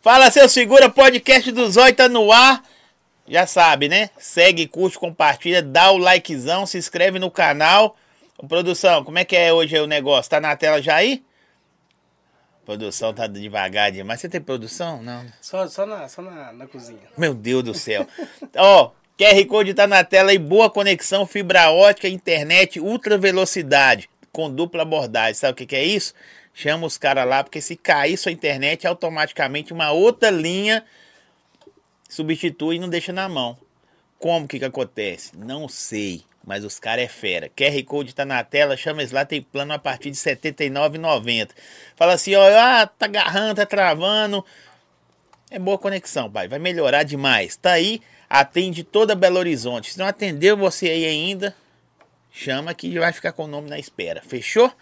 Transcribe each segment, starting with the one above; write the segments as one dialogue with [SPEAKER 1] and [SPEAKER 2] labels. [SPEAKER 1] Fala seus figura, podcast do Zói tá no ar. Já sabe, né? Segue, curte, compartilha, dá o likezão, se inscreve no canal. Ô, produção, como é que é hoje o negócio? Tá na tela já aí? Produção tá devagar demais. Você tem produção? Não.
[SPEAKER 2] Só, só, na, só na, na cozinha.
[SPEAKER 1] Meu Deus do céu. Ó, QR Code tá na tela aí, boa conexão, fibra ótica, internet, ultra velocidade, com dupla abordagem. Sabe o que, que é isso? Chama os caras lá, porque se cair sua internet, automaticamente uma outra linha substitui e não deixa na mão. Como que, que acontece? Não sei, mas os caras é fera. QR Code tá na tela, chama eles lá, tem plano a partir de R$ 79,90. Fala assim, ó, ah, tá agarrando, tá travando. É boa conexão, pai. Vai melhorar demais. Tá aí, atende toda Belo Horizonte. Se não atendeu você aí ainda, chama que vai ficar com o nome na espera. Fechou?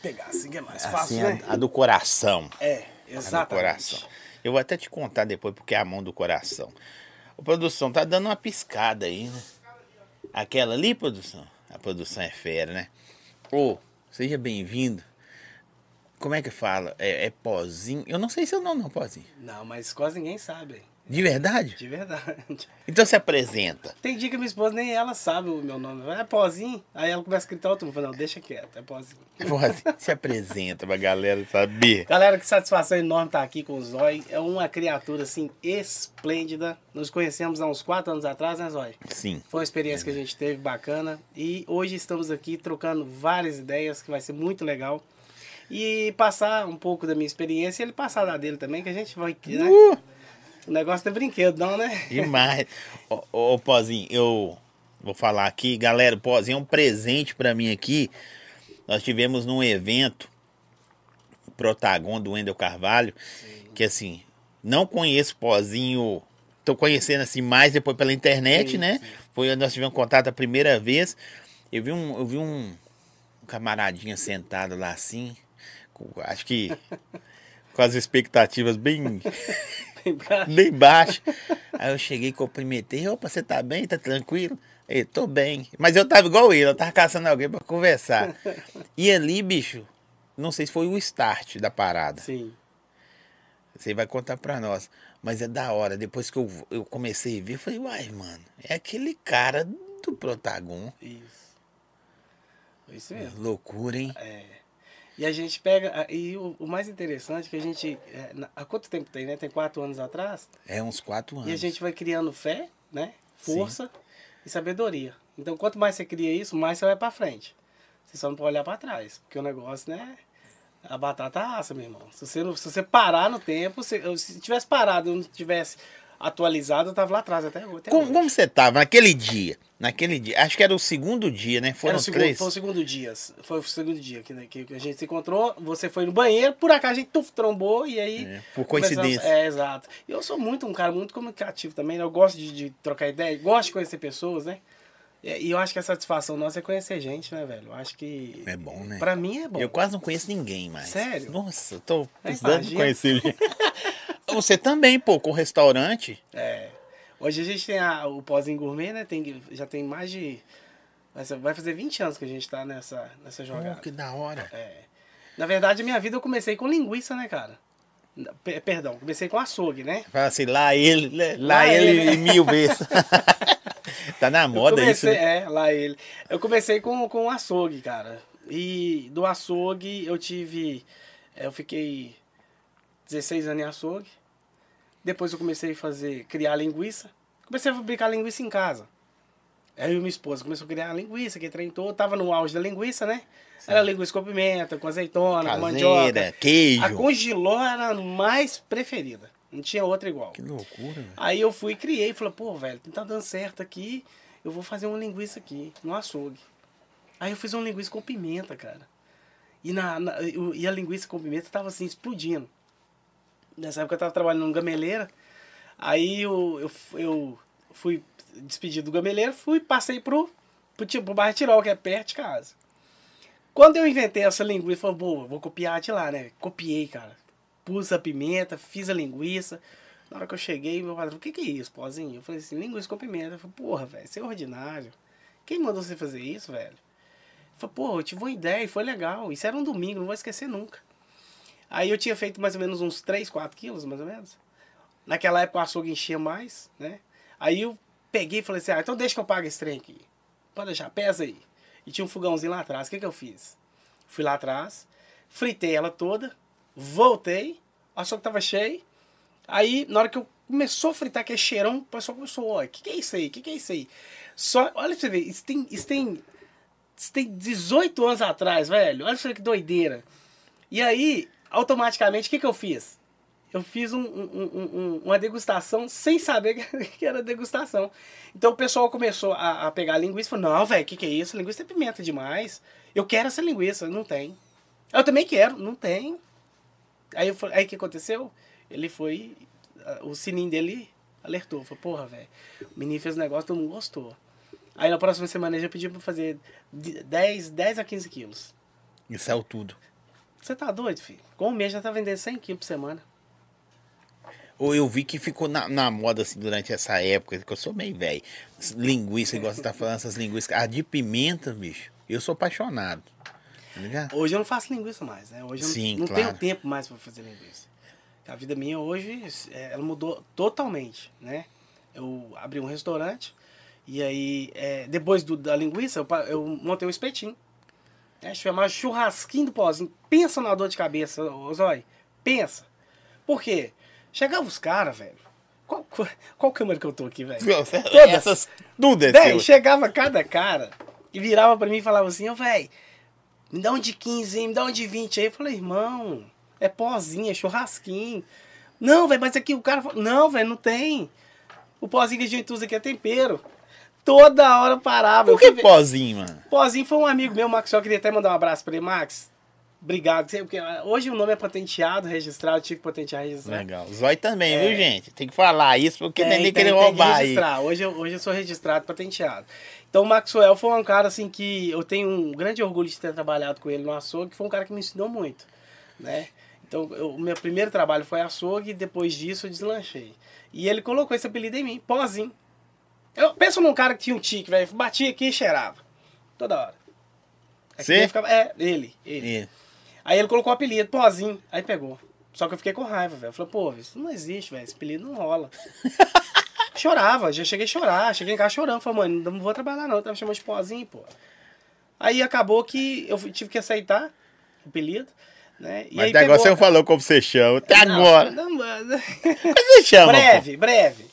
[SPEAKER 2] Pegar assim que é mais
[SPEAKER 1] Assim,
[SPEAKER 2] fácil,
[SPEAKER 1] a-
[SPEAKER 2] né?
[SPEAKER 1] a do coração.
[SPEAKER 2] É,
[SPEAKER 1] Tá no
[SPEAKER 2] exatamente.
[SPEAKER 1] coração. Eu vou até te contar depois porque é a mão do coração. Ô, produção, tá dando uma piscada aí, né? Aquela ali, produção? A produção é fera, né? Ô, seja bem-vindo. Como é que fala? É, é pozinho? Eu não sei seu nome, não, pozinho.
[SPEAKER 2] Não, mas quase ninguém sabe,
[SPEAKER 1] De verdade?
[SPEAKER 2] de verdade.
[SPEAKER 1] Então se apresenta.
[SPEAKER 2] Tem dia que minha esposa nem ela sabe o meu nome. Ela É pozinho? Aí ela começa a gritar outro, eu falo, não, deixa quieto, é pozinho.
[SPEAKER 1] Pozinho, assim, se apresenta pra galera saber.
[SPEAKER 2] Galera, que satisfação enorme estar aqui com o Zói. É uma criatura, assim, esplêndida. Nos conhecemos há uns quatro anos atrás, né, Zói?
[SPEAKER 1] Sim.
[SPEAKER 2] Foi uma experiência que a gente teve bacana e hoje estamos aqui trocando várias ideias que vai ser muito legal. E passar um pouco da minha experiência e ele passar da dele também, que a gente vai. Né?
[SPEAKER 1] Uh!
[SPEAKER 2] O negócio não é brinquedo, não, né?
[SPEAKER 1] Demais. ô, ô, ô, Pozinho, eu vou falar aqui. Galera, o Pozinho é um presente pra mim aqui. Nós tivemos num evento, o Protagon do Wendel Carvalho, que assim, não conheço o Pozinho. Tô conhecendo assim mais depois pela internet,
[SPEAKER 2] Sim,
[SPEAKER 1] né?
[SPEAKER 2] sim.
[SPEAKER 1] Foi onde nós tivemos contato a primeira vez. Eu vi um, eu vi um, um camaradinho sentado lá assim, com- acho que com as expectativas bem bem baixo. Aí eu cheguei, cumprimentei. Opa, você tá bem? Tá tranquilo? Ele, tô bem. Mas eu tava igual ele, eu tava caçando alguém pra conversar. E ali, bicho, não sei se foi o start da parada.
[SPEAKER 2] Sim.
[SPEAKER 1] Você vai contar pra nós. Mas é da hora. Depois que eu, eu comecei a ver, eu falei, uai, mano, é aquele cara do Protagon.
[SPEAKER 2] Isso. Foi Isso mesmo.
[SPEAKER 1] Loucura, hein?
[SPEAKER 2] É. E a gente pega. E o, o mais interessante é que a gente. é, na- Há quanto tempo tem, né? Tem quatro anos atrás.
[SPEAKER 1] É uns quatro anos.
[SPEAKER 2] E a gente vai criando fé, né?
[SPEAKER 1] Sim.
[SPEAKER 2] Força e sabedoria. Então, quanto mais você cria isso, mais você vai pra frente. Você só não pode olhar pra trás, porque o negócio, né? A batata assa, meu irmão. Se você, não- se você parar no tempo, se eu se tivesse parado, eu não tivesse atualizado, eu tava lá atrás até hoje. até
[SPEAKER 1] Como,
[SPEAKER 2] hoje.
[SPEAKER 1] como você tava naquele dia? Naquele dia. Acho que era o segundo dia, né? Foram
[SPEAKER 2] Era o segundo,
[SPEAKER 1] três.
[SPEAKER 2] Foi o segundo dia. Foi o segundo dia que, né, que que a gente se encontrou. Você foi no banheiro, por acaso a gente tuf, trombou e aí.
[SPEAKER 1] É, por
[SPEAKER 2] começamos-
[SPEAKER 1] coincidência.
[SPEAKER 2] É, exato. E eu sou muito um cara muito comunicativo também, né? Eu gosto de, de trocar ideia, gosto de conhecer pessoas, né? E, e eu acho que a satisfação nossa é conhecer gente, né, velho? Eu acho que.
[SPEAKER 1] É bom, né?
[SPEAKER 2] Pra mim é bom.
[SPEAKER 1] Eu quase não conheço ninguém mais.
[SPEAKER 2] Sério? Ah,
[SPEAKER 1] Nossa, tô precisando de
[SPEAKER 2] imagino.
[SPEAKER 1] conhecer gente. Você também, pô, com restaurante.
[SPEAKER 2] É. Hoje a gente tem a- o Pozinho Gourmet, né? Tem, já tem mais de. vai ser- Vai fazer 20 anos que a gente tá nessa, nessa jogada.
[SPEAKER 1] Pô, que da hora.
[SPEAKER 2] É. Na verdade, minha vida eu comecei com linguiça, né, cara? N- pe- perdão, comecei com açougue, né?
[SPEAKER 1] Fala assim, lá ele, né? lá,
[SPEAKER 2] Lá
[SPEAKER 1] ele,
[SPEAKER 2] ele, né?
[SPEAKER 1] mil vezes. tá na moda
[SPEAKER 2] eu comecei,
[SPEAKER 1] isso, né?
[SPEAKER 2] É, lá ele. Eu comecei com, com açougue, cara. E do açougue eu tive. é, Eu fiquei 16 anos em açougue. Depois eu comecei a fazer, criar linguiça. Comecei a fabricar linguiça em casa. Aí eu e minha esposa começou a criar linguiça, que é trem todo. Tava no auge da linguiça, né? Era linguiça com pimenta, com azeitona, com mandioca.
[SPEAKER 1] Caseira,
[SPEAKER 2] A
[SPEAKER 1] queijo.
[SPEAKER 2] congelou era a mais preferida. Não tinha outra igual.
[SPEAKER 1] Que loucura, né? velho.
[SPEAKER 2] Aí eu fui e criei. Falei, pô, velho, não tá dando certo aqui. Eu vou fazer uma linguiça aqui, no açougue. Aí eu fiz uma linguiça com pimenta, cara. E, na, na- eu- e a linguiça com pimenta tava assim, explodindo. Nessa época eu tava trabalhando no gameleira. Aí eu, eu, f- eu fui despedido do gameleiro, fui passei pro, pro, Ti- pro bairro Tirol, que é perto de casa. Quando eu inventei essa linguiça, falei, boa, vou copiar de lá, né? Copiei, cara. Pus a pimenta, fiz a linguiça. Na hora que eu cheguei, meu patrão, o que, que é isso, pozinho? Eu falei assim, linguiça com pimenta. Eu falei, porra, velho, isso é ordinário. Quem mandou você fazer isso, velho? Ele falou, pô, eu tive uma ideia e foi legal. Isso era um domingo, não vou esquecer nunca. Aí eu tinha feito mais ou menos uns 3, 4 quilos, mais ou menos. Naquela época o açougue enchia mais, né? Aí eu peguei e falei assim, ah, então deixa que eu pague esse trem aqui. Pode deixar, pesa aí. E tinha um fogãozinho lá atrás. O que, que eu fiz? Fui lá atrás, fritei ela toda, voltei, o açougue tava cheio. Aí, na hora que eu começou a fritar aquele cheirão, o pessoal começou, olha, o que, que é isso aí? O que, que é isso aí? Só, olha pra você ver, isso tem, isso tem, isso tem 18 anos atrás, velho. Olha pra você ver que doideira. E aí, automaticamente, o que, que eu fiz? Eu fiz um, um- um- um- uma degustação sem saber que era degustação. Então o pessoal começou a, a pegar a linguiça e falou, não, velho, o que, que é isso? Linguiça é pimenta demais. Eu quero essa linguiça. Não tem. Eu também quero. Não tem. Aí eu falei, aí o que aconteceu? Ele foi, ah, o sininho dele alertou. Falou, porra, velho, o menino fez um negócio, todo mundo gostou. Aí na próxima semana ele já pediu pra fazer de- 10, 10 a 15 quilos.
[SPEAKER 1] E saiu tudo.
[SPEAKER 2] Você tá doido, filho? Com um mês já tá vendendo 100 quilos por semana.
[SPEAKER 1] Ou eu vi que ficou na, na moda assim durante essa época, que eu sou meio velho. S- Linguiça, igual você tá falando, essas linguiças. A de pimenta, bicho. Eu sou apaixonado. Tá ligado?
[SPEAKER 2] Hoje eu não faço linguiça mais, né? Hoje eu não-
[SPEAKER 1] Sim,
[SPEAKER 2] não
[SPEAKER 1] claro.
[SPEAKER 2] tenho tempo mais pra fazer linguiça. A vida minha hoje, é, ela mudou totalmente, né? Eu abri um restaurante e aí, é, depois do- da linguiça, eu, pa- eu montei um espetinho. Né? Chamava churrasquinho do pozinho. Pensa na dor de cabeça, ô Zói. Pensa. Por quê? Chegava os caras, velho. Qual, qual, qual câmera que eu tô aqui, velho?
[SPEAKER 1] Todas essas. Tudo é
[SPEAKER 2] Véi,
[SPEAKER 1] seu.
[SPEAKER 2] chegava cada cara e virava pra mim e falava assim, ô véi, me dá um de 15 aí, me dá um de 20 aí. Eu falei, irmão, é pozinho, é churrasquinho. Não, velho, mas aqui o cara falou, não, velho, não tem. O pozinho que a gente usa aqui é tempero. Toda hora eu parava. Eu
[SPEAKER 1] Por que
[SPEAKER 2] fui ver-
[SPEAKER 1] pozinho, mano?
[SPEAKER 2] Pozinho foi um amigo meu, Max, só queria até mandar um abraço pra ele, Max. Obrigado, sei porque ah, hoje o nome é patenteado, registrado, eu tive que patentear e registrar.
[SPEAKER 1] Legal. Zói também, viu, gente? Tem que falar isso porque
[SPEAKER 2] Tem,
[SPEAKER 1] nem
[SPEAKER 2] tem,
[SPEAKER 1] nem querer
[SPEAKER 2] É. então tem que
[SPEAKER 1] roubar aí.
[SPEAKER 2] registrar. Hoje eu, hoje eu sou registrado, patenteado. Então o Maxwell foi um cara assim que eu tenho um grande orgulho de ter trabalhado com ele no açougue, que foi um cara que me ensinou muito, né? Então eu- o meu primeiro trabalho foi açougue e depois disso eu deslanchei. E ele colocou esse apelido em mim, pozinho. Eu penso num cara que tinha um tique, velho, batia aqui e cheirava. Toda hora. Aqui
[SPEAKER 1] Cê?
[SPEAKER 2] eu ficava- é, ele, ele.
[SPEAKER 1] É.
[SPEAKER 2] Aí ele colocou o apelido, pozinho. Aí pegou. Só que eu fiquei com raiva, velho. Eu Falei, pô, isso não existe, velho. Esse apelido não rola. Chorava, já cheguei a chorar. Cheguei em casa chorando. Falei, mano, não vou trabalhar não. Tava me chamando de pozinho, pô. Aí acabou que eu fui- tive que aceitar o apelido, né?
[SPEAKER 1] Mas até agora você não falou como você chama. Até
[SPEAKER 2] Não,
[SPEAKER 1] agora.
[SPEAKER 2] não, mano.
[SPEAKER 1] Como você chama? pô?
[SPEAKER 2] breve, breve.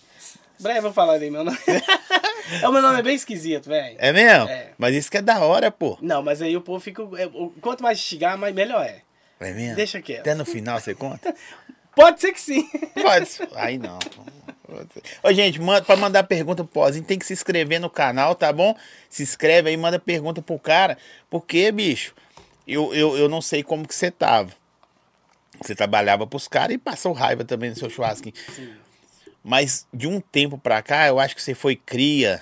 [SPEAKER 2] Breve eu vou falar aí meu nome. é, o meu nome é bem esquisito, velho.
[SPEAKER 1] É mesmo?
[SPEAKER 2] É.
[SPEAKER 1] Mas isso que é da hora, pô.
[SPEAKER 2] Não, mas aí o povo fica... é, o- Quanto mais xingar, mais melhor é.
[SPEAKER 1] É mesmo?
[SPEAKER 2] Deixa quieto.
[SPEAKER 1] Até no final você conta?
[SPEAKER 2] Pode ser que sim.
[SPEAKER 1] Pode. Aí não. Ô, gente, manda, pra mandar pergunta pro Pozinho, tem que se inscrever no canal, tá bom? Se inscreve aí, manda pergunta pro cara. Porque, bicho, eu, eu, eu não sei como que você tava. Você trabalhava pros caras e passou raiva também no seu churrasquinho.
[SPEAKER 2] Sim.
[SPEAKER 1] Mas de um tempo pra cá, eu acho que você foi cria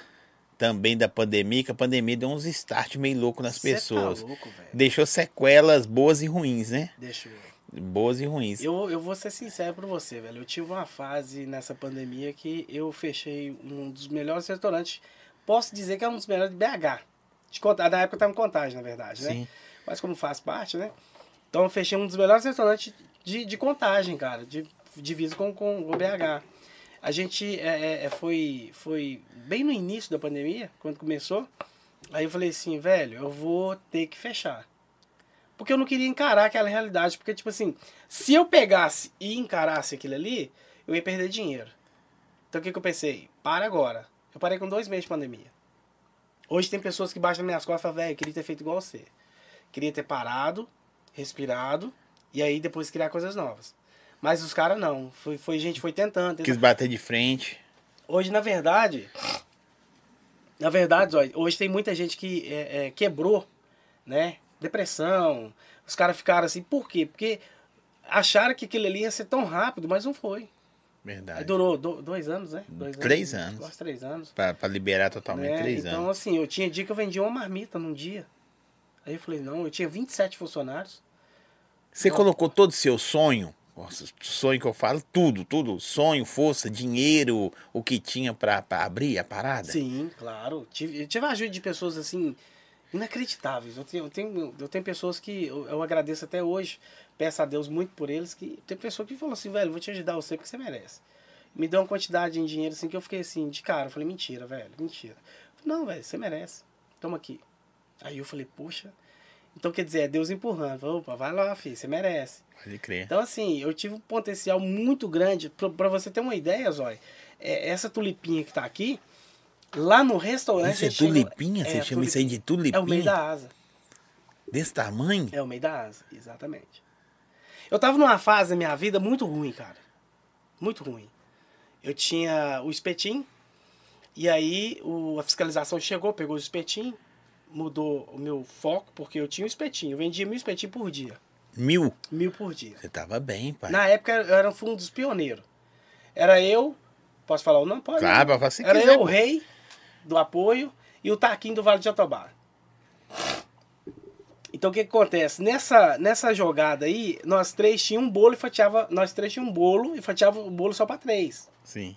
[SPEAKER 1] também da pandemia, que a pandemia deu uns start meio louco nas
[SPEAKER 2] Cê
[SPEAKER 1] pessoas.
[SPEAKER 2] Tá louco, velho.
[SPEAKER 1] Deixou sequelas boas e ruins, né?
[SPEAKER 2] Deixa eu.
[SPEAKER 1] Boas e ruins.
[SPEAKER 2] eu. Eu vou ser sincero pra você, velho. Eu tive uma fase nessa pandemia que eu fechei um dos melhores restaurantes. Posso dizer que é um dos melhores de BH. De conta, da época eu tava em contagem, na verdade, né?
[SPEAKER 1] Sim.
[SPEAKER 2] Mas como faz parte, né? Então eu fechei um dos melhores restaurantes de, de contagem, cara. De divisa com, com o BH. A gente é, é, é, foi, foi bem no início da pandemia, quando começou. Aí eu falei assim, velho, eu vou ter que fechar. Porque eu não queria encarar aquela realidade. Porque, tipo assim, se eu pegasse e encarasse aquilo ali, eu ia perder dinheiro. Então o que, que eu pensei? Para agora. Eu parei com dois meses de pandemia. Hoje tem pessoas que baixam nas minhas costas e falam, velho, eu queria ter feito igual você. Queria ter parado, respirado, e aí depois criar coisas novas. Mas os caras não. Foi, foi gente, foi tentando, tentando.
[SPEAKER 1] Quis bater de frente.
[SPEAKER 2] Hoje, na verdade, na verdade, Zói, hoje tem muita gente que é, é, quebrou, né? Depressão. Os caras ficaram assim, por quê? Porque acharam que aquilo ali ia ser tão rápido, mas não foi. Aí
[SPEAKER 1] Verdade.
[SPEAKER 2] durou do- dois anos, né? Dois
[SPEAKER 1] Três anos.
[SPEAKER 2] Quase três anos.
[SPEAKER 1] Pra, pra liberar totalmente
[SPEAKER 2] né?
[SPEAKER 1] três
[SPEAKER 2] então,
[SPEAKER 1] anos.
[SPEAKER 2] assim, eu tinha dia que eu vendia uma marmita num dia. Aí eu falei, não, eu tinha 27 funcionários.
[SPEAKER 1] Você colocou todo o seu sonho, nossa, sonho que eu falo, tudo, tudo. Sonho, força, dinheiro, o que tinha pra, pra abrir a parada.
[SPEAKER 2] Sim, claro. Tive, eu tive a ajuda de pessoas assim inacreditáveis. Eu tenho, eu tenho, eu tenho pessoas que eu, eu agradeço até hoje. peço a Deus muito por eles, que tem pessoa que falou assim, velho, vou te ajudar você porque você merece. Me deu uma quantidade em dinheiro assim que eu fiquei assim, de cara. Eu falei, mentira, velho, mentira. Eu falei, não, velho, você merece. Toma aqui. Aí eu falei, poxa. Então quer dizer, é Deus empurrando. Eu falei, Opa, vai lá, filho, você merece.
[SPEAKER 1] Pode crer.
[SPEAKER 2] Então, assim, eu tive um potencial muito grande. Pra, pra você ter uma ideia, Zói, é, essa tulipinha que tá aqui, lá no restaurante.
[SPEAKER 1] Isso é
[SPEAKER 2] a gente chega-
[SPEAKER 1] tulipinha? Você
[SPEAKER 2] é,
[SPEAKER 1] chama isso aí de
[SPEAKER 2] É o meio
[SPEAKER 1] tulipinha?
[SPEAKER 2] da asa.
[SPEAKER 1] Desse tamanho?
[SPEAKER 2] É o meio da asa, exatamente. Eu tava numa fase da minha vida muito ruim, cara. Muito ruim. Eu tinha o espetinho, e aí o- a fiscalização chegou, pegou o espetinho, mudou o meu foco, porque eu tinha o espetinho. Eu vendia mil espetinhos por dia.
[SPEAKER 1] Mil.
[SPEAKER 2] Mil por dia.
[SPEAKER 1] Você tava bem, pai.
[SPEAKER 2] Na época eu era um dos pioneiros. Era eu, posso falar o nome? Pode.
[SPEAKER 1] Claro, pra falar se
[SPEAKER 2] Era
[SPEAKER 1] quiser,
[SPEAKER 2] eu, o
[SPEAKER 1] pô.
[SPEAKER 2] rei do apoio e o Taquinho do Vale de Jatobá. Então o que, que acontece? Nessa, nessa jogada aí, nós três tínhamos um bolo e fatiava. Nós três tínhamos um bolo e fatiava o bolo só pra três.
[SPEAKER 1] Sim.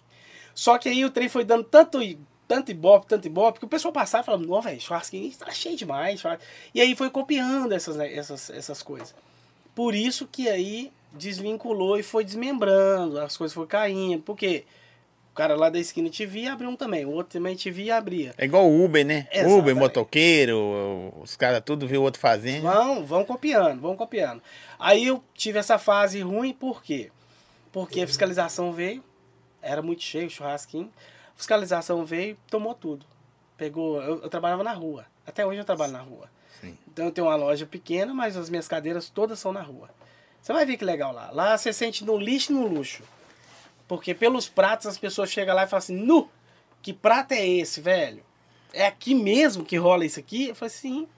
[SPEAKER 2] Só que aí o trem foi dando tanto, tanto ibope, tanto ibope, que o pessoal passava e falava, não, velho, churrasquinho tá cheio demais. churrasco." E aí foi copiando essas, né, essas, essas coisas. Por isso que aí desvinculou e foi desmembrando, as coisas foram caindo. Porque o cara lá da esquina te via e abriu um também, o outro também te via e abria.
[SPEAKER 1] É igual o Uber, né?
[SPEAKER 2] Exatamente.
[SPEAKER 1] Uber, motoqueiro, os caras tudo viu o outro fazendo.
[SPEAKER 2] Vão, vão copiando, vão copiando. Aí eu tive essa fase ruim, por quê? Porque a fiscalização veio, era muito cheio o churrasquinho. A fiscalização veio, tomou tudo. Pegou, eu, eu trabalhava na rua. Até hoje eu trabalho na rua.
[SPEAKER 1] Sim.
[SPEAKER 2] Então eu tenho uma loja pequena, mas as minhas cadeiras todas são na rua. Você vai ver que legal lá. Lá você sente no lixo e no luxo. Porque pelos pratos as pessoas chegam lá e falam assim, nu, que prato é esse, velho? É aqui mesmo que rola isso aqui? Eu falo assim.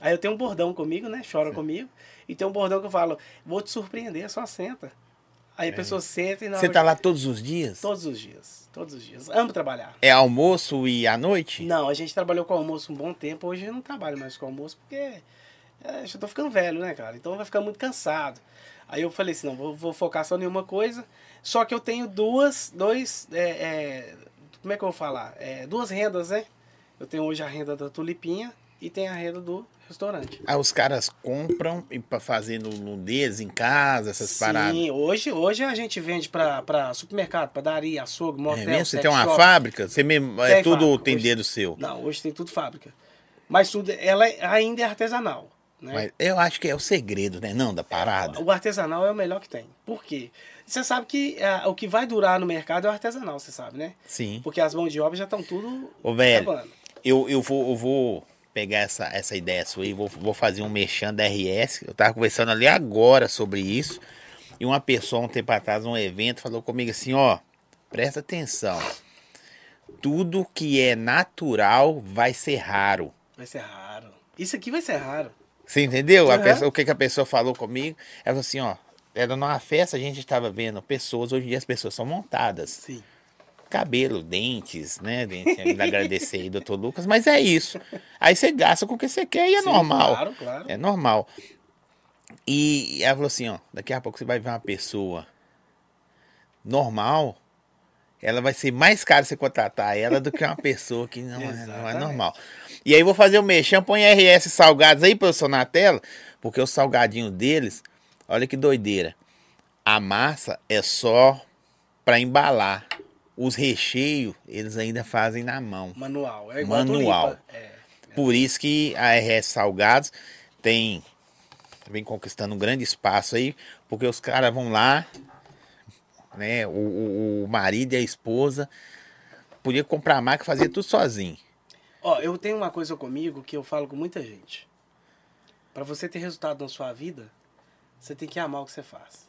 [SPEAKER 2] Aí eu tenho um bordão comigo, né? Chora comigo. E tem um bordão que eu falo, vou te surpreender, só senta. Aí a pessoa senta e na
[SPEAKER 1] É Você
[SPEAKER 2] hora-
[SPEAKER 1] tá lá todos os dias?
[SPEAKER 2] Todos os dias. Todos os dias. Amo trabalhar.
[SPEAKER 1] É almoço e à noite?
[SPEAKER 2] Não, a gente trabalhou com almoço um bom tempo. Hoje eu não trabalho mais com almoço porque é, já tô ficando velho, né, cara? Então vai ficar muito cansado. Aí eu falei assim, não, vou, vou focar só em uma coisa. Só que eu tenho duas, dois, é, é, como é que eu vou falar? É, duas rendas, né? Eu tenho hoje a renda da tulipinha e tem a renda do restaurante.
[SPEAKER 1] Aí os caras compram e pra fazer no, no deles, em casa, essas paradas.
[SPEAKER 2] Sim, hoje, hoje a gente vende pra, pra supermercado, padaria, açougue, motel,
[SPEAKER 1] É mesmo? Você
[SPEAKER 2] sex
[SPEAKER 1] tem uma
[SPEAKER 2] shop.
[SPEAKER 1] fábrica? Você mesmo, é
[SPEAKER 2] Tem
[SPEAKER 1] tudo
[SPEAKER 2] fábrica, Né?
[SPEAKER 1] tem
[SPEAKER 2] hoje-
[SPEAKER 1] dedo seu.
[SPEAKER 2] Não, hoje tem tudo fábrica. Mas tudo, ela é- ainda é artesanal, né?
[SPEAKER 1] Mas eu acho que é o segredo, né? Não, da parada.
[SPEAKER 2] O artesanal é o melhor que tem. Por quê? Você sabe que ah, o que vai durar no mercado é o artesanal, você sabe, né?
[SPEAKER 1] Sim.
[SPEAKER 2] Porque as mãos de obra já estão tudo
[SPEAKER 1] Ô, velho,
[SPEAKER 2] acabando.
[SPEAKER 1] eu, eu, vou, eu vou pegar essa, essa ideia sua aí, vou, vou fazer um merchan da RS. Eu tava conversando ali agora sobre isso. E uma pessoa, um tempo atrás, num evento, falou comigo assim: ó, presta atenção. Tudo que é natural vai ser raro.
[SPEAKER 2] Vai ser raro. Isso aqui vai ser raro.
[SPEAKER 1] Você entendeu? A
[SPEAKER 2] Aham.
[SPEAKER 1] pessoa- o que, que a pessoa falou comigo? Ela falou assim, ó. Era numa festa, a gente estava vendo pessoas, hoje em dia as pessoas são montadas.
[SPEAKER 2] Sim.
[SPEAKER 1] Cabelo, dentes, né? Dente, ainda agradecer aí, doutor Lucas, mas é isso. Aí você gasta com o que você quer e é
[SPEAKER 2] Sim,
[SPEAKER 1] normal.
[SPEAKER 2] Claro, claro.
[SPEAKER 1] É normal. E ela falou assim, ó, daqui a pouco você vai ver uma pessoa normal, ela vai ser mais caro você contratar ela do que uma pessoa que não, é- não é
[SPEAKER 2] Exatamente.
[SPEAKER 1] normal. E aí eu vou fazer o mexão, põe RS salgados aí, professor, na tela, porque o salgadinho deles, olha que doideira. A massa é só pra embalar. Os recheios, eles ainda fazem na mão.
[SPEAKER 2] Manual. É igual a
[SPEAKER 1] Manual.
[SPEAKER 2] tulipa. É.
[SPEAKER 1] Por isso que a RS Salgados tem vem conquistando um grande espaço aí, porque os caras vão lá, né? O, o- o marido e a esposa podia comprar a marca e fazer tudo sozinho.
[SPEAKER 2] Ó, eu tenho uma coisa comigo que eu falo com muita gente. Pra você ter resultado na sua vida, você tem que amar o que você faz.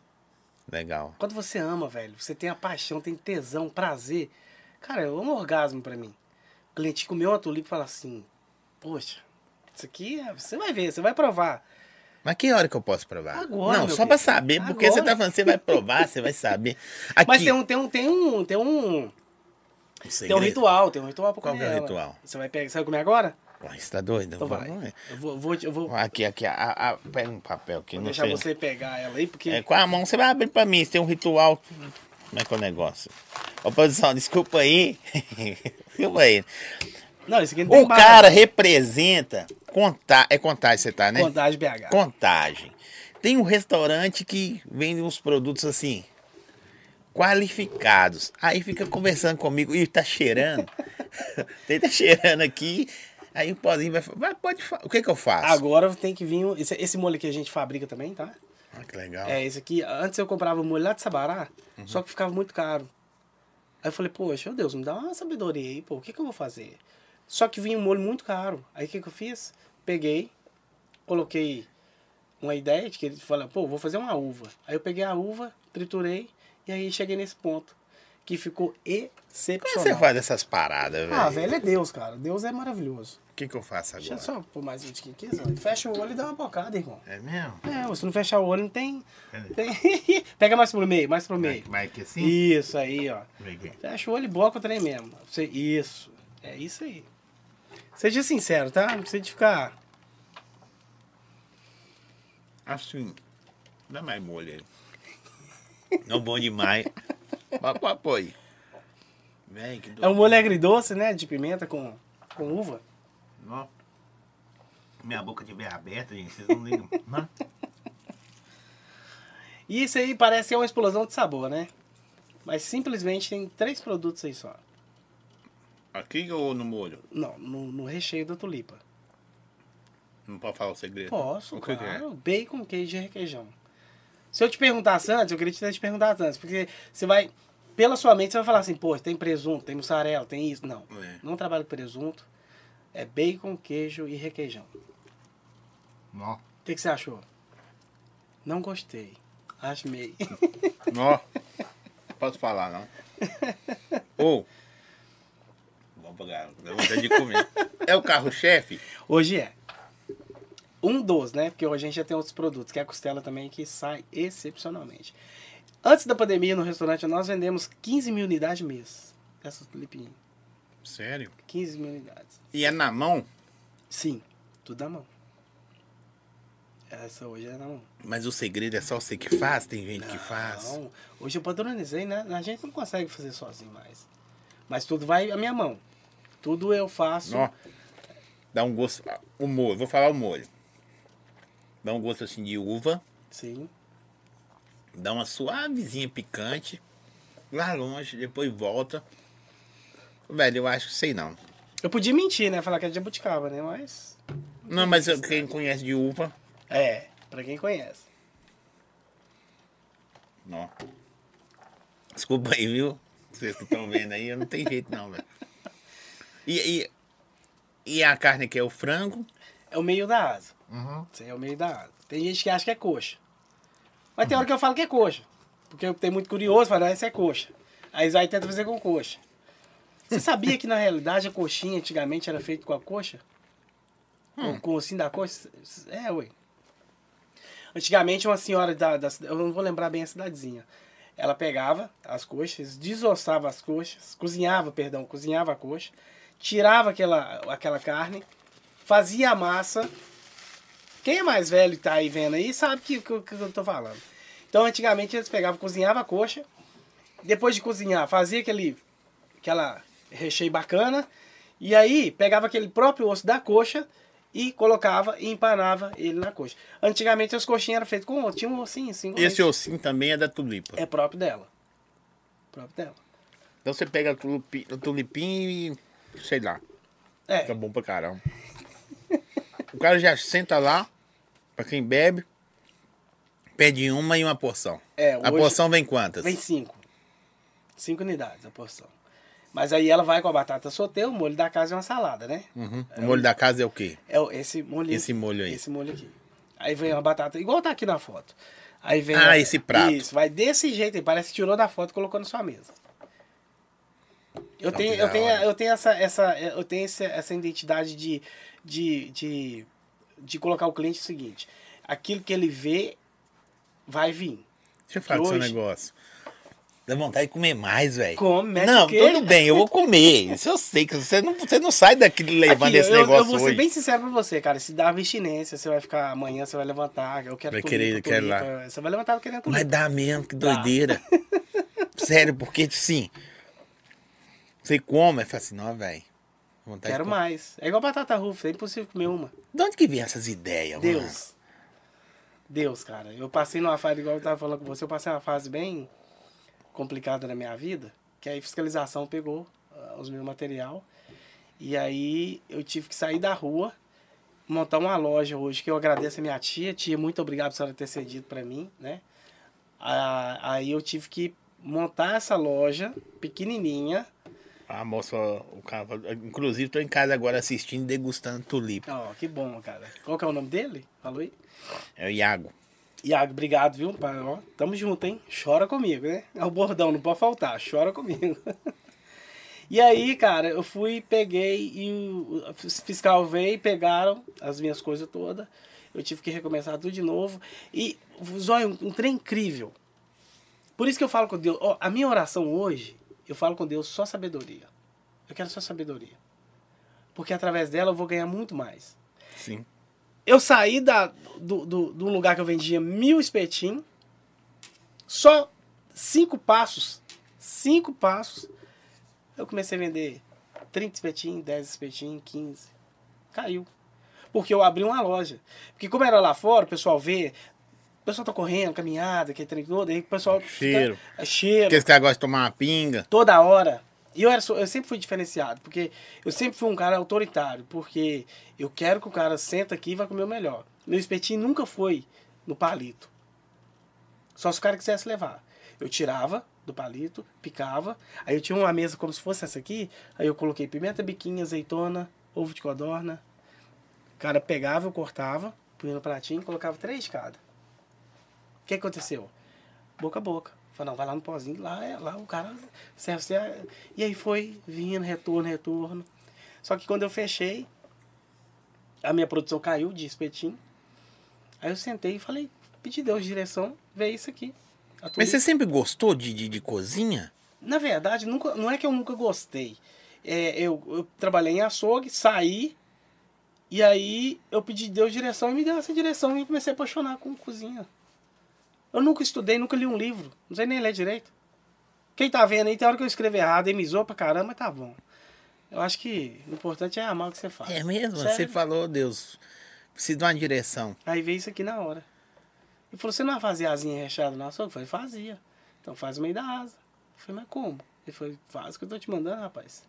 [SPEAKER 1] Legal.
[SPEAKER 2] Quando você ama, velho, você tem a paixão, tem tesão, prazer. Cara, é um orgasmo pra mim. O cliente comeu uma tulipa e fala assim: Poxa, isso aqui é- você vai ver, você vai provar.
[SPEAKER 1] Mas que hora que eu posso provar?
[SPEAKER 2] Agora,
[SPEAKER 1] Não,
[SPEAKER 2] meu
[SPEAKER 1] só
[SPEAKER 2] filho.
[SPEAKER 1] pra saber, porque
[SPEAKER 2] Agora.
[SPEAKER 1] você tá falando, você vai provar, você vai saber. Aqui,
[SPEAKER 2] Mas tem um, tem um, tem um, tem um, tem um
[SPEAKER 1] segredo.
[SPEAKER 2] ritual, tem um ritual pra
[SPEAKER 1] Qual
[SPEAKER 2] comer.
[SPEAKER 1] que é o
[SPEAKER 2] ela.
[SPEAKER 1] ritual?
[SPEAKER 2] Você vai pegar, você vai comer agora?
[SPEAKER 1] Uai, você tá doido?
[SPEAKER 2] Então vai.
[SPEAKER 1] Vamos-
[SPEAKER 2] Eu vou, vou, te- eu vou,
[SPEAKER 1] Aqui, aqui, a, a- a- pega um papel aqui,
[SPEAKER 2] vou
[SPEAKER 1] Ah, não
[SPEAKER 2] deixar
[SPEAKER 1] sei.
[SPEAKER 2] você pegar ela aí, porque
[SPEAKER 1] É, com a mão você vai abrir pra mim, tem um ritual. Como é que é o negócio? Ô, produção, desculpa aí. desculpa aí.
[SPEAKER 2] não, isso aqui não tem
[SPEAKER 1] O cara representa. Conta... É contagem você tá, né?
[SPEAKER 2] contagem BH.
[SPEAKER 1] Contagem. Tem um restaurante que vende uns produtos assim, qualificados. Aí fica conversando comigo, e tá cheirando. Tem tá cheirando aqui. Aí o pozinho vai falar, pode fa- O que que eu faço?
[SPEAKER 2] Agora tem que vir. o- Esse, esse molho aqui a gente fabrica também, tá?
[SPEAKER 1] Ah, que legal.
[SPEAKER 2] É, esse aqui. Antes eu comprava um molho lá de Sabará, só que ficava muito caro. Aí eu falei, poxa, meu Deus, me dá uma sabedoria aí, pô, o que, que eu vou fazer? Só que vinha um molho muito caro. Aí o que, que eu fiz? Peguei, coloquei uma ideia de que ele fala, pô, vou fazer uma uva. Aí eu peguei a uva, triturei, e aí cheguei nesse ponto. Que ficou
[SPEAKER 1] Como é que você
[SPEAKER 2] excepcional.
[SPEAKER 1] faz essas paradas, velho?
[SPEAKER 2] Ah, velho, é Deus, cara. Deus é maravilhoso.
[SPEAKER 1] O que que eu faço
[SPEAKER 2] Deixa eu
[SPEAKER 1] agora?
[SPEAKER 2] só pôr mais um tiquinho aqui, Zé. Fecha o olho e dá uma bocada, irmão.
[SPEAKER 1] É mesmo?
[SPEAKER 2] É, se não fechar o olho, não tem.
[SPEAKER 1] Peraí.
[SPEAKER 2] tem- Pega mais pro meio, mais pro meio.
[SPEAKER 1] Mas que assim? é
[SPEAKER 2] Isso aí, ó.
[SPEAKER 1] Peguei.
[SPEAKER 2] Fecha o olho e bloca o trem mesmo. Você- Isso. É isso aí. Seja sincero, tá? Não precisa de ficar.
[SPEAKER 1] Assim, dá mais molho aí. Não bom demais. Mas pô, pô aí. Véi, que
[SPEAKER 2] É um
[SPEAKER 1] doido.
[SPEAKER 2] molho agridoce, né? De pimenta com, com uva.
[SPEAKER 1] Nó. Minha boca estiver aberta, gente, vocês não ligam. Nó.
[SPEAKER 2] E isso aí parece que é uma explosão de sabor, né? Mas simplesmente tem três produtos aí só.
[SPEAKER 1] Aqui ou no molho?
[SPEAKER 2] Não, no, no recheio da tulipa.
[SPEAKER 1] Não pode falar o segredo?
[SPEAKER 2] Posso,
[SPEAKER 1] o que que é?
[SPEAKER 2] claro. Bacon, queijo e requeijão. Se eu te perguntasse antes, eu queria te te perguntar antes, porque você vai, pela sua mente, você vai falar assim, pô, tem presunto, tem mussarela, tem isso. Não,
[SPEAKER 1] É.
[SPEAKER 2] não trabalho com presunto. É bacon, queijo e requeijão.
[SPEAKER 1] Nó.
[SPEAKER 2] O que, que você achou? Não gostei. Achei.
[SPEAKER 1] Nó. Posso falar, não? Ou. Bom pra garoto, dá vontade de comer. É o carro-chefe?
[SPEAKER 2] Hoje é. Um dos, né? Porque hoje a gente já tem outros produtos, que é a costela também, que sai excepcionalmente. Antes da pandemia, no restaurante, nós vendemos 15 mil unidades mês. Essas tulipinhas.
[SPEAKER 1] Sério?
[SPEAKER 2] 15 mil unidades.
[SPEAKER 1] E é na mão?
[SPEAKER 2] Sim, tudo na mão. Essa hoje é na mão.
[SPEAKER 1] Mas o segredo é só você que faz? Tem gente que faz?
[SPEAKER 2] Não, hoje eu padronizei, né? A gente não consegue fazer sozinho mais. Mas tudo vai à minha mão. Tudo eu faço.
[SPEAKER 1] Nó. Dá um gosto. O molho, vou falar o molho. Dá um gosto assim de uva.
[SPEAKER 2] Sim.
[SPEAKER 1] Dá uma suavezinha picante. Lá longe, depois volta. Velho, eu acho que sei não.
[SPEAKER 2] Eu podia mentir, né? Falar que é de jabuticaba, né? Mas.
[SPEAKER 1] Não, mas eu- quem conhece de uva.
[SPEAKER 2] É, pra quem conhece.
[SPEAKER 1] Não. Desculpa aí, viu? Vocês que estão vendo aí, eu não tem jeito não, velho. E, e, e a carne que é o frango.
[SPEAKER 2] É o meio da asa. Isso aí é o meio da asa. Tem gente que acha que é coxa. Mas tem hora que eu falo que é coxa. Porque tem muito curioso, fala, ah, isso é coxa. Aí eles vai tentam fazer com coxa. Você sabia que na realidade a coxinha antigamente era feita com a coxa? Com- Com o ossinho da coxa? É, ué. Antigamente uma senhora da, da cida- Eu não vou lembrar bem a cidadezinha. Ela pegava as coxas, desossava as coxas, cozinhava, perdão, cozinhava a coxa, tirava aquela, aquela carne, fazia a massa. Quem é mais velho que tá aí vendo aí sabe o que, que, que eu tô falando. Então, antigamente eles pegavam, cozinhava a coxa, depois de cozinhar, fazia aquele aquela recheio bacana, e aí pegava aquele próprio osso da coxa e colocava e empanava ele na coxa. Antigamente as coxinhas eram feitas com osso, tinha um ossinho assim. um
[SPEAKER 1] Esse
[SPEAKER 2] osso.
[SPEAKER 1] ossinho também é da tulipa.
[SPEAKER 2] É próprio dela. Próprio dela.
[SPEAKER 1] Então você pega tulipi, tulipim e. sei lá. Fica
[SPEAKER 2] É,
[SPEAKER 1] bom pra caramba. O cara já senta lá, pra quem bebe, pede uma e uma porção.
[SPEAKER 2] é
[SPEAKER 1] a
[SPEAKER 2] hoje-
[SPEAKER 1] porção vem quantas?
[SPEAKER 2] Vem cinco. Cinco unidades a porção. Mas aí ela vai com a batata solteira, o molho da casa e uma salada, né?
[SPEAKER 1] Uhum. O molho da casa é o quê?
[SPEAKER 2] É o- esse molho
[SPEAKER 1] Esse molho aí.
[SPEAKER 2] Esse molho aqui. Aí vem uma batata, igual tá aqui na foto. Aí vem.
[SPEAKER 1] Ah,
[SPEAKER 2] a-
[SPEAKER 1] esse prato.
[SPEAKER 2] Isso, vai desse jeito aí. Parece que tirou da foto e colocou na sua mesa. Eu
[SPEAKER 1] Tá
[SPEAKER 2] tenho,
[SPEAKER 1] que
[SPEAKER 2] eu
[SPEAKER 1] da
[SPEAKER 2] tenho,
[SPEAKER 1] hora.
[SPEAKER 2] eu tenho essa, essa, eu tenho essa, essa identidade de, de, de, de colocar o cliente o seguinte: aquilo que ele vê vai vir.
[SPEAKER 1] Deixa eu falar do seu
[SPEAKER 2] Hoje-
[SPEAKER 1] negócio. Dá vontade de comer mais, velho.
[SPEAKER 2] Come, mete
[SPEAKER 1] Não,
[SPEAKER 2] queijo.
[SPEAKER 1] tudo bem, eu vou comer. Isso eu sei, que você não, você não sai daqui levando
[SPEAKER 2] Aqui,
[SPEAKER 1] esse
[SPEAKER 2] eu-
[SPEAKER 1] negócio
[SPEAKER 2] eu, vou
[SPEAKER 1] hoje.
[SPEAKER 2] ser bem sincero pra você, cara. Se dá abstinência, você vai ficar amanhã, você vai levantar. Eu quero
[SPEAKER 1] Vai
[SPEAKER 2] tulipa,
[SPEAKER 1] querer- quer lá.
[SPEAKER 2] tulipa. Você vai levantar querendo
[SPEAKER 1] Mas
[SPEAKER 2] tulipa.
[SPEAKER 1] dá mesmo, que doideira. Sério, porque tipo assim, sim. Você come, aí fala assim, não, velho. vontade
[SPEAKER 2] Quero
[SPEAKER 1] de comer.
[SPEAKER 2] mais. É igual batata rufa, é impossível comer uma.
[SPEAKER 1] De onde que vem essas ideias, mano?
[SPEAKER 2] Deus. Deus, cara. Eu passei numa fase, igual eu tava falando com você, eu passei uma fase bem complicada na minha vida, que aí fiscalização pegou ah, os meus material. E aí eu tive que sair da rua, montar uma loja hoje, que eu agradeço a minha tia. Tia, muito obrigado por senhora ter cedido para mim, né? Ah, Aí eu tive que montar essa loja pequenininha.
[SPEAKER 1] A moça, Ah, o cara, falou- inclusive tô em casa agora assistindo, degustando tulipa.
[SPEAKER 2] Ó, que bom, cara. Qual que é o nome dele? Falou aí?
[SPEAKER 1] É o Iago.
[SPEAKER 2] Iago, obrigado, viu? Pá, ó, tamo junto, hein? Chora comigo, né? É o bordão, não pode faltar. Chora comigo. e aí, cara, eu fui, peguei e o o fiscal veio, pegaram as minhas coisas todas. Eu tive que recomeçar tudo de novo. E, zóio, um, um trem incrível. Por isso que eu falo com Deus. ó, a minha oração hoje, eu falo com Deus só sabedoria. Eu quero só sabedoria. Porque através dela eu vou ganhar muito mais.
[SPEAKER 1] Sim.
[SPEAKER 2] Eu saí da, do, do, do lugar que eu vendia mil espetinhos, só cinco passos, cinco passos, eu comecei a vender 30 espetinhos, 10 espetinhos, 15. Caiu. Porque eu abri uma loja. Porque como era lá fora, o pessoal vê, o pessoal tá correndo, caminhada, aquele trem todo, aí o pessoal... fica-
[SPEAKER 1] Cheiro.
[SPEAKER 2] É cheiro
[SPEAKER 1] Aqueles caras gostam de tomar uma pinga.
[SPEAKER 2] toda hora. E eu, era, só- eu sempre fui diferenciado, porque eu sempre fui um cara autoritário, porque eu quero que o cara senta aqui e vai comer o melhor. Meu espetinho nunca foi no palito. Só se o cara quisesse levar. Eu tirava do palito, picava, aí eu tinha uma mesa como se fosse essa aqui, aí eu coloquei pimenta, biquinha, azeitona, ovo de codorna. O cara pegava, eu cortava, punha no pratinho, colocava três de cada. O que aconteceu? boca a boca. Falei, não, vai lá no pozinho, lá, é- lá o cara serve, serve. E aí foi vindo, retorno, retorno. Só que quando eu fechei, a minha produção caiu de espetinho. Aí eu sentei e falei, pedi Deus direção, vê isso aqui. A
[SPEAKER 1] Mas
[SPEAKER 2] tulipa.
[SPEAKER 1] você sempre gostou de, de, de cozinha?
[SPEAKER 2] Na verdade, nunca, não é que eu nunca gostei. É, eu, eu trabalhei em açougue, saí, e aí eu pedi Deus direção e me deu essa direção e comecei a apaixonar com cozinha. Eu nunca estudei, nunca li um livro. Não sei nem ler direito. Quem tá vendo aí, tem hora que eu escrevo errado, emisou pra caramba, mas tá bom. Eu acho que o importante é amar o que você faz.
[SPEAKER 1] É mesmo?
[SPEAKER 2] Sério.
[SPEAKER 1] Você falou, Deus, preciso de uma direção.
[SPEAKER 2] Aí veio isso aqui na hora. Ele falou, você não vai fazer asinha recheada no açougue? Eu falei, fazia. Então faz o meio da asa. Eu falei, mas como? Ele falou, faz o que eu tô te mandando, rapaz.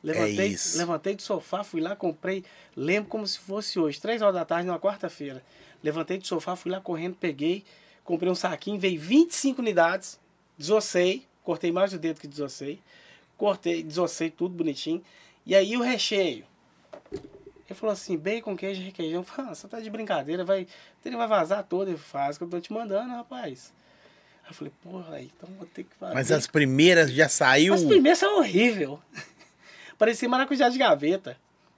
[SPEAKER 2] Levantei,
[SPEAKER 1] isso.
[SPEAKER 2] levantei do sofá, fui lá, comprei. Lembro como se fosse hoje, três horas da tarde, numa quarta-feira. Levantei do sofá, fui lá correndo, peguei, comprei um saquinho, veio 25 unidades, desossei, cortei mais do dedo que desossei, cortei, desossei tudo bonitinho. E aí o recheio. Ele falou assim, bacon, queijo, e requeijão. Eu falei, ah, você tá de brincadeira, vai, ele vai vazar todo, ele faz o que eu tô te mandando, rapaz. Aí eu falei, porra, aí, então vou ter que fazer.
[SPEAKER 1] Mas as primeiras já saiu.
[SPEAKER 2] As primeiras são horríveis. Parecia maracujá de gaveta.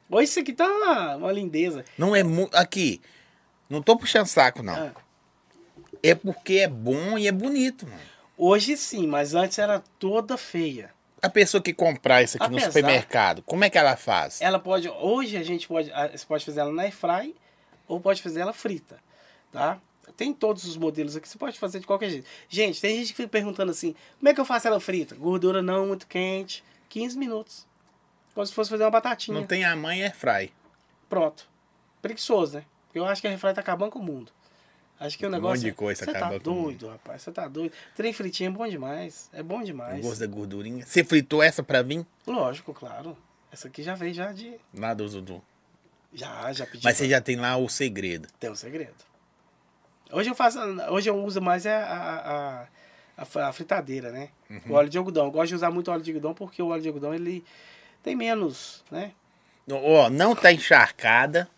[SPEAKER 2] Hoje isso aqui tá uma, uma lindeza.
[SPEAKER 1] Não é muito. Aqui. Não tô puxando saco, não.
[SPEAKER 2] Ah,
[SPEAKER 1] É porque é bom e é bonito, mano.
[SPEAKER 2] hoje sim, mas antes era toda feia.
[SPEAKER 1] A pessoa que comprar isso aqui no
[SPEAKER 2] Apesar-
[SPEAKER 1] supermercado, como é que ela faz?
[SPEAKER 2] Ela pode. Hoje a gente pode. a- Você pode fazer ela na air fry ou pode fazer ela frita. Tá? Tem todos os modelos aqui, você pode fazer de qualquer jeito. Gente, tem gente que fica perguntando assim: como é que eu faço ela frita? Gordura não muito quente. 15 minutos. Como se fosse fazer uma batatinha.
[SPEAKER 1] Não tem a mãe, é fry.
[SPEAKER 2] Pronto. Preguiçoso, né? Eu acho que a refrain tá acabando com o mundo. Acho que o
[SPEAKER 1] Um
[SPEAKER 2] negócio.
[SPEAKER 1] monte de coisa
[SPEAKER 2] Você tá
[SPEAKER 1] acaba com o
[SPEAKER 2] doido, rapaz. Você tá doido. Trem fritinho é bom demais. É bom
[SPEAKER 1] O
[SPEAKER 2] demais.
[SPEAKER 1] gosto da gordurinha. Você fritou essa pra mim?
[SPEAKER 2] Lógico, claro. Essa aqui já veio já de.
[SPEAKER 1] Lá do Zudu.
[SPEAKER 2] Já, já pedi.
[SPEAKER 1] Mas você
[SPEAKER 2] pra-
[SPEAKER 1] já tem lá o segredo.
[SPEAKER 2] Tem um segredo. Hoje eu faço. Hoje eu uso mais é a, a, a, a fr- a fritadeira, né?
[SPEAKER 1] Uhum.
[SPEAKER 2] O óleo de algodão. Eu gosto de usar muito óleo de algodão porque o óleo de algodão ele tem menos, né?
[SPEAKER 1] Ó, não tá encharcada.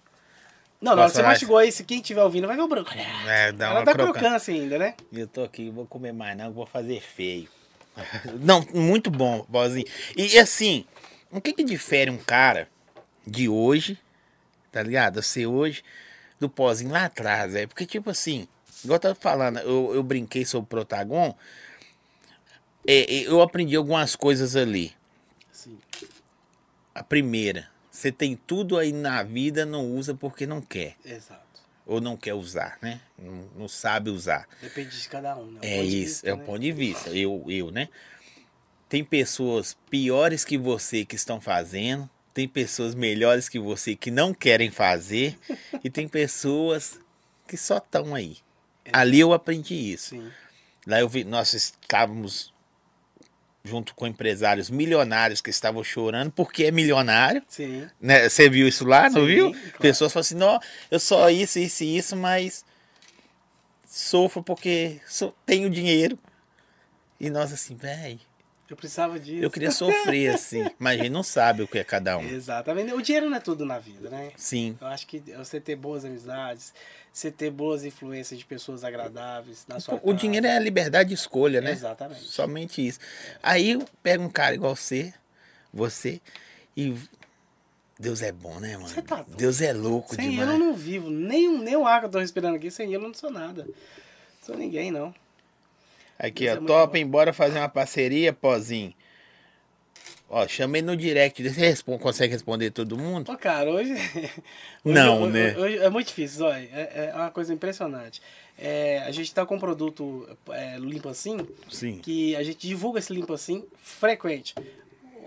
[SPEAKER 2] Não, na hora
[SPEAKER 1] Nossa,
[SPEAKER 2] que você
[SPEAKER 1] mas-
[SPEAKER 2] mastigou esse, quem estiver ouvindo vai ver o branco.
[SPEAKER 1] É, dá
[SPEAKER 2] Ela
[SPEAKER 1] uma
[SPEAKER 2] tá
[SPEAKER 1] crocância.
[SPEAKER 2] crocância ainda, né?
[SPEAKER 1] Eu tô aqui, vou comer mais não, vou fazer feio. Não, muito bom, Bozinho. E assim, o que que difere um cara de hoje, tá ligado? Você hoje, do pozinho lá atrás, é Porque, tipo assim, igual eu tava falando, eu, eu brinquei sobre o Protagon, é, é, eu aprendi algumas coisas ali.
[SPEAKER 2] Sim.
[SPEAKER 1] A primeira, você tem tudo aí na vida, não usa porque não quer.
[SPEAKER 2] Exato.
[SPEAKER 1] Ou não quer usar, né? Não- não sabe usar.
[SPEAKER 2] Depende de cada um, né? O
[SPEAKER 1] É
[SPEAKER 2] ponto de
[SPEAKER 1] isso,
[SPEAKER 2] vista,
[SPEAKER 1] é o
[SPEAKER 2] né?
[SPEAKER 1] ponto de vista. Eu, eu, né? Tem pessoas piores que você que estão fazendo, tem pessoas melhores que você que não querem fazer, e tem pessoas que só estão aí.
[SPEAKER 2] É.
[SPEAKER 1] Ali eu aprendi isso.
[SPEAKER 2] Sim.
[SPEAKER 1] Lá eu vi, nós estávamos junto com empresários milionários que estavam chorando porque é milionário.
[SPEAKER 2] Sim.
[SPEAKER 1] né? Você viu isso lá, não
[SPEAKER 2] Sim,
[SPEAKER 1] viu?
[SPEAKER 2] claro.
[SPEAKER 1] Pessoas falam assim, não, eu só isso, isso e isso, mas sofro porque só tenho dinheiro. E nós assim, velho,
[SPEAKER 2] Eu precisava disso.
[SPEAKER 1] eu queria sofrer assim, mas a gente não sabe o que é cada um.
[SPEAKER 2] Exatamente. O dinheiro não é tudo na vida, né?
[SPEAKER 1] Sim,
[SPEAKER 2] Eu acho que você ter boas amizades, você ter boas influências de pessoas agradáveis na sua
[SPEAKER 1] o dinheiro é a liberdade de escolha, né?
[SPEAKER 2] Exatamente.
[SPEAKER 1] Somente isso. Aí pega um cara igual você, você, e Deus é bom, né, mano?
[SPEAKER 2] Você tá doido.
[SPEAKER 1] Deus é louco
[SPEAKER 2] Sem
[SPEAKER 1] demais.
[SPEAKER 2] ele eu não vivo. Nem, um- nem o ar que eu tô respirando aqui, sem ele eu não sou nada. Não sou ninguém, não.
[SPEAKER 1] Aqui,
[SPEAKER 2] Isso
[SPEAKER 1] ó,
[SPEAKER 2] é muito
[SPEAKER 1] top,
[SPEAKER 2] bom.
[SPEAKER 1] embora fazer uma parceria, pozinho. Ó, chamei no direct. Você responde, consegue responder todo mundo?
[SPEAKER 2] Ô, cara, hoje. hoje-
[SPEAKER 1] Não,
[SPEAKER 2] hoje-
[SPEAKER 1] né?
[SPEAKER 2] hoje é muito difícil, olha. É, é uma coisa impressionante. É, a gente tá com um produto é, limpo assim,
[SPEAKER 1] Sim.
[SPEAKER 2] que a gente divulga esse limpo assim frequente.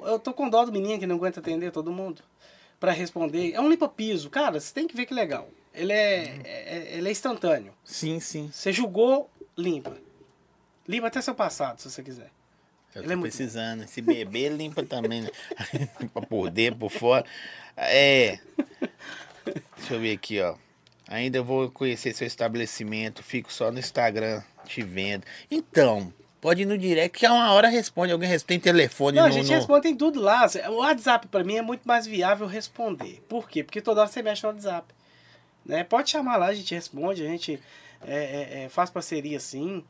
[SPEAKER 2] Eu tô com dó do menino que não aguenta atender todo mundo para responder. É um limpa piso, cara, você tem que ver que legal. Ele é, é- ele é instantâneo.
[SPEAKER 1] Sim, sim.
[SPEAKER 2] Você julgou, limpa. Limpa até seu passado, se você quiser.
[SPEAKER 1] Eu
[SPEAKER 2] Ele
[SPEAKER 1] tô
[SPEAKER 2] é muito
[SPEAKER 1] precisando. Esse bebê limpa também, né? limpa por dentro, por fora. É. Deixa eu ver aqui, ó. Ainda vou conhecer seu estabelecimento. Fico só no Instagram te vendo. Então, pode ir no direct, que a uma hora responde. Alguém responde. Tem telefone
[SPEAKER 2] Não, a
[SPEAKER 1] no.
[SPEAKER 2] gente
[SPEAKER 1] no-
[SPEAKER 2] responde em tudo lá. O WhatsApp pra mim é muito mais viável responder. Por quê? Porque toda hora você mexe no WhatsApp. Né? Pode chamar lá, a gente responde, a gente é, é, é, faz parceria assim.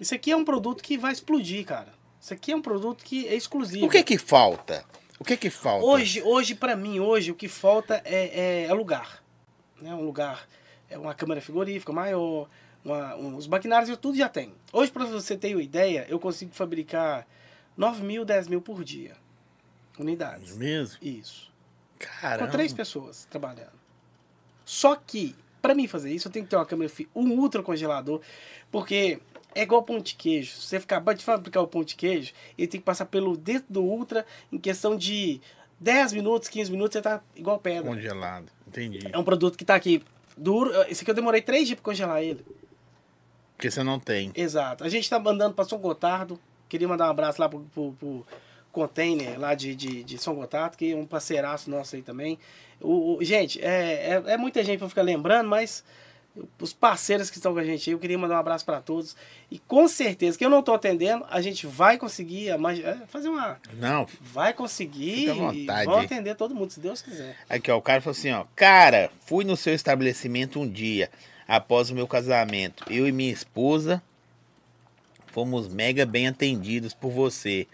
[SPEAKER 2] Isso aqui é um produto que vai explodir, cara. Isso aqui é um produto que é exclusivo.
[SPEAKER 1] O que que falta? O que que falta?
[SPEAKER 2] Hoje, hoje para mim, hoje, o que falta é, é, é lugar. Né? Um lugar, é uma câmera frigorífica maior, uma- um- os maquinários eu tudo já tem. Hoje, para você ter uma ideia, eu consigo fabricar 9 mil, 10 mil por dia. Unidades.
[SPEAKER 1] Mesmo?
[SPEAKER 2] Isso.
[SPEAKER 1] Caramba.
[SPEAKER 2] Com três pessoas trabalhando. Só que, para mim fazer isso, eu tenho que ter uma câmera, fi- um ultra congelador, porque é igual pão de queijo. Se você ficar de fabricar o pão de queijo, ele tem que passar pelo dentro do ultra em questão de 10 minutos, 15 minutos, você tá igual pedra.
[SPEAKER 1] Congelado, entendi.
[SPEAKER 2] É um produto que tá aqui duro. Esse aqui eu demorei três dias pra congelar ele.
[SPEAKER 1] Porque você não tem.
[SPEAKER 2] Exato. A gente tá mandando pra São Gotardo. Queria mandar um abraço lá pro, pro, pro container lá de, de, de São Gotardo, que é um parceiraço nosso aí também. O, o- gente, é, é, é muita gente pra ficar lembrando, mas os parceiros que estão com a gente aí, eu queria mandar um abraço pra todos. E com certeza que eu não tô atendendo, a gente vai conseguir a magi- é, fazer uma.
[SPEAKER 1] Não.
[SPEAKER 2] Vai conseguir
[SPEAKER 1] Fica à vontade,
[SPEAKER 2] e vão
[SPEAKER 1] hein?
[SPEAKER 2] atender todo mundo, se Deus quiser.
[SPEAKER 1] Aqui, ó, o cara falou assim, ó. Cara, fui no seu estabelecimento um dia, após o meu casamento. Eu e minha esposa fomos mega bem atendidos por você.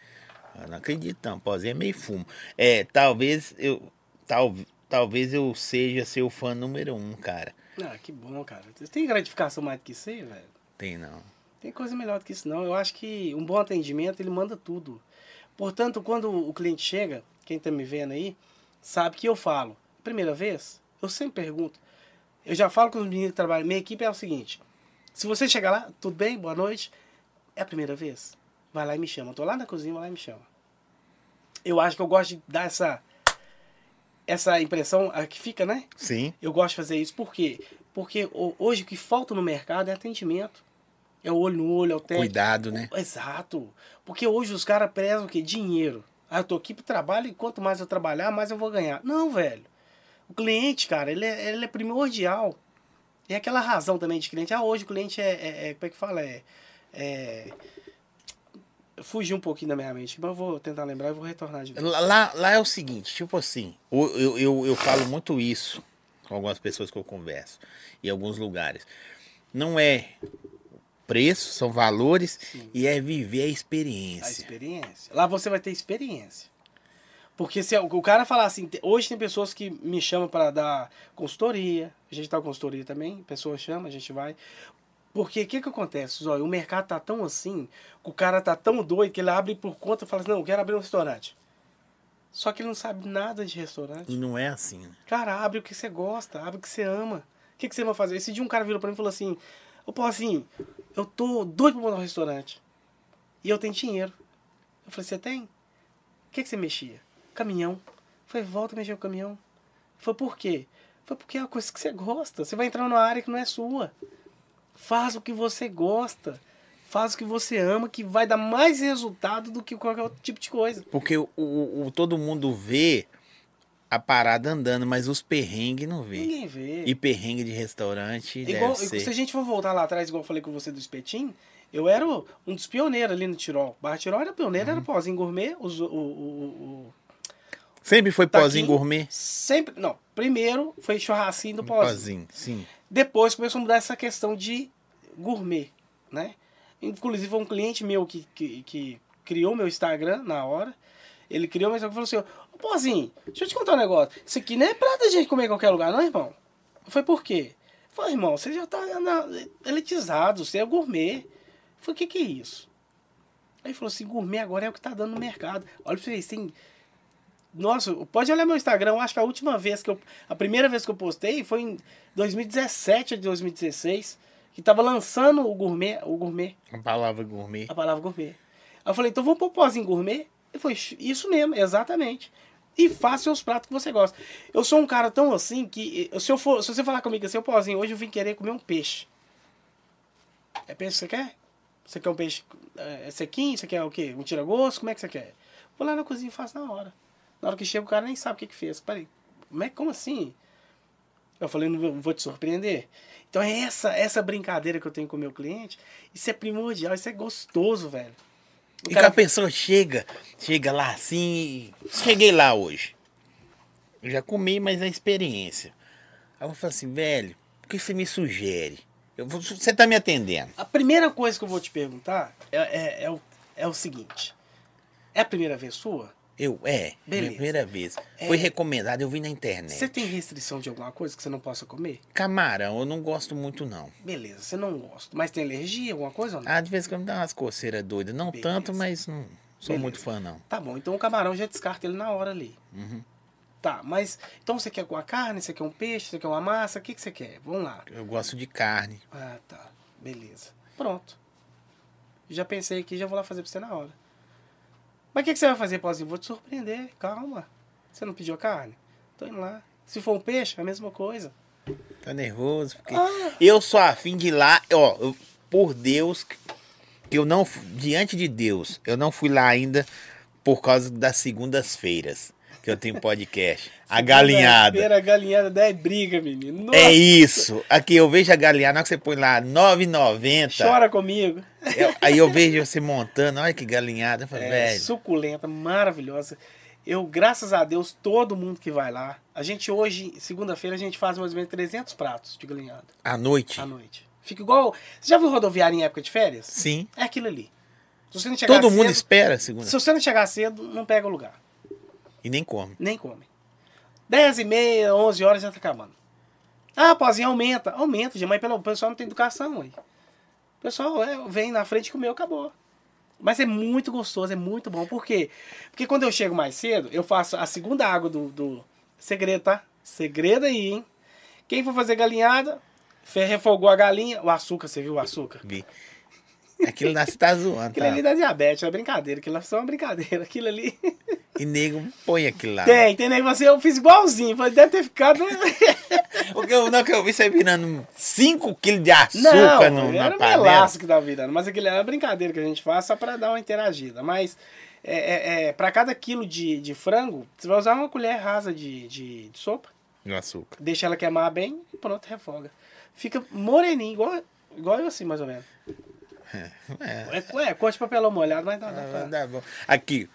[SPEAKER 1] Eu não acredito, não. Pozinho é meio fumo. É, talvez eu... Tal, talvez eu seja seu fã número um, cara.
[SPEAKER 2] Ah, que bom, cara. Tem gratificação mais do que isso aí, velho?
[SPEAKER 1] Tem não.
[SPEAKER 2] Tem coisa melhor do que isso, não. Eu acho que um bom atendimento, ele manda tudo. Portanto, quando o cliente chega, quem tá me vendo aí, sabe que eu falo. Primeira vez, eu sempre pergunto. Eu já falo com os meninos que trabalham. Minha equipe é o seguinte: se você chegar lá, tudo bem, boa noite. É a primeira vez? Vai lá e me chama. Eu tô lá na cozinha, vai lá e me chama. Eu acho que eu gosto de dar essa, essa impressão a que fica, né?
[SPEAKER 1] Sim.
[SPEAKER 2] Eu gosto de fazer isso por quê? Porque ho- hoje o que falta no mercado é atendimento. É o olho no olho, é o técnico.
[SPEAKER 1] Cuidado, né?
[SPEAKER 2] Exato. Porque hoje os caras prezam o quê? Dinheiro. Ah, eu tô aqui pro trabalho e quanto mais eu trabalhar, mais eu vou ganhar. Não, velho. O cliente, cara, ele é, ele é primordial. E é aquela razão também de cliente. Ah, hoje o cliente é. é- é- como é que fala? É. é... Fugiu um pouquinho da minha mente, mas eu vou tentar lembrar e vou retornar de novo.
[SPEAKER 1] Lá- Lá, lá é o seguinte, tipo assim, o- eu, eu, eu falo muito isso com algumas pessoas que eu converso, em alguns lugares. Não é preço, são valores
[SPEAKER 2] Sim.
[SPEAKER 1] e é viver a
[SPEAKER 2] A
[SPEAKER 1] experiência.
[SPEAKER 2] experiência. Lá você vai ter experiência. Porque se o- o cara falar assim, te- hoje tem pessoas que me chamam para dar consultoria, a gente dá consultoria também, pessoa chama, a gente vai. Porque o que que acontece? Zóio? o mercado tá tão assim, que o cara tá tão doido que ele abre por conta e fala assim, não, eu quero abrir um restaurante. Só que ele não sabe nada de restaurante.
[SPEAKER 1] E não é assim, né?
[SPEAKER 2] Cara, abre o que você gosta, abre o que você ama. O que, que você vai fazer? Esse dia um cara virou pra mim e falou assim: Ô, pô, assim, eu tô doido pra montar um restaurante. E eu tenho dinheiro. Eu falei: Você tem? O que, que você mexia? Caminhão. Eu falei: Volta a mexer o caminhão. Ele falou: Por quê? Eu falei: Porque é uma coisa que você gosta. Você vai entrar numa área que não é sua. Faz o que você gosta. Faz o que você ama, que vai dar mais resultado do que qualquer outro tipo de coisa.
[SPEAKER 1] Porque o, o- o- todo mundo vê a parada andando, mas os perrengues não vê.
[SPEAKER 2] Ninguém vê.
[SPEAKER 1] E perrengue de restaurante
[SPEAKER 2] Igual,
[SPEAKER 1] deve
[SPEAKER 2] se a
[SPEAKER 1] ser.
[SPEAKER 2] gente for voltar lá atrás, igual eu falei com você do espetinho, eu era o- um dos pioneiros ali no Tirol. Barra Tirol era pioneiro,
[SPEAKER 1] Uhum.
[SPEAKER 2] era pozinho gourmet. Os, o, o, o- o-
[SPEAKER 1] Sempre foi
[SPEAKER 2] Tá
[SPEAKER 1] pozinho
[SPEAKER 2] aqui.
[SPEAKER 1] gourmet?
[SPEAKER 2] sempre. Não, primeiro foi churrasquinho do pozinho.
[SPEAKER 1] Pozinho, sim.
[SPEAKER 2] Depois começou a mudar essa questão de gourmet, né? Inclusive, um cliente meu que, que, que criou meu Instagram na hora, ele criou meu Instagram e falou assim: Ô Pozinho, deixa eu te contar um negócio. Isso aqui não é pra da gente comer em qualquer lugar, não, irmão? Foi por quê? Eu Falei, irmão, você já tá na- elitizado, você é gourmet. Eu Falei, o que, que é isso? Aí ele falou assim: gourmet agora é o que tá dando no mercado. Olha pra vocês, tem. Nossa, pode olhar meu Instagram, eu acho que a última vez que eu. A primeira vez que eu postei foi em 2017 ou 2016, que tava lançando o gourmet, o gourmet,
[SPEAKER 1] A palavra gourmet.
[SPEAKER 2] a palavra gourmet. Aí eu falei, então vamos pôr pozinho gourmet? Ele foi isso mesmo, exatamente. E faça os pratos que você gosta. Eu sou um cara tão assim que eh, se eu for, se você falar comigo assim, ô pozinho, hoje eu vim querer comer um peixe. É peixe que você quer? Você quer um peixe eh, sequinho? Você quer o quê? Um tira-gosto? Como é que você quer? Vou lá na cozinha e faço na hora. Na hora que chega, o cara nem sabe o que, que fez. Peraí, como, é, como assim? Eu falei, não vou- vou te surpreender. Então é essa, essa brincadeira que eu tenho com o meu cliente. Isso é primordial, isso é gostoso, velho. O
[SPEAKER 1] E que
[SPEAKER 2] cara-
[SPEAKER 1] a pessoa chega, chega lá assim. e- Cheguei lá hoje. Eu já comi, mas é experiência. Aí eu falo assim, velho, o que você me sugere? Eu vou- você tá me atendendo.
[SPEAKER 2] A primeira coisa que eu vou te perguntar é, é, é o, é o seguinte. É a primeira vez sua?
[SPEAKER 1] Eu, é, minha
[SPEAKER 2] Beleza.
[SPEAKER 1] primeira vez.
[SPEAKER 2] É.
[SPEAKER 1] Foi recomendado, eu vi na internet.
[SPEAKER 2] Você tem restrição de alguma coisa que você não possa comer?
[SPEAKER 1] Camarão, eu não gosto muito, não.
[SPEAKER 2] Beleza, você não gosta. Mas tem alergia, alguma coisa ou não?
[SPEAKER 1] Ah, de vez em quando dá umas coceiras doidas. Não
[SPEAKER 2] Beleza.
[SPEAKER 1] tanto, mas não sou
[SPEAKER 2] Beleza.
[SPEAKER 1] muito fã, não.
[SPEAKER 2] Tá bom, então o camarão já descarta ele na hora ali.
[SPEAKER 1] Uhum.
[SPEAKER 2] Tá, mas então você quer uma carne, você quer um peixe, você quer uma massa, o que, que você quer? Vamos lá.
[SPEAKER 1] Eu gosto de carne.
[SPEAKER 2] Ah, tá. Beleza. Pronto. Já pensei aqui, já vou lá fazer pra você na hora. Mas o que, que você vai fazer, Paulinho? Vou te surpreender. Calma. Você não pediu a carne? Tô indo lá. Se for um peixe, é a mesma coisa.
[SPEAKER 1] Tá nervoso? Porque...
[SPEAKER 2] Ah,
[SPEAKER 1] Eu sou afim de ir lá, ó, eu- por Deus, que eu não, fu- diante de Deus, eu não fui lá ainda por causa das segundas-feiras que eu tenho podcast. a galinhada.
[SPEAKER 2] Primeira galinhada dá é briga, menino. Nossa,
[SPEAKER 1] É isso. Aqui eu vejo a galinhada, na hora que você põe lá 9,90.
[SPEAKER 2] Chora comigo.
[SPEAKER 1] eu- Aí eu vejo você montando, olha que galinhada. Eu falo,
[SPEAKER 2] É,
[SPEAKER 1] velho,
[SPEAKER 2] suculenta, maravilhosa. Eu, graças a Deus, todo mundo que vai lá. A gente hoje, segunda-feira, a gente faz mais ou menos 300 pratos de galinhada
[SPEAKER 1] à noite.
[SPEAKER 2] à noite. Fica igual. Você já viu rodoviária em época de férias?
[SPEAKER 1] Sim.
[SPEAKER 2] É aquilo ali. Se você não chegar
[SPEAKER 1] Todo
[SPEAKER 2] cedo,
[SPEAKER 1] mundo espera a segunda.
[SPEAKER 2] Se você não chegar cedo, não pega o lugar.
[SPEAKER 1] E nem come.
[SPEAKER 2] Nem come. 10 e meia, 11 horas já tá acabando. Ah, pozinho, aumenta. Aumenta, gente, mas pelo- o pessoal não tem educação aí. O pessoal é, vem na frente, comeu, acabou. Mas é muito gostoso, é muito bom. Por quê? Porque quando eu chego mais cedo, eu faço a segunda água do, do... Segredo, tá? Segredo aí, hein? Quem for fazer galinhada, fe- refogou a galinha. O açúcar, você viu o açúcar?
[SPEAKER 1] Vi. Aquilo lá você tá zoando,
[SPEAKER 2] Aquilo
[SPEAKER 1] tá?
[SPEAKER 2] ali dá diabetes, é brincadeira. Aquilo lá é só uma brincadeira. Aquilo ali...
[SPEAKER 1] E nego põe aquilo lá.
[SPEAKER 2] Tem, tem nego assim, eu fiz igualzinho. Falei, deve ter ficado. né?
[SPEAKER 1] Porque eu, não, que eu vi você virando 5 quilos de açúcar
[SPEAKER 2] Não,
[SPEAKER 1] no,
[SPEAKER 2] era
[SPEAKER 1] na
[SPEAKER 2] um
[SPEAKER 1] panela.
[SPEAKER 2] melaço que tava virando. Mas aquilo era uma brincadeira que a gente faz só pra dar uma interagida. Mas é, é, é, pra cada quilo de, de frango, você vai usar uma colher rasa de, de, de sopa,
[SPEAKER 1] No açúcar.
[SPEAKER 2] deixa ela queimar bem e pronto, refoga. Fica moreninho, igual, igual eu assim, mais ou menos.
[SPEAKER 1] É,
[SPEAKER 2] É, é cor de papelão molhado, mas dá, dá pra-
[SPEAKER 1] tá bom. Aqui,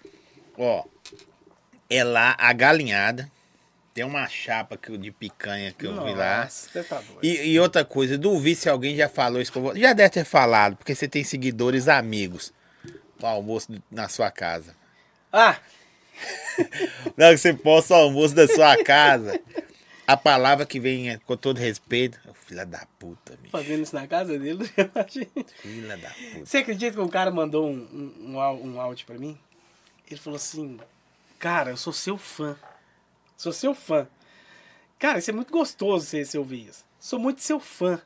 [SPEAKER 1] ó. É lá a galinhada. Tem uma chapa que, eu- de picanha que eu vi lá.
[SPEAKER 2] Nossa, você tá doido.
[SPEAKER 1] E, e outra coisa, duvido se alguém já falou isso com você. Já deve ter falado, porque você tem seguidores amigos. O almoço na sua casa.
[SPEAKER 2] Ah,
[SPEAKER 1] Na hora que você posta o almoço da sua casa. A palavra que vem é, com todo respeito. Filha da puta, bicho.
[SPEAKER 2] fazendo isso na casa dele, eu imagino.
[SPEAKER 1] Filha da puta.
[SPEAKER 2] Você acredita que um cara mandou um, um, um, au- um áudio pra mim? Ele falou assim, cara, eu sou seu fã. Sou seu fã. Cara, isso é muito gostoso você, você ouvir isso. Sou muito seu fã.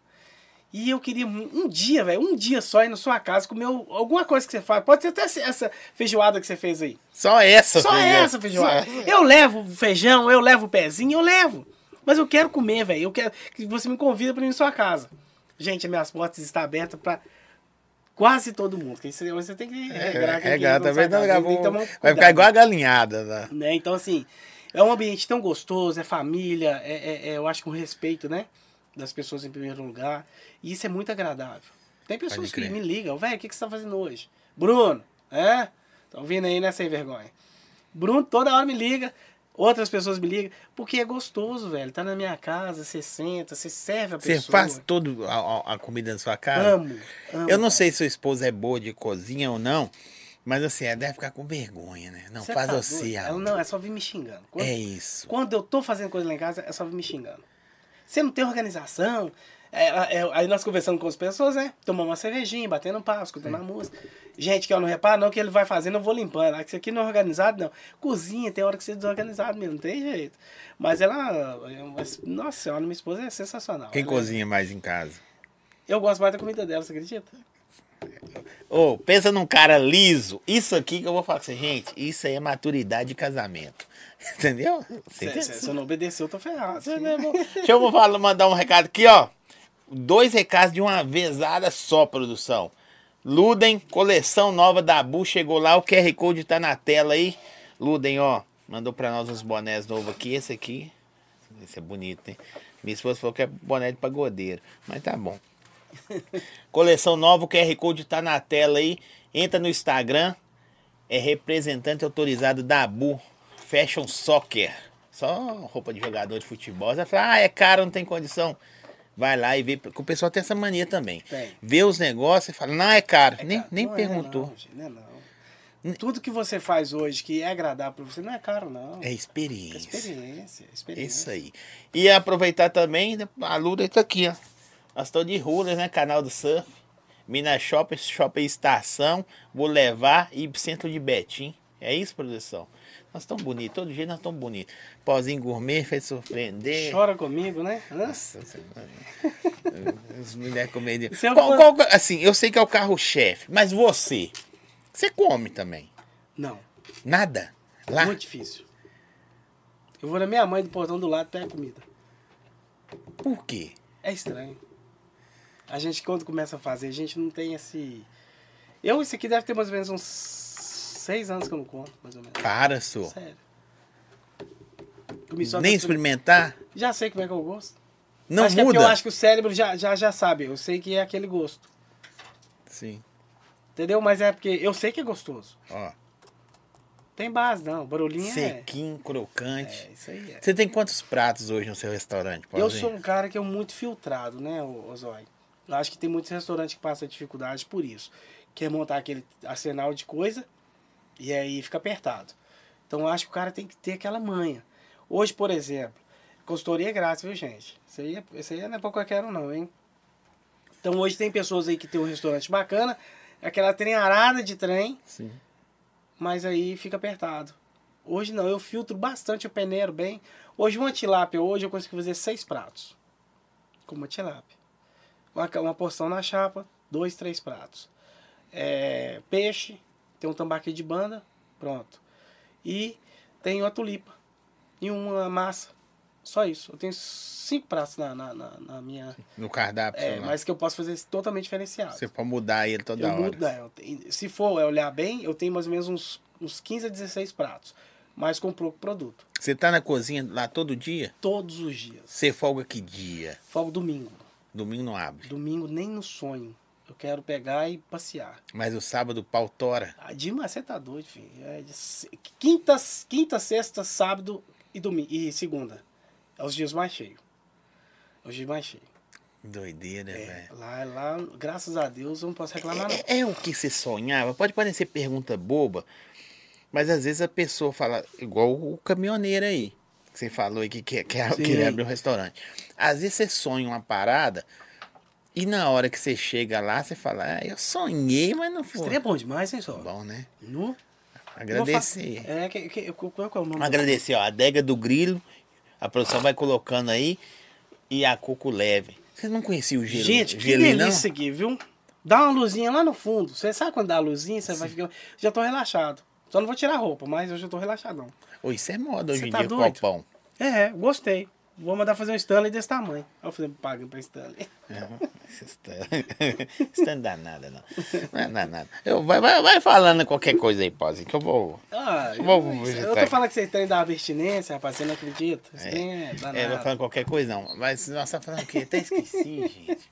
[SPEAKER 2] E eu queria mu- um dia, velho, um dia só ir na sua casa comer o- alguma coisa que você faz. Pode ser até essa- essa feijoada que você fez aí.
[SPEAKER 1] Só essa,
[SPEAKER 2] Só essa feijoada. Eu levo feijão, eu levo o pezinho, eu levo. Mas eu quero comer, velho. Eu quero que você me convida pra ir na sua casa. Gente, minhas portas estão abertas para quase todo mundo. Porque isso- você tem que regrar. que
[SPEAKER 1] É, é,
[SPEAKER 2] aqui
[SPEAKER 1] gata,
[SPEAKER 2] sai
[SPEAKER 1] vai, não,
[SPEAKER 2] casa, tem que
[SPEAKER 1] vou-
[SPEAKER 2] tomar um
[SPEAKER 1] vai
[SPEAKER 2] cuidado.
[SPEAKER 1] ficar igual a galinhada. Né?
[SPEAKER 2] Né? Então, assim, é um ambiente tão gostoso, é família, é, é- é, eu acho que um respeito, né? Das pessoas em primeiro lugar. E isso é muito agradável. Tem pessoas
[SPEAKER 1] Pode
[SPEAKER 2] que
[SPEAKER 1] crer.
[SPEAKER 2] me ligam, velho, o que, que você tá fazendo hoje? Bruno, é? Estão vindo aí, né? Sem vergonha. Bruno toda hora me liga, outras pessoas me ligam, porque é gostoso, velho. Tá na minha casa, você senta, você serve a
[SPEAKER 1] Você
[SPEAKER 2] pessoa.
[SPEAKER 1] faz toda a, a comida na sua casa?
[SPEAKER 2] Amo, amo.
[SPEAKER 1] Eu não sei se sua esposa é boa de cozinha ou não, mas assim, ela deve ficar com vergonha, né? Não,
[SPEAKER 2] Cê
[SPEAKER 1] faz
[SPEAKER 2] tá
[SPEAKER 1] você.
[SPEAKER 2] doido?
[SPEAKER 1] amor.
[SPEAKER 2] Ela não, é só vir me xingando. Quando-
[SPEAKER 1] É isso.
[SPEAKER 2] Quando eu tô fazendo coisa lá em casa, é só vir me xingando. Você não tem organização. É, é, aí nós conversando com as pessoas, né? Tomando uma cervejinha, batendo um papo, escutando a música. Gente que eu não reparo, não, que ele vai fazendo, eu vou limpando. Ah, que Isso aqui não é organizado, não. Cozinha, tem hora que você é desorganizado mesmo, não tem jeito. Mas ela. eu- Nossa senhora, minha esposa é sensacional.
[SPEAKER 1] Quem
[SPEAKER 2] Ela- é,
[SPEAKER 1] cozinha mais em casa?
[SPEAKER 2] Eu gosto mais da comida dela, você acredita?
[SPEAKER 1] Ô, pensa num cara liso. Isso aqui que eu vou falar pra você, gente, isso aí é maturidade de casamento. Entendeu? Você
[SPEAKER 2] Se,
[SPEAKER 1] tem-
[SPEAKER 2] se- se eu não obedecer, eu tô ferrado.
[SPEAKER 1] Você não é bom. Deixa eu falar- mandar um recado aqui, ó. Dois recados de uma vezada só, produção. Ludem, coleção nova da Bu chegou lá, o QR Code tá na tela aí. Ludem, ó, mandou pra nós uns bonés novos aqui, esse aqui. Esse é bonito, hein? Minha esposa falou que é boné de pagodeiro, mas tá bom. Coleção nova, o QR Code tá na tela aí. Entra no Instagram, é representante autorizado da ABU Fashion Soccer. Só roupa de jogador de futebol. Você vai falar, ah, é caro, não tem condição. Vai lá e vê, porque o pessoal tem essa mania também.
[SPEAKER 2] Tem.
[SPEAKER 1] Vê os negócios e fala, não, é caro. nem
[SPEAKER 2] Cara,
[SPEAKER 1] nem
[SPEAKER 2] não é
[SPEAKER 1] perguntou.
[SPEAKER 2] não, gente, não é não. Tudo que você faz hoje que é agradável pra você não é caro, não.
[SPEAKER 1] É,
[SPEAKER 2] É
[SPEAKER 1] experiência.
[SPEAKER 2] experiência,
[SPEAKER 1] Isso
[SPEAKER 2] experiência.
[SPEAKER 1] aí. E aproveitar também, a Luda tá aqui, ó. Nós estamos de Rulas, né? Canal do Surf. Minas Shopping, Shopping Estação, Boulevard e Centro de Betim. É isso, produção? Nós estamos bonitos, todo dia nós estamos bonitos. Pozinho gourmet fez surpreender.
[SPEAKER 2] Chora comigo, né? Hã?
[SPEAKER 1] Nossa, você- as mulheres comediam.
[SPEAKER 2] Se eu
[SPEAKER 1] Qual-
[SPEAKER 2] for-
[SPEAKER 1] qual que- assim, eu sei que é o carro-chefe, mas você, você come também?
[SPEAKER 2] Não,
[SPEAKER 1] Nada? Lá?
[SPEAKER 2] muito difícil. Eu vou na minha mãe do portão do lado pega comida.
[SPEAKER 1] Por quê?
[SPEAKER 2] É estranho. A gente, quando começa a fazer, a gente não tem esse. Eu, isso aqui deve ter mais ou menos uns seis anos que eu não conto, mais ou menos.
[SPEAKER 1] Para, senhor.
[SPEAKER 2] Sério. Comi só
[SPEAKER 1] Nem
[SPEAKER 2] pra experimentar.
[SPEAKER 1] experimentar?
[SPEAKER 2] Já sei como é que eu gosto.
[SPEAKER 1] Não
[SPEAKER 2] acho Que é
[SPEAKER 1] muda?
[SPEAKER 2] porque eu acho que o cérebro já, já, já sabe. Eu sei que é aquele gosto.
[SPEAKER 1] Sim.
[SPEAKER 2] Entendeu? Mas é porque eu sei que é gostoso.
[SPEAKER 1] Ó.
[SPEAKER 2] Tem base, não. Barulhinho é.
[SPEAKER 1] Sequinho, crocante.
[SPEAKER 2] É, isso aí é.
[SPEAKER 1] Você tem quantos pratos hoje no seu restaurante,
[SPEAKER 2] Eu
[SPEAKER 1] Paulinho?
[SPEAKER 2] sou um cara que é muito filtrado, né, ô- ô Zói? Eu acho que tem muitos restaurantes que passam dificuldade por isso. Quer montar aquele arsenal de coisa e aí fica apertado. Então eu acho que o cara tem que ter aquela manha. Hoje, por exemplo, consultoria é grátis, viu, gente? Isso aí, é, isso aí não é pra qualquer um, não, hein? Então hoje tem pessoas aí que tem um restaurante bacana, é aquela treinarada de trem,
[SPEAKER 1] Sim.
[SPEAKER 2] mas aí fica apertado. Hoje não, eu filtro bastante, eu peneiro bem. Hoje uma tilápia, hoje eu consigo fazer seis pratos. Com uma tilápia. Uma, ca- uma porção na chapa, dois, três pratos. É, peixe, tem um tambaqui de banda, pronto. E tem uma tulipa e uma massa. Só isso. Eu tenho cinco pratos na, na, na- na minha.
[SPEAKER 1] No cardápio,
[SPEAKER 2] É,
[SPEAKER 1] sei lá.
[SPEAKER 2] mas que eu posso fazer totalmente diferenciado.
[SPEAKER 1] Você pode mudar ele toda
[SPEAKER 2] Eu
[SPEAKER 1] hora.
[SPEAKER 2] mudo, é, eu tenho- se for é, olhar bem, eu tenho mais ou menos uns, uns 15 a 16 pratos, mas com pouco produto.
[SPEAKER 1] Você tá na cozinha lá todo dia?
[SPEAKER 2] Todos os dias.
[SPEAKER 1] Você folga que dia?
[SPEAKER 2] Fogo domingo.
[SPEAKER 1] Domingo não abre.
[SPEAKER 2] Domingo nem no sonho. Eu quero pegar e passear.
[SPEAKER 1] Mas o sábado o pau tora.
[SPEAKER 2] Ah, Dimas, você tá doido, filho. É de se- quinta, quinta, sexta, sábado e domingo e segunda. É os dias mais cheios. É os dias mais cheios.
[SPEAKER 1] Doideira,
[SPEAKER 2] É,
[SPEAKER 1] velho.
[SPEAKER 2] lá, lá, graças a Deus, eu não posso reclamar não.
[SPEAKER 1] É, é o que você sonhava? Pode parecer pergunta boba, mas às vezes a pessoa fala, igual o caminhoneiro aí, que você falou aí que quer que, que
[SPEAKER 2] Sim.
[SPEAKER 1] ele abriu um restaurante. Às vezes você sonha uma parada e na hora que você chega lá, você fala, ah, eu sonhei, mas não foi.
[SPEAKER 2] Seria é bom demais, hein, só?
[SPEAKER 1] Bom, né?
[SPEAKER 2] No,
[SPEAKER 1] Agradecer. Ah,
[SPEAKER 2] É, que, que, qual é o nome?
[SPEAKER 1] Agradecer, ó, a adega do grilo, a produção vai colocando aí, e a coco leve. Vocês não conheciam o gelo?
[SPEAKER 2] Gente, que
[SPEAKER 1] Geli, não?
[SPEAKER 2] delícia aqui, viu? Dá uma luzinha lá no fundo. Você sabe quando dá a luzinha, você vai ficar. Já tô relaxado. Só não vou tirar a roupa, mas eu já tô relaxadão.
[SPEAKER 1] Ô, isso é moda hoje
[SPEAKER 2] Você
[SPEAKER 1] em
[SPEAKER 2] tá
[SPEAKER 1] dia,
[SPEAKER 2] doido?
[SPEAKER 1] copão.
[SPEAKER 2] É, é, gostei. Vou mandar fazer um Stanley desse tamanho. Aí eu falei, paga pra Stanley.
[SPEAKER 1] Uhum. tá- Isso não dá nada, não. Não dá nada. Eu, vai, vai, vai falando qualquer coisa aí, Pose, que eu vou.
[SPEAKER 2] Ah, eu,
[SPEAKER 1] Vamos ver se
[SPEAKER 2] eu
[SPEAKER 1] tá.
[SPEAKER 2] tô falando que vocês têm da abstinência, rapaz, você não acredita? Você tem é, danado.
[SPEAKER 1] É, não falando qualquer coisa, não. Mas nós tá falando o quê? Até esqueci, gente.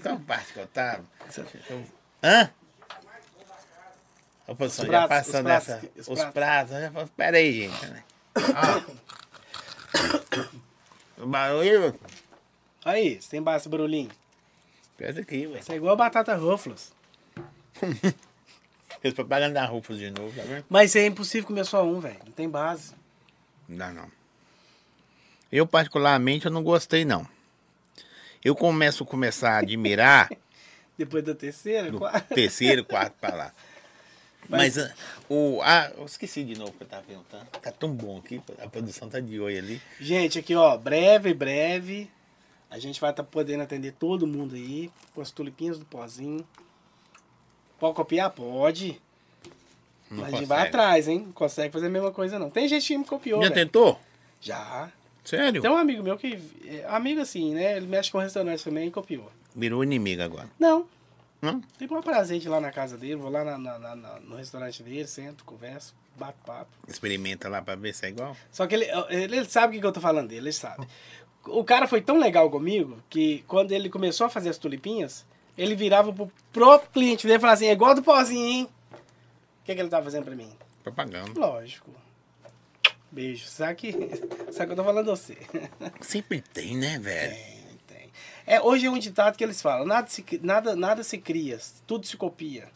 [SPEAKER 1] Qual parte que eu tava? Eu- Hã? A oposição
[SPEAKER 2] Os
[SPEAKER 1] já
[SPEAKER 2] pratos,
[SPEAKER 1] passando
[SPEAKER 2] os pratos,
[SPEAKER 1] dessa.
[SPEAKER 2] os
[SPEAKER 1] Os
[SPEAKER 2] pratos.
[SPEAKER 1] pratos. né? Pera aí, gente. Ó. O barulho.
[SPEAKER 2] Aí, você tem ba- esse barulhinho.
[SPEAKER 1] Pensa aqui, velho.
[SPEAKER 2] Isso é igual a batata Ruffles.
[SPEAKER 1] Fez propaganda da Rufus de novo, tá vendo?
[SPEAKER 2] Mas é impossível comer só um, velho. Não tem base.
[SPEAKER 1] Não dá, não. Eu, particularmente, eu não gostei, não. Eu começo a começar a admirar
[SPEAKER 2] Depois da terceira,
[SPEAKER 1] do
[SPEAKER 2] quarta.
[SPEAKER 1] terceiro, quarto pra lá. Mas, ah, o. Ah, eu esqueci de novo o que eu tava perguntando. Tá tão bom aqui, a produção tá de olho ali.
[SPEAKER 2] Gente, aqui ó, breve, breve. A gente vai estar podendo atender todo mundo aí com as tulipinhas do pozinho. Pode copiar? Pode.
[SPEAKER 1] Não
[SPEAKER 2] Mas a gente
[SPEAKER 1] consegue.
[SPEAKER 2] vai atrás, hein? Não consegue fazer a mesma coisa, não. Tem gente que me copiou.
[SPEAKER 1] Já
[SPEAKER 2] velho.
[SPEAKER 1] tentou?
[SPEAKER 2] Já.
[SPEAKER 1] Sério?
[SPEAKER 2] Tem um amigo meu que. é, Amigo assim, né? Ele mexe com restaurante também e copiou.
[SPEAKER 1] Virou inimigo agora.
[SPEAKER 2] Não.
[SPEAKER 1] Não?
[SPEAKER 2] Tem um prazer de ir lá na casa dele, vou lá na- na- na- na- no restaurante dele, sento, converso, bato papo.
[SPEAKER 1] Experimenta lá pra ver se é igual.
[SPEAKER 2] Só que ele, ele, ele sabe o que que eu tô falando dele, ele sabe. O cara foi tão legal comigo que quando ele começou a fazer as tulipinhas, ele virava pro próprio cliente dele e falava assim, é igual do pozinho, hein? O que, que ele tava fazendo pra mim?
[SPEAKER 1] Propaganda.
[SPEAKER 2] Lógico. Beijo. Sabe que, sabe que eu tô falando a você.
[SPEAKER 1] Sempre tem, né, velho?
[SPEAKER 2] Tem, tem. É, hoje é um ditado que eles falam, nada se, cri- nada, nada se cria, tudo se copia.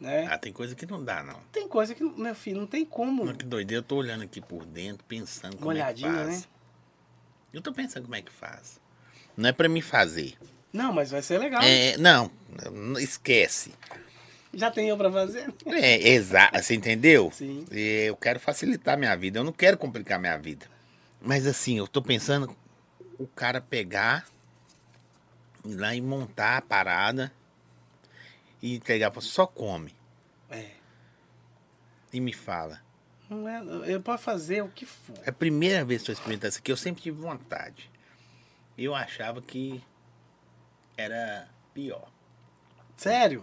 [SPEAKER 2] Né?
[SPEAKER 1] Ah, tem coisa que não dá, não.
[SPEAKER 2] Tem coisa que, meu filho, não tem como.
[SPEAKER 1] Mas que doideira, eu tô olhando aqui por dentro, pensando como
[SPEAKER 2] Uma
[SPEAKER 1] é que
[SPEAKER 2] olhadinha,
[SPEAKER 1] faz.
[SPEAKER 2] né?
[SPEAKER 1] Eu tô pensando como é que faz. Não é pra mim fazer.
[SPEAKER 2] Não, mas vai ser legal.
[SPEAKER 1] É, não, não, esquece.
[SPEAKER 2] Já tem eu pra fazer.
[SPEAKER 1] É, exato, você entendeu?
[SPEAKER 2] Sim.
[SPEAKER 1] É, Eu quero facilitar minha vida, eu não quero complicar minha vida. Mas assim, eu tô pensando o cara pegar, ir lá e montar a parada e entregar pra só come
[SPEAKER 2] É.
[SPEAKER 1] e me fala.
[SPEAKER 2] Não é, eu posso fazer o que for.
[SPEAKER 1] É a primeira vez que eu experimentei isso aqui, eu sempre tive vontade. Eu achava que era pior.
[SPEAKER 2] Sério?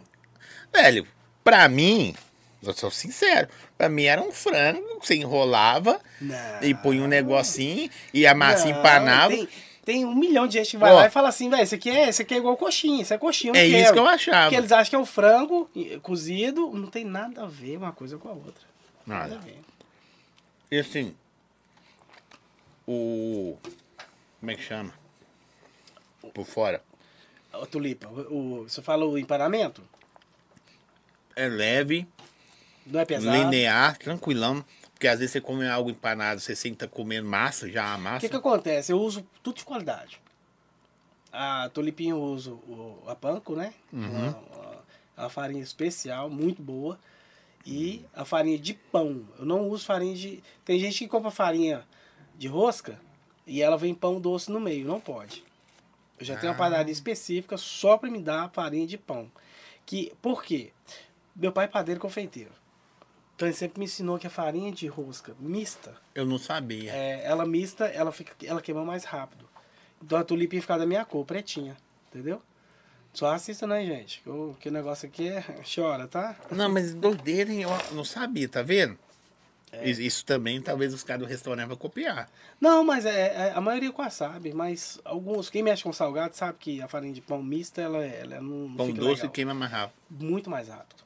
[SPEAKER 1] Velho, pra mim, eu sou sincero, pra mim era um frango que você enrolava
[SPEAKER 2] Não.
[SPEAKER 1] e põe um negocinho e a massa
[SPEAKER 2] Ah. Não,
[SPEAKER 1] empanava.
[SPEAKER 2] Tem, tem um milhão de gente que vai
[SPEAKER 1] Ó.
[SPEAKER 2] lá e fala assim, velho, isso aqui é, isso aqui é igual coxinha, isso é coxinha, eu não
[SPEAKER 1] É
[SPEAKER 2] quero.
[SPEAKER 1] isso que eu achava.
[SPEAKER 2] Porque eles acham que é o frango eh, cozido, não tem nada a ver uma coisa com a outra. Nada a
[SPEAKER 1] Nada.
[SPEAKER 2] ver.
[SPEAKER 1] E assim, o. Como é que chama? Por fora.
[SPEAKER 2] Ô, Tulipa, o, o- você fala o empanamento?
[SPEAKER 1] É leve,
[SPEAKER 2] Não é pesado?
[SPEAKER 1] linear, tranquilão. Porque às vezes você come algo empanado, você sente que tá comendo massa, já a
[SPEAKER 2] O
[SPEAKER 1] massa.
[SPEAKER 2] que, que acontece? Eu uso tudo de qualidade. A tulipinha eu uso o, a panko, né?
[SPEAKER 1] Uhum.
[SPEAKER 2] Uma, uma- uma farinha especial, muito boa. E a farinha de pão. Eu não uso farinha de. Tem gente que compra farinha de rosca e ela vem pão doce no meio. Não pode. Eu já tenho uma
[SPEAKER 1] Ah.
[SPEAKER 2] padaria específica só para me dar farinha de pão. Que, por quê? Meu pai é padeiro e confeiteiro. Então ele sempre me ensinou que a farinha de rosca mista
[SPEAKER 1] Eu não sabia.
[SPEAKER 2] é, ela mista, ela, fica, ela queima mais rápido. Então a tulipinha fica da minha cor, pretinha. Entendeu? Só assista, né, gente? Que o, que o negócio aqui é. Chora, tá?
[SPEAKER 1] Não, mas doideira, hein? Eu não sabia, tá vendo?
[SPEAKER 2] É.
[SPEAKER 1] Is- Isso também, talvez os caras do restaurante vão copiar.
[SPEAKER 2] Não, mas é, é- a maioria com sabe, mas alguns. Quem mexe com salgado sabe que a farinha de pão mista, ela, é, ela não.
[SPEAKER 1] Pão
[SPEAKER 2] fica
[SPEAKER 1] doce
[SPEAKER 2] legal.
[SPEAKER 1] queima mais rápido.
[SPEAKER 2] Muito mais rápido.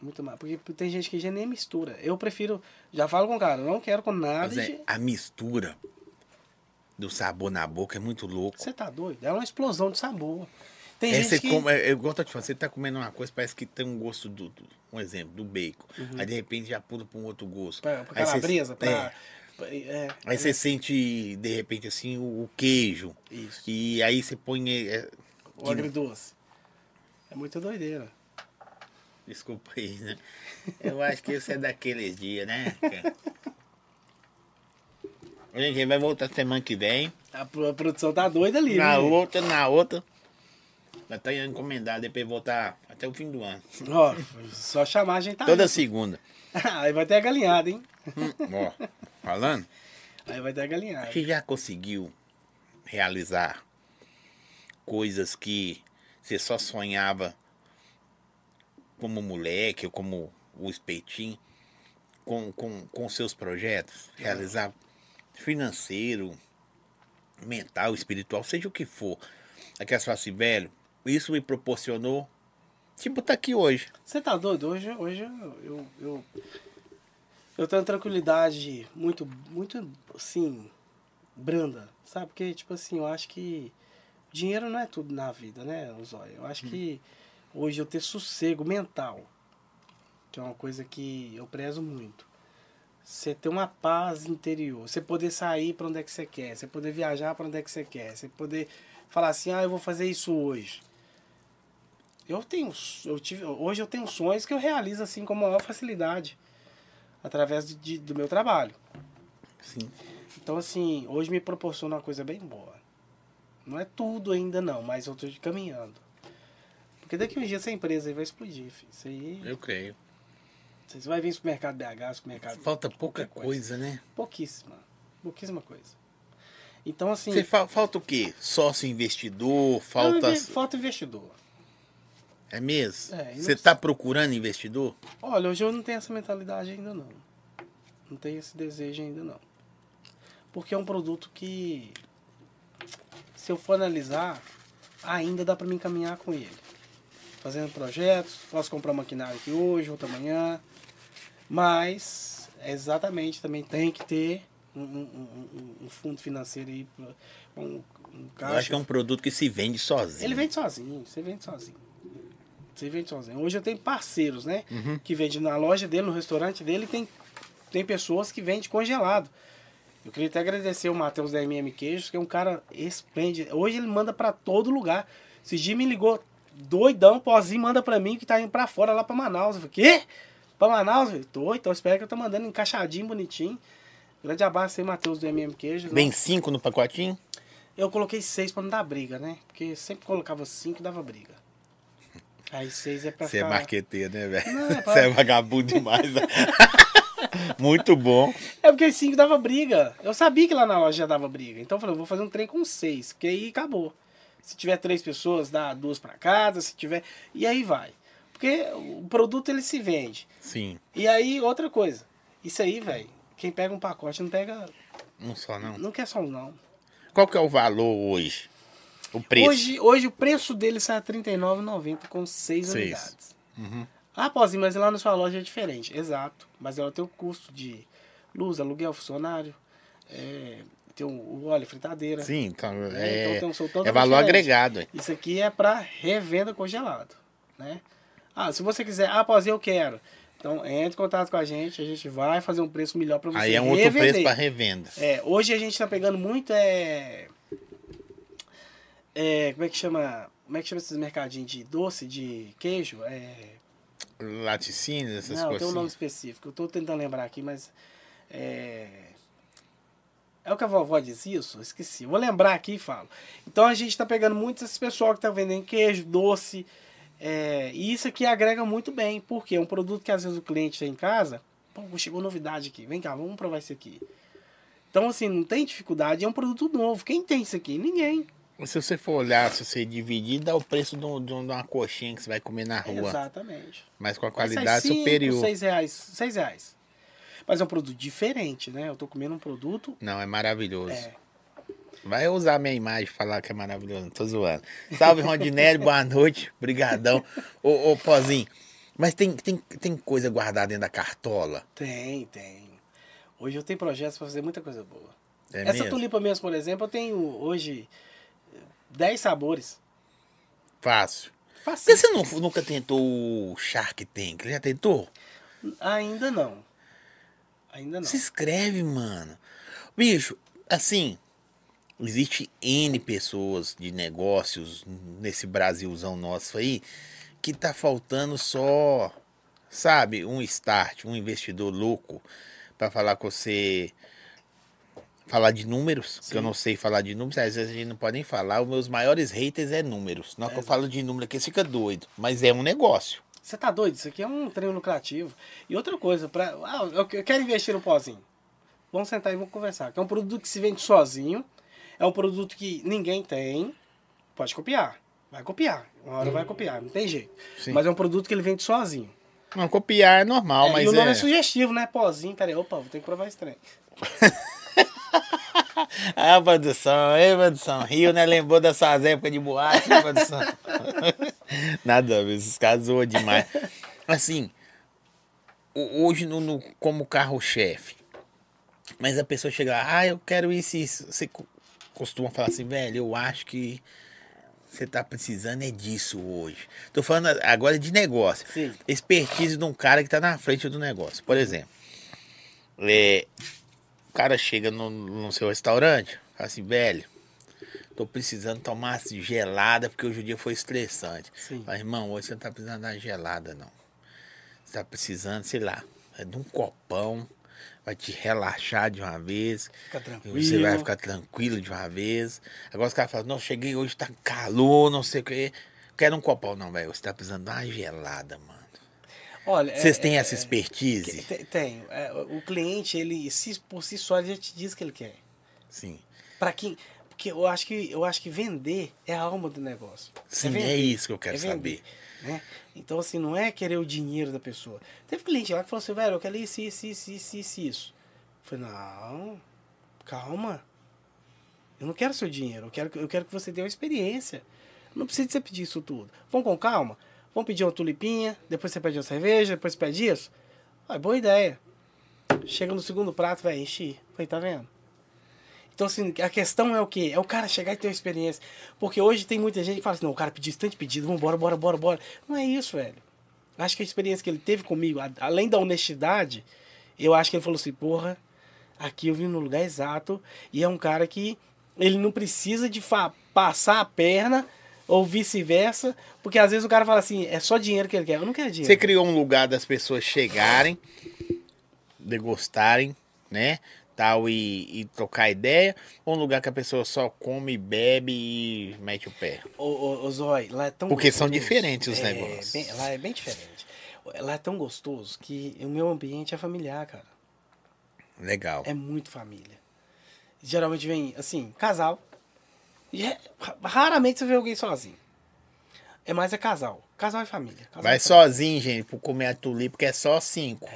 [SPEAKER 2] Muito mais. Porque tem gente que já nem mistura. Eu prefiro. Já falo com o cara, eu não quero com nada.
[SPEAKER 1] Mas é,
[SPEAKER 2] de-
[SPEAKER 1] a mistura do sabor na boca é muito louco.
[SPEAKER 2] Você tá doido? É uma explosão de sabor. Tem
[SPEAKER 1] É,
[SPEAKER 2] gente
[SPEAKER 1] você
[SPEAKER 2] que.
[SPEAKER 1] come, é, é igual eu tô te falando, você tá comendo uma coisa, parece que tem um gosto do, do- um exemplo, do bacon. Aí de repente já pula pra um outro gosto.
[SPEAKER 2] Uhum. Pra, pra
[SPEAKER 1] Aí você-
[SPEAKER 2] calabresa, pra.
[SPEAKER 1] é.
[SPEAKER 2] é,
[SPEAKER 1] Aí você sente, de repente, assim, o, o queijo.
[SPEAKER 2] Isso.
[SPEAKER 1] E aí você põe. é, é,
[SPEAKER 2] O agridoce. É muita doideira.
[SPEAKER 1] Desculpa aí, né? Eu acho que isso é daqueles dias, né? cara? Gente, ele vai voltar semana que vem.
[SPEAKER 2] A, pro- a produção tá doida ali,
[SPEAKER 1] Na
[SPEAKER 2] viu?
[SPEAKER 1] outra, na outra. Vai estar é encomendado, depois voltar até o fim do ano.
[SPEAKER 2] Ó, só chamar a gente tá.
[SPEAKER 1] Toda segunda.
[SPEAKER 2] aí. Aí vai ter a galinhada, hein?
[SPEAKER 1] Ó, falando?
[SPEAKER 2] Aí vai dar galinhada.
[SPEAKER 1] Você já conseguiu realizar coisas que você só sonhava como moleque ou como o espetinho com, com, com seus projetos? Realizar financeiro, mental, espiritual, seja o que for. Aquelas falam assim, velho, isso me proporcionou. Tipo, tá aqui hoje.
[SPEAKER 2] Você tá doido? Hoje, hoje eu, eu, eu, eu tenho uma tranquilidade muito, muito, assim, branda, sabe? Porque, tipo assim, eu acho que dinheiro não é tudo na vida, né, Zóia? Eu acho que hoje eu ter sossego mental, que é uma coisa que eu prezo muito. Você ter uma paz interior, você poder sair para onde é que você quer, você poder viajar para onde é que você quer, você poder falar assim, ah, eu vou fazer isso hoje. Eu tenho, eu tive, hoje eu tenho sonhos que eu realizo assim com a maior facilidade através de- de- do meu trabalho.
[SPEAKER 1] Sim.
[SPEAKER 2] Então assim, hoje me proporciona uma coisa bem boa. Não é tudo ainda não, mas eu tô caminhando. Porque daqui a um dia essa empresa aí vai explodir, filho. Isso aí,
[SPEAKER 1] Eu creio.
[SPEAKER 2] vocês vai vir supermercado BH, supermercado
[SPEAKER 1] Falta pouca
[SPEAKER 2] Qualquer coisa.
[SPEAKER 1] coisa, né?
[SPEAKER 2] Pouquíssima. Pouquíssima coisa. Então, assim.
[SPEAKER 1] Você fa- falta o quê? Sócio investidor?
[SPEAKER 2] não,
[SPEAKER 1] Falta. assim
[SPEAKER 2] inve- falta investidor.
[SPEAKER 1] É mesmo?
[SPEAKER 2] É, eu
[SPEAKER 1] Você
[SPEAKER 2] não
[SPEAKER 1] tá procurando investidor?
[SPEAKER 2] Olha, hoje eu não tenho essa mentalidade ainda, não. Não tenho esse desejo ainda, não. Porque é um produto que. Se eu for analisar, ainda dá pra mim caminhar com ele. Fazendo projetos, posso comprar um maquinário aqui hoje, outra amanhã. Mas, exatamente, também tem que ter um, um- um- um- um fundo financeiro aí, pra- um, um
[SPEAKER 1] Eu acho
[SPEAKER 2] caixa
[SPEAKER 1] que é um produto que se vende sozinho.
[SPEAKER 2] Ele vende sozinho, você vende sozinho. Você vende sozinho. Hoje eu tenho parceiros, né? Que vende na loja dele, no restaurante dele, tem, tem pessoas que vendem congelado. Eu queria até agradecer o Matheus da MM Queijos, que é um cara esplêndido. Hoje ele manda pra todo lugar. Esse dia me ligou doidão, pozinho, manda pra mim que tá indo pra fora lá pra Manaus. Eu falei, quê? Pra Manaus? Eu falei, tô, então espero que eu tô mandando encaixadinho, bonitinho. Grande abraço aí, Matheus do MM Queijos.
[SPEAKER 1] Vem cinco no pacotinho?
[SPEAKER 2] Eu coloquei seis pra não dar briga, né? Porque sempre colocava cinco dava briga. Aí seis é pra
[SPEAKER 1] Você é
[SPEAKER 2] ficar...
[SPEAKER 1] marqueteiro, né, velho?
[SPEAKER 2] Não, é pra-
[SPEAKER 1] Você é vagabundo demais. né? Muito bom.
[SPEAKER 2] É porque cinco dava briga. Eu sabia que lá na loja já dava briga. Então eu falei, eu vou fazer um trem com seis, porque aí acabou. Se tiver três pessoas, dá duas pra cada, se tiver... E aí vai. Porque o produto, ele se vende.
[SPEAKER 1] Sim.
[SPEAKER 2] E aí, outra coisa. Isso aí, velho, quem pega um pacote não pega...
[SPEAKER 1] Não só não.
[SPEAKER 2] Não quer só um, não.
[SPEAKER 1] Qual que é o valor hoje? O preço?
[SPEAKER 2] Hoje, hoje o preço dele sai a R$39,90 com seis
[SPEAKER 1] Seis.
[SPEAKER 2] unidades.
[SPEAKER 1] Uhum.
[SPEAKER 2] Ah, Pozinho, mas lá na sua loja é diferente. Exato. Mas ela tem o custo de luz, aluguel, funcionário, é, tem o- o óleo, fritadeira.
[SPEAKER 1] Sim, então
[SPEAKER 2] né?
[SPEAKER 1] é,
[SPEAKER 2] tem um som todo
[SPEAKER 1] é valor
[SPEAKER 2] diferente.
[SPEAKER 1] agregado. é.
[SPEAKER 2] Isso aqui é para revenda congelado, né? Ah, se você quiser, ah, Pozinho, eu quero. Então, entre em contato com a gente, a gente vai fazer um preço melhor para você
[SPEAKER 1] Aí é um outro preço
[SPEAKER 2] revender.
[SPEAKER 1] para revenda.
[SPEAKER 2] É, hoje a gente tá pegando muito é, é, como é que chama? Como é que chama esses mercadinhos de doce, de queijo? É,
[SPEAKER 1] Laticínios, essas
[SPEAKER 2] não, tem
[SPEAKER 1] coisas.
[SPEAKER 2] um nome
[SPEAKER 1] assim.
[SPEAKER 2] específico. Eu tô tentando lembrar aqui, mas é é o que a vovó diz isso? Eu Esqueci. Eu Vou lembrar aqui e falo. Então a gente tá pegando muito esse pessoal que tá vendendo queijo, doce. é, e isso aqui agrega muito bem, porque é um produto que às vezes o cliente tem em casa. Pô, chegou novidade aqui. Vem cá, vamos provar isso aqui. Então, assim, não tem dificuldade, é um produto novo. Quem tem isso aqui? Ninguém.
[SPEAKER 1] Se você for olhar, se você dividir, dá o preço de, um- de um- de uma coxinha que você vai comer na rua.
[SPEAKER 2] Exatamente.
[SPEAKER 1] Mas com a
[SPEAKER 2] Vai sair
[SPEAKER 1] qualidade
[SPEAKER 2] É, cinco,
[SPEAKER 1] superior.
[SPEAKER 2] Seis reais, seis reais. Mas é um produto diferente, né? Eu tô comendo um produto.
[SPEAKER 1] Não, é maravilhoso.
[SPEAKER 2] É.
[SPEAKER 1] Vai usar minha imagem e falar que é maravilhoso. Não tô zoando. Salve, Rondinelli. boa noite. Brigadão. Ô, ô, Pozinho. Mas tem, tem, tem coisa guardada dentro da cartola?
[SPEAKER 2] Tem, tem. Hoje eu tenho projetos pra fazer muita coisa boa.
[SPEAKER 1] É
[SPEAKER 2] Essa
[SPEAKER 1] mesmo?
[SPEAKER 2] tulipa mesmo, por exemplo, eu tenho hoje eh, 10 sabores.
[SPEAKER 1] Fácil. Por que
[SPEAKER 2] Facinho.
[SPEAKER 1] você não- nunca tentou o Shark Tank? Já tentou?
[SPEAKER 2] Ainda não. Ainda não.
[SPEAKER 1] Se inscreve, mano. Bicho, assim, existe N pessoas de negócios nesse Brasilzão nosso aí que tá faltando só, sabe, um start, um investidor louco pra falar com você. Falar de números, que eu
[SPEAKER 2] Sim.
[SPEAKER 1] não sei falar de números, às vezes a gente não pode nem falar. Os meus maiores haters é números. Na hora que eu falo de número aqui, você fica doido. Mas é um negócio.
[SPEAKER 2] Você tá doido? Isso aqui é um treino lucrativo. E outra coisa, pra... ah, eu eu quero investir no pozinho. Vamos sentar e vamos conversar. Que é um produto que se vende sozinho. É um produto que ninguém tem. Pode copiar. Vai copiar. Uma hora vai copiar. Não tem jeito.
[SPEAKER 1] Hum. Sim.
[SPEAKER 2] Mas é um produto que ele vende sozinho.
[SPEAKER 1] Não, copiar é normal,
[SPEAKER 2] É,
[SPEAKER 1] mas
[SPEAKER 2] e o nome é...
[SPEAKER 1] é...
[SPEAKER 2] sugestivo, né? Pozinho. Peraí, opa, vou ter que provar esse trem.
[SPEAKER 1] Ah, produção, ei, produção. Rio, né? Lembrou das suas épocas de boate, né, produção? Nada, viu? esses caras zoam demais. Assim, ho- hoje, no, no- como carro-chefe, mas a pessoa chega lá, ah, eu quero isso, e isso. Você co- costuma falar assim, velho, eu acho que você tá precisando é disso hoje. Tô falando a- agora de negócio.
[SPEAKER 2] Sim.
[SPEAKER 1] Expertise de um cara que tá na frente do negócio. Por exemplo, é, o cara chega no, no seu restaurante, fala assim, velho, tô precisando tomar essa gelada porque hoje o dia foi estressante.
[SPEAKER 2] Sim.
[SPEAKER 1] Fala, irmão, hoje você não tá precisando da gelada, não. Você tá precisando, sei lá, é de um copão, vai te relaxar de uma vez.
[SPEAKER 2] Fica
[SPEAKER 1] E
[SPEAKER 2] tranquilo.
[SPEAKER 1] Você vai ficar tranquilo de uma vez. Agora os caras falam, não, cheguei hoje, tá calor, não sei o quê. Quero um copão, não, velho. Você tá precisando de uma gelada, mano.
[SPEAKER 2] Olha, é-
[SPEAKER 1] Vocês têm
[SPEAKER 2] é-
[SPEAKER 1] essa expertise?
[SPEAKER 2] te- Tenho. É, o cliente, ele se- por si só, ele já te diz o que ele quer.
[SPEAKER 1] Sim.
[SPEAKER 2] Pra quem. Porque eu acho que, eu acho que vender é a alma do negócio.
[SPEAKER 1] Sim, é,
[SPEAKER 2] vender.
[SPEAKER 1] isso que eu quero
[SPEAKER 2] É vender,
[SPEAKER 1] saber.
[SPEAKER 2] né? Então, assim, não é querer o dinheiro da pessoa. Teve cliente lá que falou assim, velho, eu quero isso, isso, isso, isso, isso, isso. Eu falei, não, calma. Eu não quero seu dinheiro, eu quero, que- eu quero que você tenha uma experiência. Não precisa de você pedir isso tudo. Vamos com calma. Vamos pedir uma tulipinha, depois você pede uma cerveja, depois você pede isso. Ah, boa ideia. Chega no segundo prato, velho, enchi. Falei, tá vendo? Então, assim, a questão é o quê? É o cara chegar e ter uma experiência. Porque hoje tem muita gente que fala assim, não, o cara pediu tanto pedido, vambora, bora, bora, bora. Não é isso, velho. Acho que a experiência que ele teve comigo, a- além da honestidade, eu acho que ele falou assim, porra, aqui eu vim no lugar exato. E é um cara que ele não precisa de fa- passar a perna ou vice-versa. Porque às vezes o cara fala assim, é só dinheiro que ele quer. Eu não quero dinheiro.
[SPEAKER 1] Você criou um lugar das pessoas chegarem, degustarem, né? Tal, e, e trocar ideia, ou um lugar que a pessoa só come, bebe e mete o pé.
[SPEAKER 2] Ô, ô, ô, Zói, lá é tão
[SPEAKER 1] Porque são diferentes os
[SPEAKER 2] É,
[SPEAKER 1] negócios.
[SPEAKER 2] bem- lá é bem diferente. Lá é tão gostoso que o meu ambiente é familiar, cara.
[SPEAKER 1] Legal.
[SPEAKER 2] É muito família. Geralmente vem, assim, casal. E é- ra- raramente você vê alguém sozinho. É mais é casal. Casal e família. Casal é
[SPEAKER 1] Vai
[SPEAKER 2] e família.
[SPEAKER 1] sozinho, gente, pra comer a tulipa, que é só cinco.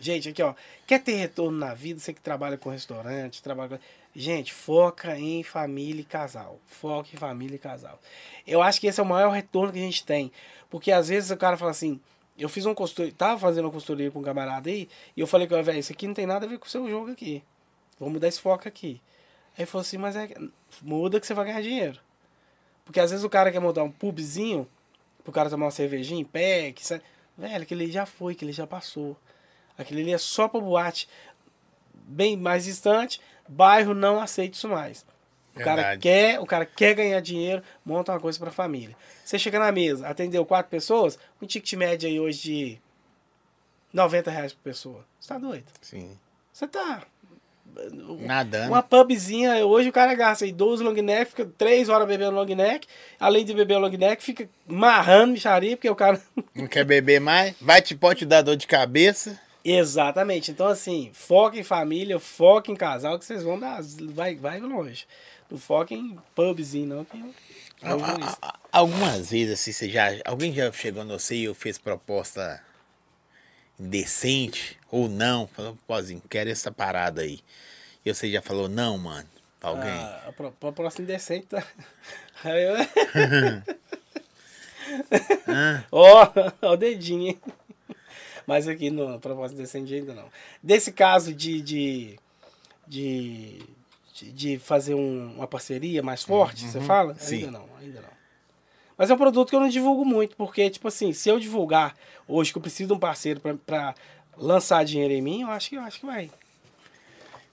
[SPEAKER 2] Gente, aqui, ó. Quer ter retorno na vida? Você que trabalha com restaurante, trabalha com... Gente, foca em família e casal. Foca em família e casal. Eu acho que esse é o maior retorno que a gente tem. Porque às vezes o cara fala assim, eu fiz uma consultoria, tava fazendo uma consultoria com um camarada aí, e eu falei com ele, velho, isso aqui não tem nada a ver com o seu jogo aqui. Vamos mudar esse foco aqui. Aí ele falou assim, mas é, muda que você vai ganhar dinheiro. Porque às vezes o cara quer montar um pubzinho, pro cara tomar uma cervejinha em pé, que sa- velho, aquele ali já foi, aquele já passou. Aquele ali é só pra boate bem mais distante, bairro não aceita isso mais. O cara,
[SPEAKER 1] Verdade.
[SPEAKER 2] quer, o cara quer ganhar dinheiro, monta uma coisa pra família. Você chega na mesa, atendeu quatro pessoas, um ticket médio aí hoje de R$ 90 reais por pessoa. Você tá doido?
[SPEAKER 1] Sim.
[SPEAKER 2] Você tá.
[SPEAKER 1] Nadando.
[SPEAKER 2] Uma pubzinha, hoje o cara gasta aí 12 long neck, fica 3 horas bebendo long neck. Além de beber long neck, fica marrando micharia, porque o cara.
[SPEAKER 1] Não quer beber mais? Vai te pode te dar dor de cabeça.
[SPEAKER 2] Exatamente. Então, assim, foca em família, foca em casal, que vocês vão dar. Vai, vai longe. Não foca em pubzinho, não. Que...
[SPEAKER 1] A- a- a- ah, Algumas vezes, assim, você já. Alguém já chegou no você e fez proposta indecente ou não? Falou, pozinho, quero essa parada aí. E você já falou, não, mano, pra alguém.
[SPEAKER 2] Ah, a pro- pro- próxima indecente tá. Aí eu-
[SPEAKER 1] Hã?
[SPEAKER 2] Ó, ó o dedinho, hein? Mas aqui não, a proposta decente ainda não. Desse caso de. de, de, de- de fazer um- uma parceria mais forte, você fala?
[SPEAKER 1] Uhum. sim.
[SPEAKER 2] Ainda não, ainda não. Mas é um produto que eu não divulgo muito, porque, tipo assim, se eu divulgar hoje que eu preciso de um parceiro pra, pra lançar dinheiro em mim, eu acho que, eu acho que vai.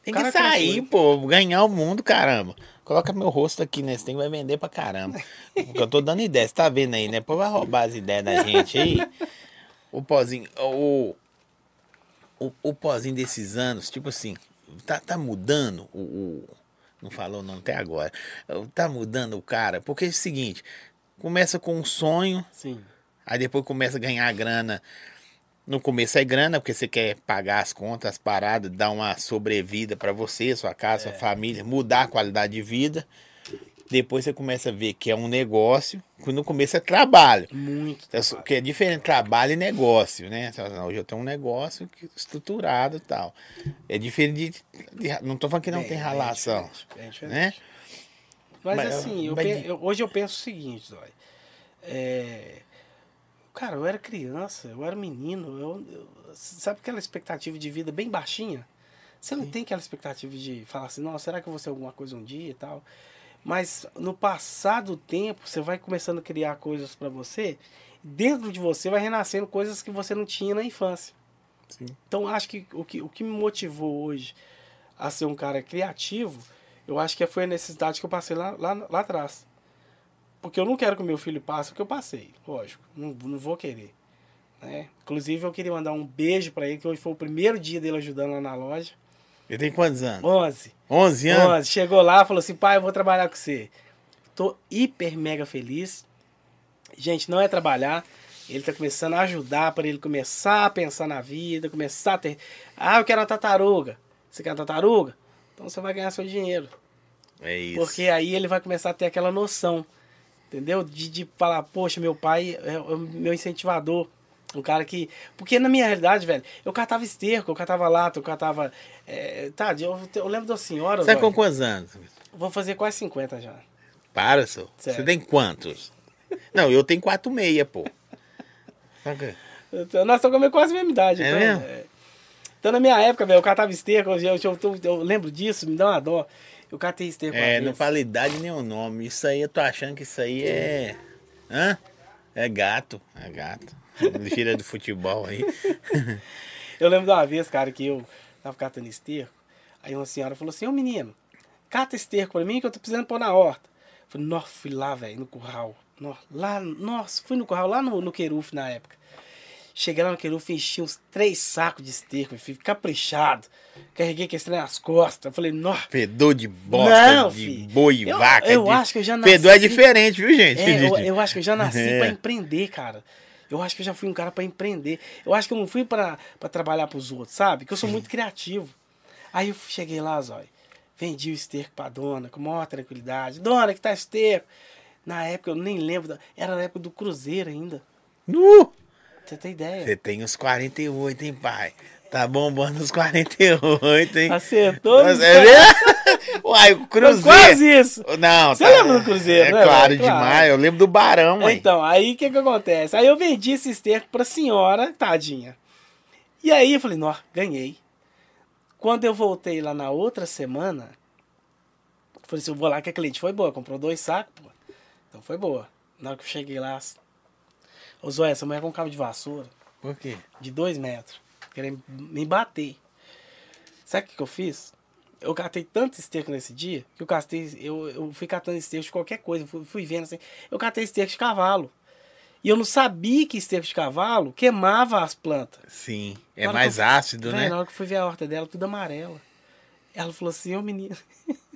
[SPEAKER 1] Tem
[SPEAKER 2] o cara
[SPEAKER 1] que sair,
[SPEAKER 2] cresceu, hein?
[SPEAKER 1] pô, ganhar o mundo, caramba. Coloca meu rosto aqui nesse tem vai vender pra caramba. Porque eu tô dando ideia, você tá vendo aí, né? Pô, vai roubar as ideias da gente aí. O pozinho, o, o, o pozinho desses anos, tipo assim, tá, tá mudando o, o- Não falou não até agora. Tá mudando o cara, porque é o seguinte, começa com um sonho,
[SPEAKER 2] Sim.
[SPEAKER 1] aí depois começa a ganhar grana No começo é grana, porque você quer pagar as contas, as paradas, dar uma sobrevida pra você, sua casa,
[SPEAKER 2] É.
[SPEAKER 1] sua família, mudar a qualidade de vida. Depois você começa a ver que é um negócio, que no começo é trabalho.
[SPEAKER 2] Muito.
[SPEAKER 1] É só- Que é diferente trabalho e negócio, né? Você fala, "Não, Hoje eu tenho um negócio que- estruturado e tal. É diferente de. de- não tô falando que não tem relação. né?
[SPEAKER 2] Mas,
[SPEAKER 1] Mas-
[SPEAKER 2] assim, eu
[SPEAKER 1] mas-
[SPEAKER 2] pe- eu- hoje eu penso o seguinte, Zói. É, Cara, eu era criança, eu era menino. eu- eu- Sabe aquela expectativa de vida bem baixinha? Você não tem aquela expectativa de falar assim, não, será que eu vou ser alguma coisa um dia e tal? Mas no passar do tempo, você vai começando a criar coisas pra você. Dentro de você vai renascendo coisas que você não tinha na infância.
[SPEAKER 1] Sim.
[SPEAKER 2] Então, acho que o, que o que me motivou hoje a ser um cara criativo, eu acho que foi a necessidade que eu passei lá, lá, lá atrás. Porque eu não quero que o meu filho passe o que eu passei, lógico. Não, não vou querer. Né? Inclusive, eu queria mandar um beijo pra ele, que hoje foi o primeiro dia dele ajudando lá na loja.
[SPEAKER 1] Ele tem quantos anos?
[SPEAKER 2] 11.
[SPEAKER 1] 11 anos?
[SPEAKER 2] 11. Chegou lá, falou assim: pai, eu vou trabalhar com você. Tô hiper mega feliz. Gente, não é trabalhar. Ele tá começando a ajudar para ele começar a pensar na vida, começar a ter. Ah, eu quero uma tartaruga. Você quer uma tartaruga? Então você vai ganhar seu dinheiro.
[SPEAKER 1] É isso.
[SPEAKER 2] Porque aí ele vai começar a ter aquela noção, entendeu? De, de falar, poxa, meu pai é o meu incentivador. Um cara que. Porque na minha realidade, velho, eu catava esterco, eu catava lata, eu catava. É, tá, eu, eu lembro da senhora.
[SPEAKER 1] Você tá
[SPEAKER 2] velho,
[SPEAKER 1] com quantos anos?
[SPEAKER 2] Vou fazer quase 50 já.
[SPEAKER 1] Para, senhor. Você
[SPEAKER 2] Sério.
[SPEAKER 1] tem quantos? Não, eu tenho 4,6, pô. Saca?
[SPEAKER 2] Eu tô- Então, Nós estamos com quase a mesma idade.
[SPEAKER 1] É
[SPEAKER 2] então,
[SPEAKER 1] mesmo?
[SPEAKER 2] Então, na minha época, velho, eu catava esterco, eu, eu, eu- eu lembro disso, me dá uma dó. Eu catei esterco. uma
[SPEAKER 1] É, não
[SPEAKER 2] vez.
[SPEAKER 1] fala idade nem o nome. Isso aí eu tô achando que isso aí é. Hã? É gato. É gato. Mentira do futebol aí.
[SPEAKER 2] Eu lembro de uma vez, cara, que eu tava catando esterco. Aí uma senhora falou assim: Ô menino, cata esterco pra mim que eu tô precisando pôr na horta. Eu falei, nossa, fui lá, velho, no curral. Nó- Lá, nossa, fui no curral, lá no, no Queruf na época. Cheguei lá no Queruf, enchi uns três sacos de esterco, meu filho, caprichado. Carreguei que trem nas costas. Eu falei, nossa.
[SPEAKER 1] Fedor de bosta,
[SPEAKER 2] Não,
[SPEAKER 1] de
[SPEAKER 2] fi.
[SPEAKER 1] boi e
[SPEAKER 2] Eu-
[SPEAKER 1] vaca.
[SPEAKER 2] eu
[SPEAKER 1] de-
[SPEAKER 2] acho que eu já
[SPEAKER 1] Fedor é
[SPEAKER 2] nasci-
[SPEAKER 1] diferente, viu, gente?
[SPEAKER 2] É, eu, eu acho que eu já nasci
[SPEAKER 1] É.
[SPEAKER 2] pra empreender, cara. Eu acho que eu já fui um cara pra empreender. Eu acho que eu não fui pra pra trabalhar pros outros, sabe? Que eu sou muito criativo. Aí eu cheguei lá, Zói. Vendi o esterco pra dona, com maior tranquilidade. Dona, que tá esterco? Na época, eu nem lembro. da- Era na época do Cruzeiro ainda.
[SPEAKER 1] Nu!
[SPEAKER 2] pra Você tem ideia?
[SPEAKER 1] Uh! Você tem os 48, hein, pai? Tá bombando os 48, hein?
[SPEAKER 2] Acertou?
[SPEAKER 1] Nossa,
[SPEAKER 2] cara.
[SPEAKER 1] é mesmo? Uai, o Cruzeiro.
[SPEAKER 2] Quase isso.
[SPEAKER 1] Não,
[SPEAKER 2] Você lembra do Cruzeiro,
[SPEAKER 1] É
[SPEAKER 2] né,
[SPEAKER 1] claro
[SPEAKER 2] velho? Claro.
[SPEAKER 1] demais. Eu lembro do Barão, hein?
[SPEAKER 2] Então, aí o que que acontece? Aí eu vendi esse esterco pra senhora, tadinha. E aí eu falei, nó, ganhei. Quando eu voltei lá na outra semana, eu falei assim, eu vou lá que a cliente foi boa, comprou dois sacos, pô. Então foi boa. Na hora que eu cheguei lá, ô Zóia, essa mulher com um cabo de vassoura
[SPEAKER 1] Por quê?
[SPEAKER 2] de dois metros, querendo me bater. Sabe o que, que eu fiz? Eu catei tanto esterco nesse dia que eu catei, eu, eu fui catando esterco de qualquer coisa, fui, fui vendo assim. Eu catei esterco de cavalo. E eu não sabia que esterco de cavalo queimava as plantas.
[SPEAKER 1] Sim,
[SPEAKER 2] Na
[SPEAKER 1] é
[SPEAKER 2] hora
[SPEAKER 1] mais
[SPEAKER 2] que eu-
[SPEAKER 1] ácido,
[SPEAKER 2] Véi,
[SPEAKER 1] né?
[SPEAKER 2] Na hora que eu fui ver a horta dela, tudo amarela. Ela falou assim, ô menino,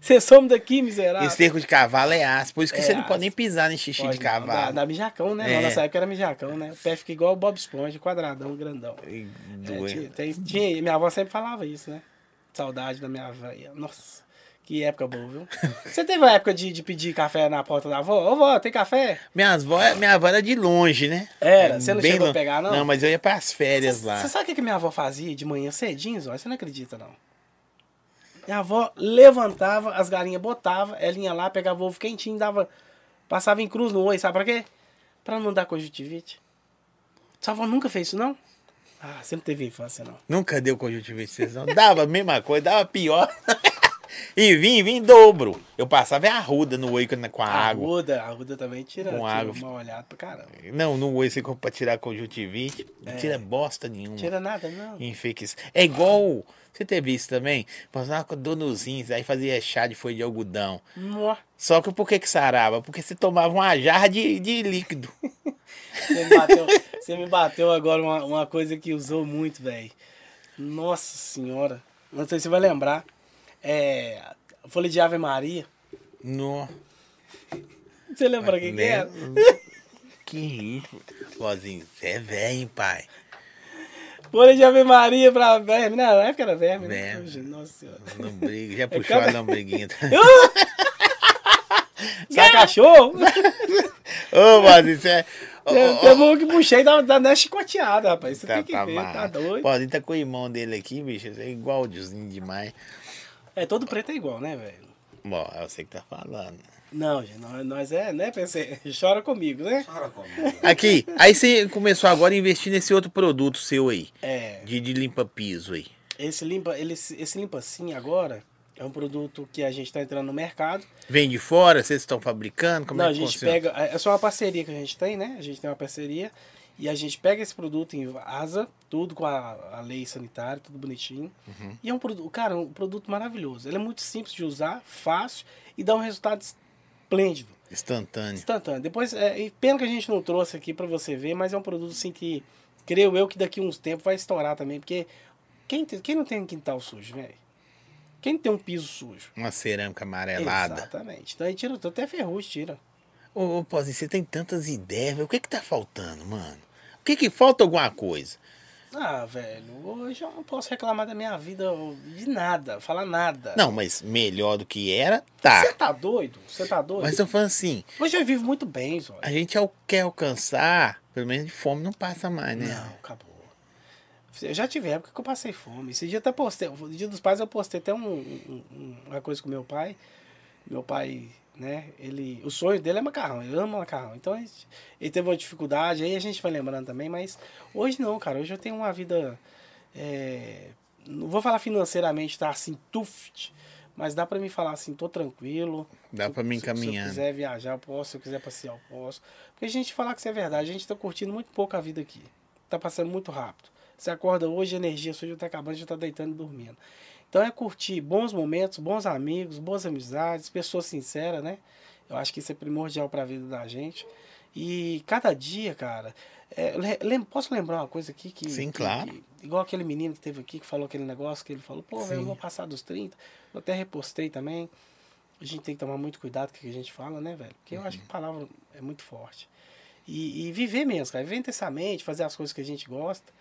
[SPEAKER 2] você some daqui, miserável.
[SPEAKER 1] Esterco de cavalo é ácido, por isso que
[SPEAKER 2] É
[SPEAKER 1] você não pode
[SPEAKER 2] ácido.
[SPEAKER 1] nem pisar em xixi
[SPEAKER 2] Pode
[SPEAKER 1] de
[SPEAKER 2] não, Da,
[SPEAKER 1] cavalo.
[SPEAKER 2] da mijacão, né?
[SPEAKER 1] É.
[SPEAKER 2] Nossa época era mijacão, né? O pé fica igual o Bob Esponja, quadradão, grandão.
[SPEAKER 1] E
[SPEAKER 2] É,
[SPEAKER 1] doer.
[SPEAKER 2] tinha- tem- tinha- minha avó sempre falava isso, né? Saudade da minha avó. Nossa, que época boa, viu? Você teve a época de, de pedir café na porta da avó? Ô, vó, tem café?
[SPEAKER 1] Minha, avó, é, minha avó era de longe, né?
[SPEAKER 2] Era, você não
[SPEAKER 1] Bem
[SPEAKER 2] chegou a
[SPEAKER 1] longe.
[SPEAKER 2] pegar, não?
[SPEAKER 1] Não, mas eu ia pras férias lá.
[SPEAKER 2] Você sabe o que, que minha avó fazia de manhã cedinho, Zó? Você não acredita, não. Minha avó levantava, as galinhas botava, ela ia lá, pegava ovo quentinho, dava. Passava em cruz no oi, sabe pra quê? Pra não dar conjuntivite. Sua avó nunca fez isso, não? Ah, sempre teve infância, não.
[SPEAKER 1] Nunca deu conjuntivite, vocês não. Dava a mesma coisa, dava pior. e vim, vim em dobro. Eu passava é arruda no oi com- com a água.
[SPEAKER 2] Arruda, arruda também tira,
[SPEAKER 1] Com
[SPEAKER 2] tira
[SPEAKER 1] água. Hum.
[SPEAKER 2] mal olhado pra caramba.
[SPEAKER 1] Não, no oi você compra pra tirar conjuntivite. Não tira bosta nenhuma.
[SPEAKER 2] É. Tira nada, não.
[SPEAKER 1] Infecção. É igual. Você teve isso também? Passava com dor nos rins, aí fazia chá de folha de algodão.
[SPEAKER 2] Nó.
[SPEAKER 1] Só que por que que sarava? Porque você tomava uma jarra de, de líquido.
[SPEAKER 2] Você me bateu, você me bateu agora uma, uma coisa que usou muito, velho. Nossa senhora. Não sei se você vai lembrar. É. Folha de Ave Maria.
[SPEAKER 1] No...
[SPEAKER 2] Você lembra o que, é? que
[SPEAKER 1] né?
[SPEAKER 2] era?
[SPEAKER 1] Que isso? Vozinho, você é velho, hein, pai.
[SPEAKER 2] Folha de Ave Maria pra verme. Não, na época era verme. né?
[SPEAKER 1] Verme.
[SPEAKER 2] Hoje, Nossa senhora.
[SPEAKER 1] Lombriga, já puxou a
[SPEAKER 2] É cada-
[SPEAKER 1] lombriguinha.
[SPEAKER 2] Sai cachorro?
[SPEAKER 1] Ô, mas isso é. Ô, ô, ô,
[SPEAKER 2] Tem um que puxei da, da, da chicoteada, rapaz. Você tem que ver, tá
[SPEAKER 1] amarrado.
[SPEAKER 2] doido.
[SPEAKER 1] Pô, ele tá com o irmão dele aqui, bicho. É igual demais.
[SPEAKER 2] É, todo preto é igual, né, velho?
[SPEAKER 1] Bom, é você que tá falando.
[SPEAKER 2] Não, gente, nós, nós é, né, PC? Chora comigo, né?
[SPEAKER 3] Chora comigo.
[SPEAKER 1] Aqui, aí você começou agora a investir nesse outro produto seu aí,
[SPEAKER 2] É,
[SPEAKER 1] de, de limpa-piso aí.
[SPEAKER 2] esse limpa, ele, esse limpa sim agora é um produto que a gente tá entrando no mercado.
[SPEAKER 1] Vem de fora, vocês estão fabricando? Como
[SPEAKER 2] Não,
[SPEAKER 1] é
[SPEAKER 2] a
[SPEAKER 1] que
[SPEAKER 2] gente
[SPEAKER 1] funciona?
[SPEAKER 2] pega. É só uma parceria que a gente tem, né? A gente tem uma parceria e a gente pega esse produto em asa, tudo com a, a lei sanitária, tudo bonitinho.
[SPEAKER 1] Uhum.
[SPEAKER 2] E é um produto, cara, é um produto maravilhoso. Ele é muito simples de usar, fácil e dá um resultado esplêndido,
[SPEAKER 1] Instantâneo.
[SPEAKER 2] instantâneo. Depois, é, e pena que a gente não trouxe aqui pra você ver, mas é um produto assim que creio eu que daqui a uns tempos vai estourar também, porque quem, tem- quem não tem um quintal sujo, velho? Quem tem um piso sujo?
[SPEAKER 1] Uma cerâmica amarelada.
[SPEAKER 2] Exatamente. Então aí tira até ferrugem, tira.
[SPEAKER 1] Ô, ô Pozinho, você tem tantas ideias, velho. O que que tá faltando, mano? O que que falta alguma coisa?
[SPEAKER 2] Ah, velho, hoje eu não posso reclamar da minha vida de nada, falar nada.
[SPEAKER 1] Não, mas melhor do que era, tá.
[SPEAKER 2] Você tá doido? Você tá doido?
[SPEAKER 1] Mas eu falo assim,
[SPEAKER 2] Hoje eu vivo muito bem, Zó.
[SPEAKER 1] a gente al- quer alcançar, pelo menos de fome não passa mais, né?
[SPEAKER 2] Não, acabou. Eu já tive época que eu passei fome. Esse dia até postei, no dia dos pais eu postei até um- um- um- uma coisa com meu pai. Meu pai, né, ele, o sonho dele é macarrão, ele ama macarrão. Então a gente- ele teve uma dificuldade, aí a gente vai lembrando também, mas hoje não, cara. Hoje eu tenho uma vida, é, não vou falar financeiramente, tá assim, tuft, mas dá pra me falar assim, tô tranquilo.
[SPEAKER 1] Dá pra me
[SPEAKER 2] Se- Se eu
[SPEAKER 1] encaminhar. né?
[SPEAKER 2] quiser viajar, eu posso. Se eu quiser passear, eu posso. Porque a gente falar que isso é verdade, a gente tá curtindo muito pouco a vida aqui. Tá passando muito rápido. Você acorda hoje, a energia sua já tá acabando, já tá deitando e dormindo. Então é curtir bons momentos, bons amigos, boas amizades, pessoas sinceras, né? Eu acho que isso é primordial pra vida da gente. E cada dia, cara. é, le- lem- posso lembrar uma coisa aqui que.
[SPEAKER 1] Sim,
[SPEAKER 2] que-
[SPEAKER 1] claro.
[SPEAKER 2] que- igual aquele menino que teve aqui que falou aquele negócio que ele falou, pô, velho, eu vou passar dos 30. Eu até repostei também. A gente tem que tomar muito cuidado com o que a gente fala, né, velho? Porque eu acho
[SPEAKER 1] Uhum.
[SPEAKER 2] que a palavra é muito forte. E, e viver mesmo, cara. Viver intensamente, fazer as coisas que a gente gosta.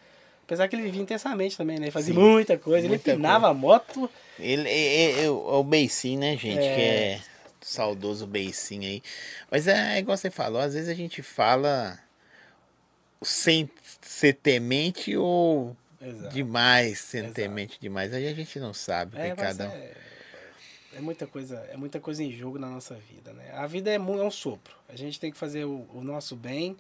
[SPEAKER 2] Apesar que ele vivia intensamente também, né? Ele fazia
[SPEAKER 1] Sim.
[SPEAKER 2] muita coisa.
[SPEAKER 1] Muita
[SPEAKER 2] ele empinava a moto.
[SPEAKER 1] Ele é, é- é o é o Beicinho, né, gente? Que é saudoso Beicinho aí. Mas é igual você falou, às vezes a gente fala sem ser temente ou
[SPEAKER 2] Exato.
[SPEAKER 1] demais, sendo
[SPEAKER 2] Exato.
[SPEAKER 1] temente demais. Aí a gente não sabe o que
[SPEAKER 2] É, mas
[SPEAKER 1] cada um.
[SPEAKER 2] é, é muita coisa, é muita coisa em jogo na nossa vida, né? A vida é, mu- é um sopro. A gente tem que fazer o, o nosso bem,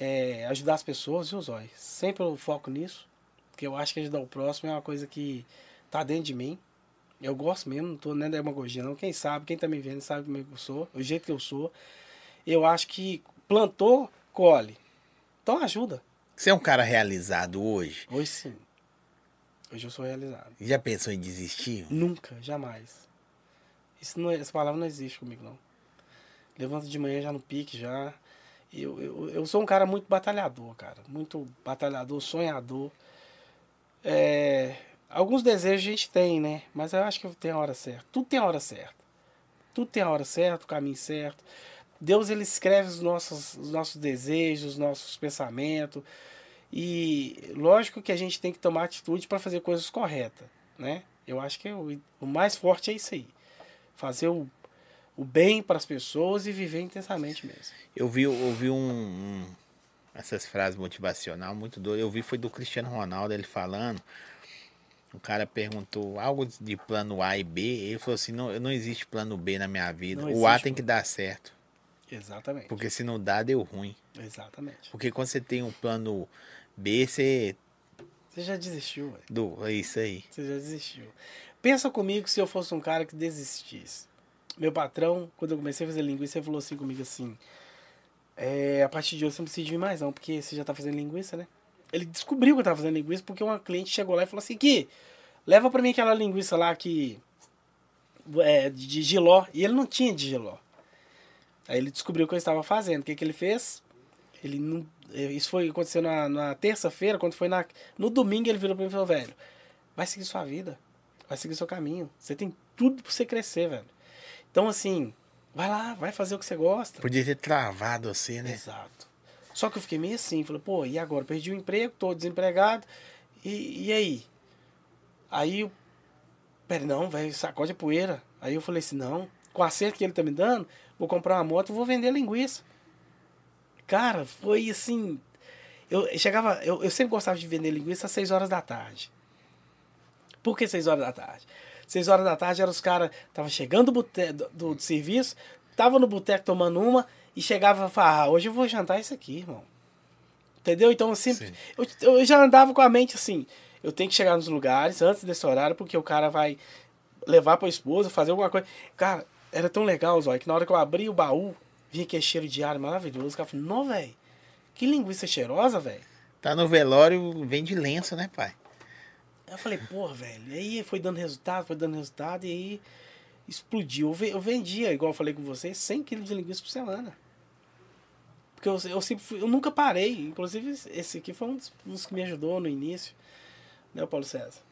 [SPEAKER 2] é, ajudar as pessoas e os olhos. Sempre eu foco nisso, porque eu acho que ajudar o próximo é uma coisa que tá dentro de mim. Eu gosto mesmo, não tô nem demagogia não. Quem sabe, quem tá me vendo sabe como eu sou, o jeito que eu sou. Eu acho que plantou, colhe. Então ajuda.
[SPEAKER 1] Você é um cara realizado hoje?
[SPEAKER 2] Hoje sim. Hoje eu sou realizado.
[SPEAKER 1] Já pensou em desistir?
[SPEAKER 2] Nunca, jamais. Isso não, é- essa palavra não existe comigo, não. Levanto de manhã já no pique, já. Eu, eu, eu sou um cara muito batalhador, cara. Muito batalhador, sonhador. É, alguns desejos a gente tem, né? Mas eu acho que tem a hora certa. Tudo tem a hora certa. Tudo tem a hora certa, o caminho certo. Deus ele escreve os nossos, os nossos desejos, os nossos pensamentos. E lógico que a gente tem que tomar atitude para fazer coisas corretas, né? Eu acho que o, o mais forte é isso aí. Fazer o, o bem para as pessoas e viver intensamente mesmo.
[SPEAKER 1] Eu vi, eu vi um, um- essas frases motivacional muito doido. Eu vi foi do Cristiano Ronaldo ele falando. O cara perguntou algo de plano A e B. Ele falou assim: não, não existe plano B na minha vida.
[SPEAKER 2] Não
[SPEAKER 1] o A
[SPEAKER 2] existe,
[SPEAKER 1] tem
[SPEAKER 2] mano.
[SPEAKER 1] que dar certo.
[SPEAKER 2] Exatamente.
[SPEAKER 1] Porque se não dá, deu ruim.
[SPEAKER 2] Exatamente.
[SPEAKER 1] Porque quando você tem um plano B, você.
[SPEAKER 2] Você já desistiu, velho.
[SPEAKER 1] Do, é isso aí.
[SPEAKER 2] Você já desistiu. Pensa comigo se eu fosse um cara que desistisse. Meu patrão, quando eu comecei a fazer linguiça, ele falou assim comigo assim: é, a partir de hoje você não precisa de mim mais, não, porque você já tá fazendo linguiça, né? Ele descobriu que eu tava fazendo linguiça porque uma cliente chegou lá e falou assim: Gui, leva pra mim aquela linguiça lá que. É, de giló. E ele não tinha de giló. Aí ele descobriu o que eu estava fazendo. O que, que ele fez? Ele não. é, Isso foi aconteceu na, na terça-feira, quando foi na. No domingo ele virou pra mim e falou, velho, vai seguir sua vida. Vai seguir seu caminho. Você tem tudo pra você crescer, velho. Então, assim, vai lá, vai fazer o que você gosta.
[SPEAKER 1] Podia ter travado você, né?
[SPEAKER 2] Exato. Só que eu fiquei meio assim, falei, pô, e agora? Perdi o emprego, tô desempregado, E, e aí? Aí eu. Pera, não, velho, sacode a poeira. Aí eu falei assim: não, com o acerto que ele tá me dando, vou comprar uma moto vou vender linguiça. Cara, foi assim. Eu chegava. Eu, eu sempre gostava de vender linguiça às 6 horas da tarde. Por que 6 horas da tarde? 6 horas da tarde eram os caras. Tava chegando do, bute- do, do, do serviço, tava no boteco tomando uma e chegava e falava: ah, hoje eu vou jantar isso aqui, irmão. Entendeu? Então eu sempre.
[SPEAKER 1] Sim.
[SPEAKER 2] Eu, eu já andava com a mente assim: eu tenho que chegar nos lugares antes desse horário, porque o cara vai levar pra esposa, fazer alguma coisa. Cara, era tão legal, Zóio, que na hora que eu abri o baú, vinha aquele cheiro de ar maravilhoso. O cara falou: não, velho, que linguiça cheirosa, velho.
[SPEAKER 1] Tá no velório, vem de lenço, né, pai?
[SPEAKER 2] Aí eu falei, porra, velho. E aí foi dando resultado, foi dando resultado, e aí explodiu. Eu, ve- eu vendia, igual eu falei com vocês, 100 quilos de linguiça por semana. Porque eu, eu, sempre fui- eu nunca parei. Inclusive, esse aqui foi um dos, um dos que me ajudou no início. Né, Paulo César?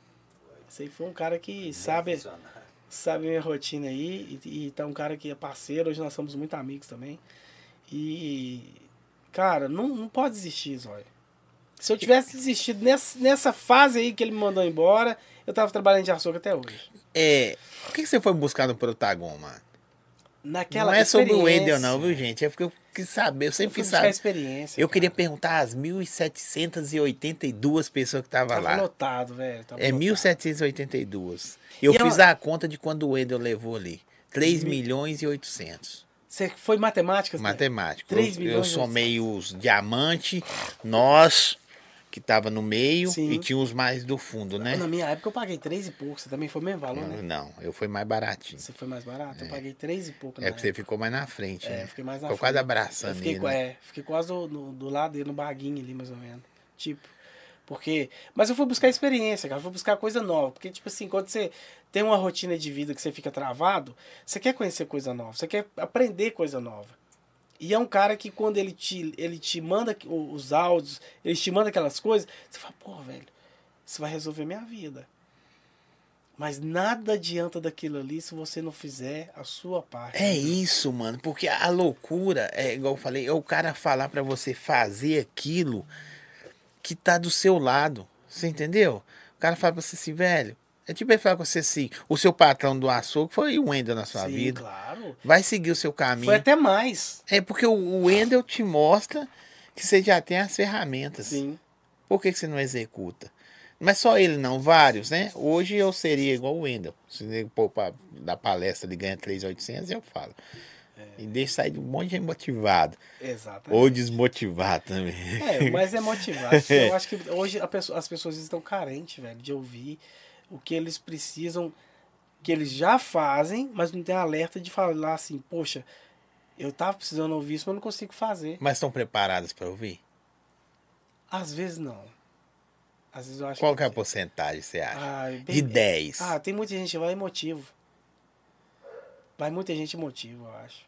[SPEAKER 2] Esse aí foi um cara que sabe,
[SPEAKER 3] Funcionário.
[SPEAKER 2] sabe minha rotina aí. E, e tá um cara que é parceiro. Hoje nós somos muito amigos também. E, cara, não, não pode desistir, Zóia. Se eu tivesse desistido nessa, nessa fase aí que ele me mandou embora, eu tava trabalhando de açougue até hoje.
[SPEAKER 1] É. Por que que você foi buscar no Protagon, mano?
[SPEAKER 2] Naquela
[SPEAKER 1] não é sobre o
[SPEAKER 2] experiência.
[SPEAKER 1] Wendel, não, viu, gente? É porque eu quis saber, eu
[SPEAKER 2] Eu
[SPEAKER 1] sempre
[SPEAKER 2] fui
[SPEAKER 1] quis
[SPEAKER 2] buscar a
[SPEAKER 1] saber.
[SPEAKER 2] experiência.
[SPEAKER 1] Eu queria
[SPEAKER 2] cara.
[SPEAKER 1] perguntar às 1.782 pessoas que estavam
[SPEAKER 2] Tava
[SPEAKER 1] lá.
[SPEAKER 2] lotado, velho. Tava
[SPEAKER 1] É
[SPEAKER 2] lotado.
[SPEAKER 1] 1.782. Eu
[SPEAKER 2] E é
[SPEAKER 1] fiz
[SPEAKER 2] uma-
[SPEAKER 1] a conta de quando o Wendel levou ali. 3 milhões e 800.
[SPEAKER 2] Você foi matemática?
[SPEAKER 1] Matemático.
[SPEAKER 2] é. Três
[SPEAKER 1] Eu,
[SPEAKER 2] milhões
[SPEAKER 1] eu
[SPEAKER 2] e
[SPEAKER 1] somei os diamante, nós, que tava no meio,
[SPEAKER 2] Sim.
[SPEAKER 1] e tinha os mais do fundo, né?
[SPEAKER 2] Na minha época eu paguei três e pouco. Você também foi o mesmo valor, né?
[SPEAKER 1] Não, não, eu fui mais baratinho.
[SPEAKER 2] Você foi mais barato? Eu paguei três e pouco.
[SPEAKER 1] É
[SPEAKER 2] na
[SPEAKER 1] porque você ficou mais na frente,
[SPEAKER 2] É,
[SPEAKER 1] né?
[SPEAKER 2] eu fiquei mais na
[SPEAKER 1] Ficou quase
[SPEAKER 2] frente. Eu
[SPEAKER 1] abraçando
[SPEAKER 2] fiquei,
[SPEAKER 1] ele,
[SPEAKER 2] qua-
[SPEAKER 1] né?
[SPEAKER 2] é, fiquei quase do, no- do lado dele, no barguinho ali, mais ou menos. Tipo, porque. Mas eu fui buscar experiência, cara. Eu fui buscar coisa nova. Porque, tipo assim, quando você tem uma rotina de vida que você fica travado, você quer conhecer coisa nova, você quer aprender coisa nova. E é um cara que quando ele te, ele te manda o- os áudios, ele te manda aquelas coisas, você fala, pô, velho, isso vai resolver minha vida. Mas nada adianta daquilo ali se você não fizer a sua parte.
[SPEAKER 1] É isso, mano, porque a loucura, é igual eu falei, é o cara falar pra você fazer aquilo que tá do seu lado, você entendeu? O cara fala pra você assim, velho, é tipo ele falar com você assim, o seu patrão do açougue foi o Wendel na sua
[SPEAKER 2] Sim,
[SPEAKER 1] vida,
[SPEAKER 2] claro.
[SPEAKER 1] vai seguir o seu caminho.
[SPEAKER 2] Foi até mais.
[SPEAKER 1] É porque o- o Wendel te mostra que você já tem as ferramentas,
[SPEAKER 2] Sim.
[SPEAKER 1] por que, que você não executa? Mas só ele não, vários, né? Hoje eu seria igual o Wendel. Se ele pôr pra, da palestra ele ganha 3,800, eu falo.
[SPEAKER 2] É.
[SPEAKER 1] E deixa sair de um monte de gente motivado.
[SPEAKER 2] Exatamente.
[SPEAKER 1] Ou desmotivado também.
[SPEAKER 2] É, mas é motivado. Eu acho que hoje a pessoa- as pessoas estão carentes, velho, de ouvir o que eles precisam, que eles já fazem, mas não tem alerta de falar assim, poxa, eu tava precisando ouvir isso, mas não consigo fazer.
[SPEAKER 1] Mas estão preparados para ouvir?
[SPEAKER 2] Às vezes não. Às vezes eu acho
[SPEAKER 1] Qual que é a porcentagem, você acha?
[SPEAKER 2] Ah,
[SPEAKER 1] De
[SPEAKER 2] bem-
[SPEAKER 1] 10.
[SPEAKER 2] Ah, tem muita gente que vai emotivo. Vai muita gente emotivo, eu acho.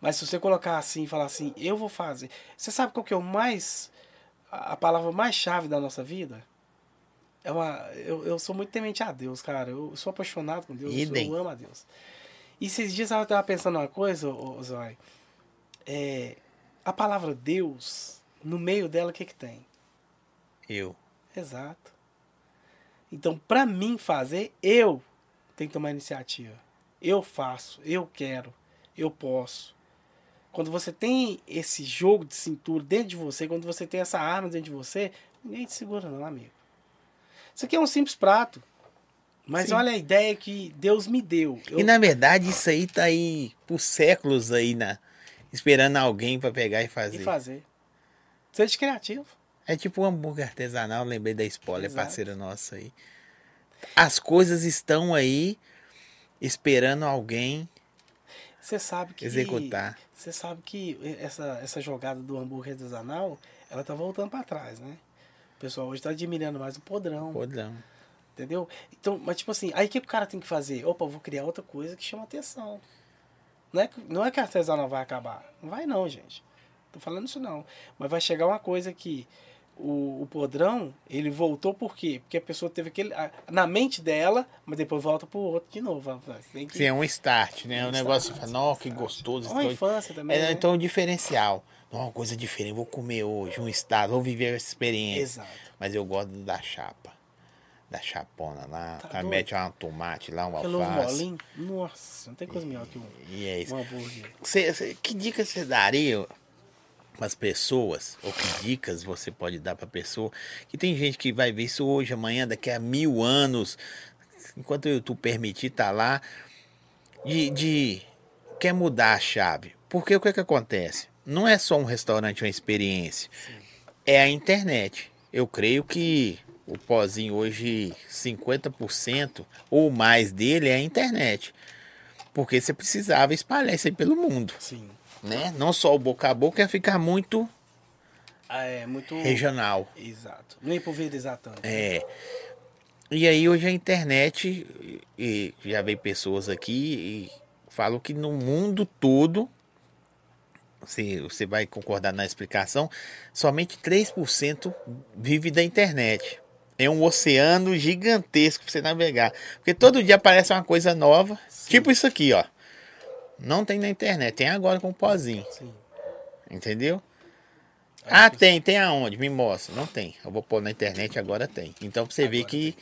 [SPEAKER 2] Mas se você colocar assim e falar assim, eu vou fazer. Você sabe qual que é o mais. A a palavra mais chave da nossa vida? É uma. Eu, eu sou muito temente a Deus, cara. Eu sou apaixonado com Deus. Eu, sou-
[SPEAKER 1] Idem.
[SPEAKER 2] eu amo a Deus. E esses dias eu tava pensando uma coisa, ô, ô, Zói. É, a palavra Deus, no meio dela, o que que tem?
[SPEAKER 1] Eu.
[SPEAKER 2] Exato. Então, pra mim fazer, eu tenho que tomar iniciativa. Eu faço, eu quero, eu posso. Quando você tem esse jogo de cintura dentro de você, quando você tem essa arma dentro de você, ninguém te segura não, amigo. Isso aqui é um simples prato. Mas
[SPEAKER 1] Sim.
[SPEAKER 2] olha a ideia que Deus me deu. Eu-
[SPEAKER 1] E na verdade isso aí tá aí por séculos aí, na... esperando alguém para pegar e
[SPEAKER 2] E
[SPEAKER 1] fazer.
[SPEAKER 2] fazer. Seja criativo.
[SPEAKER 1] É tipo um hambúrguer artesanal, lembrei da spoiler,
[SPEAKER 2] Exato.
[SPEAKER 1] parceira nossa aí. As coisas estão aí esperando alguém
[SPEAKER 2] Você sabe que.
[SPEAKER 1] executar.
[SPEAKER 2] Você sabe que essa, essa jogada do hambúrguer artesanal, ela tá voltando para trás, né? O pessoal hoje tá admirando mais o podrão,
[SPEAKER 1] Podrão.
[SPEAKER 2] entendeu? Então, mas tipo assim, aí o que o cara tem que fazer? Opa, eu vou criar outra coisa que chama atenção. Não é, que- não é que a artesanal vai acabar. Não vai não, gente. Tô falando isso não. Mas vai chegar uma coisa que o, o podrão, ele voltou por quê? Porque a pessoa teve aquele... a- na mente dela, mas depois volta pro outro de novo. Tem que...
[SPEAKER 1] Sim, é um start, né?
[SPEAKER 2] É um
[SPEAKER 1] o negócio
[SPEAKER 2] start,
[SPEAKER 1] fala, não,
[SPEAKER 2] é um
[SPEAKER 1] que
[SPEAKER 2] start."
[SPEAKER 1] gostoso.
[SPEAKER 2] Uma
[SPEAKER 1] Estou...
[SPEAKER 2] infância também,
[SPEAKER 1] É,
[SPEAKER 2] né?
[SPEAKER 1] então o diferencial. "Não, uma coisa diferente, vou comer hoje, um estado, vou viver essa experiência.
[SPEAKER 2] Exato.
[SPEAKER 1] Mas eu gosto da chapa. Da chapona lá.
[SPEAKER 2] Tá
[SPEAKER 1] Tá
[SPEAKER 2] doido.
[SPEAKER 1] mete lá um tomate, lá um
[SPEAKER 2] Aquele ovo
[SPEAKER 1] alface.
[SPEAKER 2] molinho. Nossa, não tem coisa melhor que um,
[SPEAKER 1] E é isso.
[SPEAKER 2] um hambúrguer.
[SPEAKER 1] Cê- cê- que dicas você daria para as pessoas? Ou que dicas você pode dar para pessoa? Que tem gente que vai ver isso hoje, amanhã, daqui a mil anos. Enquanto o YouTube permitir, tá lá. De, de- quer mudar a chave. Porque o que, que acontece? Não é só um restaurante, uma experiência. É a internet. Eu creio que o pozinho hoje, 50% ou mais dele é a internet. Porque você precisava espalhar isso aí pelo mundo,
[SPEAKER 2] Sim.
[SPEAKER 1] né? Não só o boca a boca ia ficar muito
[SPEAKER 2] Ah, é muito.
[SPEAKER 1] regional.
[SPEAKER 2] Exato. Nem pulverizar tanto.
[SPEAKER 1] É. E aí hoje a internet, e e já veio pessoas aqui e falam que no mundo todo, você, você vai concordar na explicação, somente 3% vive da internet. É um oceano gigantesco pra você navegar. Porque todo dia aparece uma coisa nova,
[SPEAKER 2] Sim.
[SPEAKER 1] tipo isso aqui, ó. Não tem na internet, tem agora com o pozinho.
[SPEAKER 2] Sim.
[SPEAKER 1] Entendeu? Ah, tem, tem aonde? Me mostra. Não tem. Eu vou pôr na internet, agora tem. Então pra você ver
[SPEAKER 2] Agora
[SPEAKER 1] que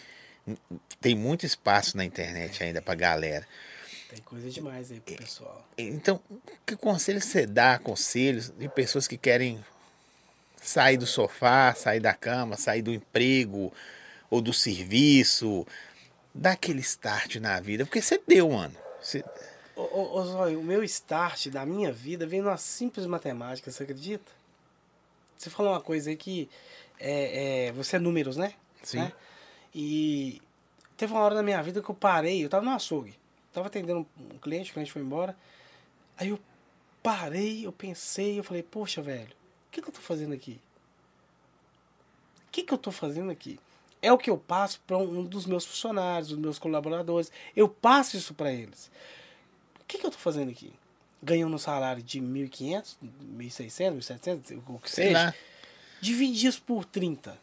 [SPEAKER 1] tem muito espaço na internet ainda pra galera.
[SPEAKER 2] Tem coisa demais aí pro pessoal.
[SPEAKER 1] Então, que conselhos você dá? Conselhos de pessoas que querem sair do sofá, sair da cama, sair do emprego ou do serviço. Dá aquele start na vida. Porque você deu, mano. Você-
[SPEAKER 2] Ô, ô, ô, Zóio, o meu start da minha vida vem numa simples matemática, você acredita? Você falou uma coisa aí que. É, é, você é números, né?
[SPEAKER 1] Sim.
[SPEAKER 2] Né? E teve uma hora da minha vida que eu parei, eu tava no açougue. Tava atendendo um cliente, o cliente foi embora. Aí eu parei, eu pensei, eu falei, poxa, velho, o que, que eu tô fazendo aqui? O que, que eu tô fazendo aqui? É o que eu passo para um dos meus funcionários, dos meus colaboradores. Eu passo isso para eles. O que, que eu tô fazendo aqui? Ganhando um salário de 1.500, 1.600, 1.700, o que
[SPEAKER 1] Sei
[SPEAKER 2] seja.
[SPEAKER 1] lá.
[SPEAKER 2] Divide isso por 30.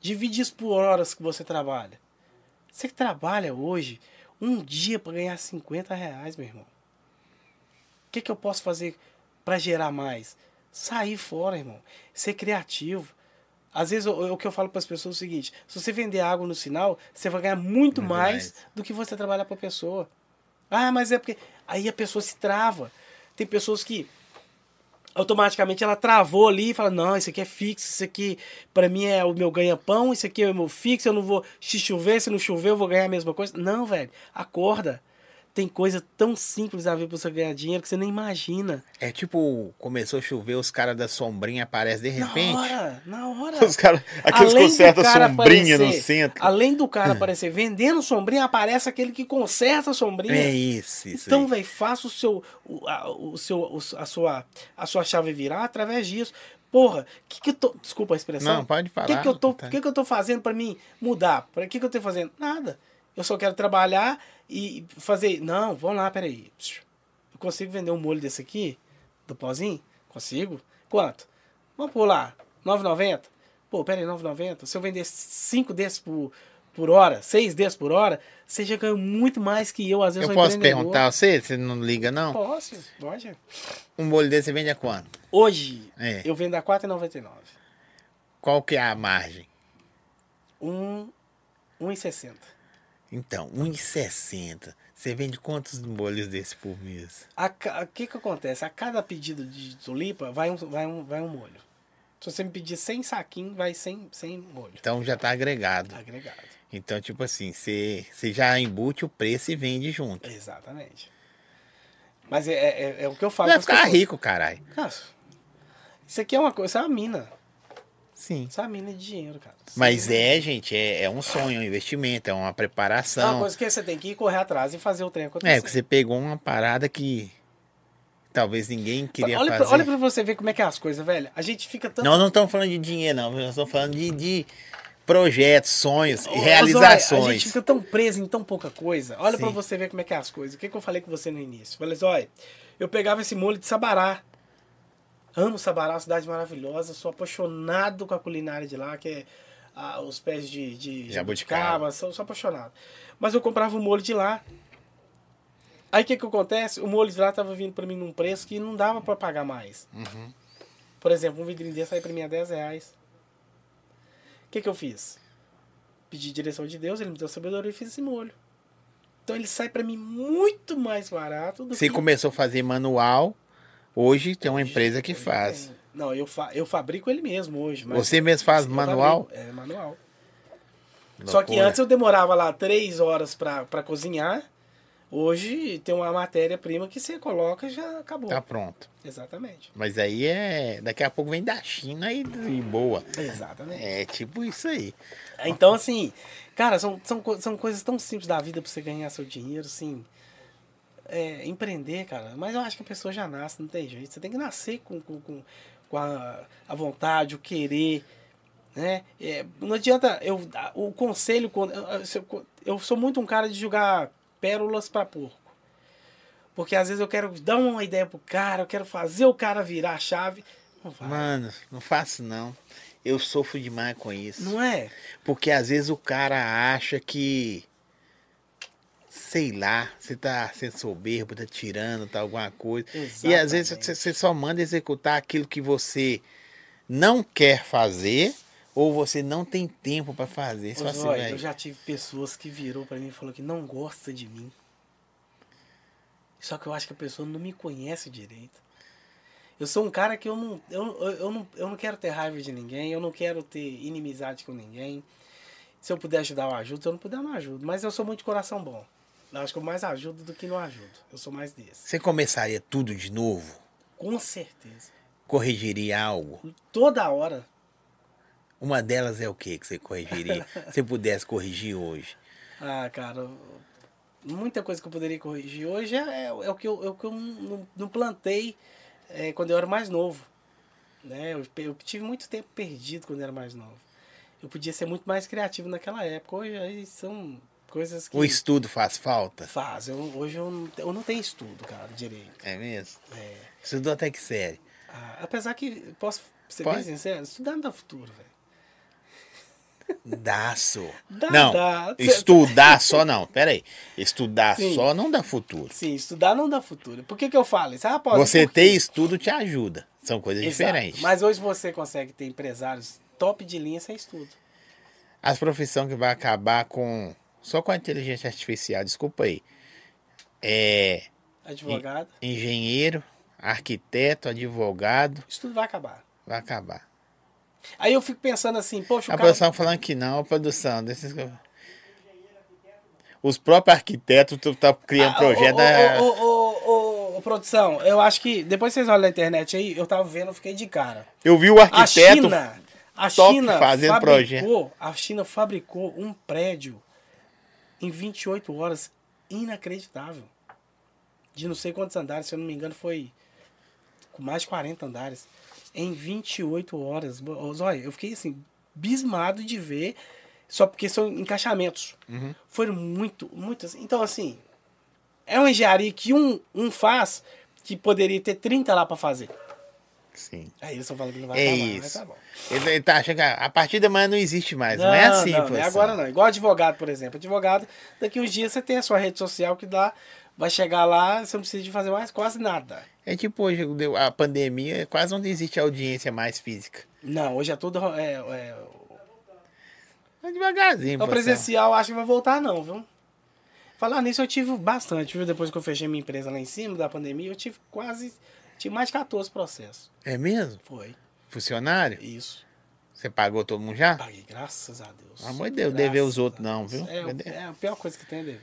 [SPEAKER 2] Divide isso por horas que você trabalha. Você que trabalha hoje um dia para ganhar 50 reais, meu irmão. O que, que eu posso fazer para gerar mais? Sair fora, irmão. Ser criativo. Às vezes, o, o que eu falo para as pessoas é o seguinte: se você vender água no sinal, você vai ganhar muito
[SPEAKER 1] Muito
[SPEAKER 2] mais,
[SPEAKER 1] mais.
[SPEAKER 2] do que você trabalhar para a pessoa. Ah, mas é porque. Aí a pessoa se trava. Tem pessoas que automaticamente ela travou ali e fala: não, isso aqui é fixo, isso aqui para mim é o meu ganha-pão, isso aqui é o meu fixo, eu não vou. Se chover, se não chover, eu vou ganhar a mesma coisa. Não, velho, acorda. Tem coisa tão simples a ver pra você ganhar dinheiro que você nem imagina.
[SPEAKER 1] É tipo, começou a chover, os caras da sombrinha aparecem de repente.
[SPEAKER 2] Na hora, na hora.
[SPEAKER 1] Os caras, aqueles
[SPEAKER 2] Além do
[SPEAKER 1] consertam
[SPEAKER 2] cara
[SPEAKER 1] sombrinha no
[SPEAKER 2] aparecer,
[SPEAKER 1] centro.
[SPEAKER 2] Além do
[SPEAKER 1] É.
[SPEAKER 2] cara aparecer vendendo sombrinha, aparece aquele que conserta a sombrinha.
[SPEAKER 1] É isso, isso
[SPEAKER 2] Então,
[SPEAKER 1] aí.
[SPEAKER 2] velho, faça o seu, o, a, o seu, o- a sua, a sua chave virar através disso. Porra, que que eu tô, desculpa a expressão.
[SPEAKER 1] Não, pode falar.
[SPEAKER 2] O que, que eu tô,
[SPEAKER 1] tá.
[SPEAKER 2] que, que eu tô fazendo pra mim mudar? Para que, que eu tô fazendo? Nada. Eu só quero trabalhar e fazer. Não, vamos lá, peraí. Psiu. Eu consigo vender um molho desse aqui? Do pozinho? Consigo? Quanto? Vamos pôr lá. 9,90? Pô, peraí, 9,90. Se eu vender 5 desses por, por hora, 6 desses por hora, você já ganhou muito mais que eu. Às vezes
[SPEAKER 1] Eu
[SPEAKER 2] sou
[SPEAKER 1] posso
[SPEAKER 2] empreendedor.
[SPEAKER 1] perguntar a você? Você não liga, não?
[SPEAKER 2] Posso, pode.
[SPEAKER 1] Um molho desse você vende a quanto?
[SPEAKER 2] Hoje,
[SPEAKER 1] É.
[SPEAKER 2] eu vendo a 4,99.
[SPEAKER 1] Qual que é a margem?
[SPEAKER 2] Um- 1,60.
[SPEAKER 1] Então, 1,60. Você vende quantos molhos desse por mês?
[SPEAKER 2] A ca- O que que acontece? A cada pedido de tulipa vai um, vai um, vai um molho. Se você me pedir 100 saquinhos, vai 100, 100 molho.
[SPEAKER 1] Então já tá agregado.
[SPEAKER 2] Agregado.
[SPEAKER 1] Então, tipo assim, você, você já embute o preço e vende junto.
[SPEAKER 2] Exatamente. Mas é, é, é o que eu falo.
[SPEAKER 1] Vai
[SPEAKER 2] pras
[SPEAKER 1] ficar
[SPEAKER 2] pessoas.
[SPEAKER 1] rico, caralho.
[SPEAKER 2] Cara, isso aqui é uma coisa, isso é uma mina.
[SPEAKER 1] Sim.
[SPEAKER 2] Isso é uma mina de dinheiro, cara.
[SPEAKER 1] Mas é, gente, é, é um sonho, é um investimento, é uma
[SPEAKER 2] É uma
[SPEAKER 1] preparação.
[SPEAKER 2] coisa que você tem que correr atrás e fazer o trem acontecer.
[SPEAKER 1] É, porque você pegou uma parada que talvez ninguém queria
[SPEAKER 2] olha,
[SPEAKER 1] fazer.
[SPEAKER 2] Pra, olha pra você ver como é que é as coisas, velho. A gente fica tanto
[SPEAKER 1] Nós não estamos falando de dinheiro, não. Nós estamos falando de, de projetos, sonhos,
[SPEAKER 2] Ô, ô, Zóia, A gente
[SPEAKER 1] realizações.
[SPEAKER 2] fica tão preso em tão pouca coisa. Olha
[SPEAKER 1] Sim.
[SPEAKER 2] pra você ver como é que é as coisas. O que, que eu falei com você no início? Eu Falei, Zóia, eu pegava esse molho de Sabará. Amo Sabará, uma cidade maravilhosa. Sou apaixonado com a culinária de lá, que é ah, os pés de,
[SPEAKER 1] Jabuticaba.
[SPEAKER 2] de um jabuticaba. Sou, sou apaixonado. Mas eu comprava o molho de lá. Aí o que que acontece? O molho de lá tava vindo pra mim num preço que não dava pra pagar mais. Por exemplo, um vidrinho desse aí pra mim é 10 reais. O que que eu fiz? Pedi direção de Deus, ele me deu sabedoria e fiz esse molho. Então ele sai pra mim muito mais barato do
[SPEAKER 1] Você
[SPEAKER 2] que...
[SPEAKER 1] começou a fazer manual, hoje tem uma empresa que
[SPEAKER 2] Hoje
[SPEAKER 1] faz.
[SPEAKER 2] tem. Não, eu, fa eu fabrico ele mesmo hoje. mas-
[SPEAKER 1] Você mesmo faz
[SPEAKER 2] Eu
[SPEAKER 1] manual?
[SPEAKER 2] fabrico, É, manual. Só que
[SPEAKER 1] Loucura.
[SPEAKER 2] antes eu demorava lá três horas pra, pra cozinhar. Hoje tem uma matéria-prima que você coloca e já acabou.
[SPEAKER 1] Tá pronto.
[SPEAKER 2] Exatamente.
[SPEAKER 1] Mas aí é. Daqui a pouco vem da China e, e boa.
[SPEAKER 2] Exatamente.
[SPEAKER 1] É tipo isso aí.
[SPEAKER 2] Então, assim, cara, são, são, co- são coisas tão simples da vida pra você ganhar seu dinheiro, assim. É, empreender, cara. Mas eu acho que a pessoa já nasce, não tem jeito. Você tem que nascer com, com, com, com a, a vontade, o querer, né? É, não adianta. Eu, a- o conselho. quando- eu- eu- se Eu, eu sou muito um cara de jogar pérolas pra porco. Porque às vezes eu quero dar uma ideia pro cara, eu quero fazer o cara virar a chave. Não vai.
[SPEAKER 1] Mano, não faço não. Eu sofro demais com isso.
[SPEAKER 2] Não é?
[SPEAKER 1] Porque às vezes o cara acha que. Sei lá, você tá sendo soberbo, tá tirando, tá alguma coisa. E às vezes
[SPEAKER 2] Exatamente.
[SPEAKER 1] você- você só manda executar aquilo que você não quer fazer ou você não tem tempo pra fazer. Você
[SPEAKER 2] Ô,
[SPEAKER 1] fala assim,
[SPEAKER 2] Zói, eu
[SPEAKER 1] velho,
[SPEAKER 2] já tive pessoas que virou pra mim e falou que não gosta de mim. Só que eu acho que a pessoa não me conhece direito. Eu sou um cara que eu não, eu, eu, eu não, eu não quero ter raiva de ninguém, eu não quero ter inimizade com ninguém. Se eu puder ajudar, eu ajudo. Se eu não puder, eu não ajudo. Mas eu sou muito de coração bom. Eu acho que eu mais ajudo do que não ajudo. Eu sou mais desse.
[SPEAKER 1] você começaria tudo de novo?
[SPEAKER 2] Com certeza.
[SPEAKER 1] Corrigiria algo?
[SPEAKER 2] Toda hora.
[SPEAKER 1] Uma delas é o que que você corrigiria? Se pudesse corrigir hoje.
[SPEAKER 2] Ah, cara, eu- muita coisa que eu poderia corrigir hoje é, é, o que eu, é o que eu não, não plantei é, quando eu era mais novo. Né? Eu, pe- eu tive muito tempo perdido quando eu era mais novo. Eu podia ser muito mais criativo naquela época. Hoje aí são coisas que
[SPEAKER 1] O estudo faz falta?
[SPEAKER 2] faz. Eu, hoje eu não, eu não tenho estudo, cara, direito.
[SPEAKER 1] É mesmo?
[SPEAKER 2] É.
[SPEAKER 1] Estudou até que série?
[SPEAKER 2] Ah, apesar que, posso ser
[SPEAKER 1] Pode.
[SPEAKER 2] bem sincero, estudar não dá futuro, velho.
[SPEAKER 1] Daço.
[SPEAKER 2] Dá,
[SPEAKER 1] não,
[SPEAKER 2] dá. Cê-
[SPEAKER 1] estudar só não. Pera aí. Estudar
[SPEAKER 2] Sim.
[SPEAKER 1] só não dá futuro.
[SPEAKER 2] Sim, estudar não dá futuro. Por que que eu falo isso? Ah, Paulo,
[SPEAKER 1] Você
[SPEAKER 2] por quê?
[SPEAKER 1] ter estudo te ajuda. São coisas
[SPEAKER 2] Exato.
[SPEAKER 1] diferentes.
[SPEAKER 2] Mas hoje você consegue ter empresários top de linha sem estudo.
[SPEAKER 1] As profissões que vai acabar com... Só com a inteligência artificial, desculpa aí. É
[SPEAKER 2] Advogado,
[SPEAKER 1] engenheiro, arquiteto, advogado,
[SPEAKER 2] isso tudo vai acabar.
[SPEAKER 1] vai acabar.
[SPEAKER 2] Aí eu fico pensando assim, poxa,
[SPEAKER 1] A
[SPEAKER 2] o cara...
[SPEAKER 1] produção falando que não, a produção. Desses... Os próprios arquitetos estão criando projeto.
[SPEAKER 2] Ah, Ô,
[SPEAKER 1] é,
[SPEAKER 2] ô, ô, ô, ô, ô, produção, eu acho que... Depois vocês olham na internet aí, eu tava vendo, eu fiquei de cara.
[SPEAKER 1] Eu vi o
[SPEAKER 2] A
[SPEAKER 1] arquiteto.
[SPEAKER 2] China... A
[SPEAKER 1] top
[SPEAKER 2] China
[SPEAKER 1] fazendo
[SPEAKER 2] fabricou... A China fabricou um prédio em 28 horas inacreditável. De não sei quantos andares, se eu não me engano, foi com mais de 40 andares. Em 28 horas. Bo- ô, Zóia, eu fiquei assim, bismado de ver, só porque são encaixamentos.
[SPEAKER 1] Uhum.
[SPEAKER 2] Foram muito, muitas. Então, assim, é uma engenharia que um, um faz que poderia ter 30 lá pra fazer.
[SPEAKER 1] Sim.
[SPEAKER 2] Aí eles só falam que não vai
[SPEAKER 1] É
[SPEAKER 2] acabar, mas
[SPEAKER 1] isso.
[SPEAKER 2] tá bom.
[SPEAKER 1] Ele, ele tá achando que a a partir da manhã não existe mais. Não, é assim,
[SPEAKER 2] não, não é
[SPEAKER 1] professor.
[SPEAKER 2] agora não. Igual advogado, por exemplo. Advogado, daqui uns dias você tem a sua rede social que dá, vai chegar lá, você não precisa de fazer mais quase nada.
[SPEAKER 1] É tipo hoje, deu- a pandemia, quase não existe audiência mais física.
[SPEAKER 2] Não, hoje é tudo. É, é,
[SPEAKER 1] Mas É devagarzinho, assim,
[SPEAKER 2] o
[SPEAKER 1] professor.
[SPEAKER 2] presencial acho que vai voltar, não, viu? Falar nisso, eu tive bastante, viu? Depois que eu fechei minha empresa lá em cima da pandemia, eu tive quase. Tive mais de 14 processos.
[SPEAKER 1] É mesmo?
[SPEAKER 2] Foi.
[SPEAKER 1] Funcionário?
[SPEAKER 2] Isso.
[SPEAKER 1] Você pagou todo mundo já?
[SPEAKER 2] Paguei, graças a Deus.
[SPEAKER 1] Pelo amor de Deus, Ah, dever os
[SPEAKER 2] Graças
[SPEAKER 1] outros
[SPEAKER 2] a
[SPEAKER 1] não,
[SPEAKER 2] Deus.
[SPEAKER 1] viu?
[SPEAKER 2] É, o-
[SPEAKER 1] Cadê?
[SPEAKER 2] é a pior coisa que tem é dever.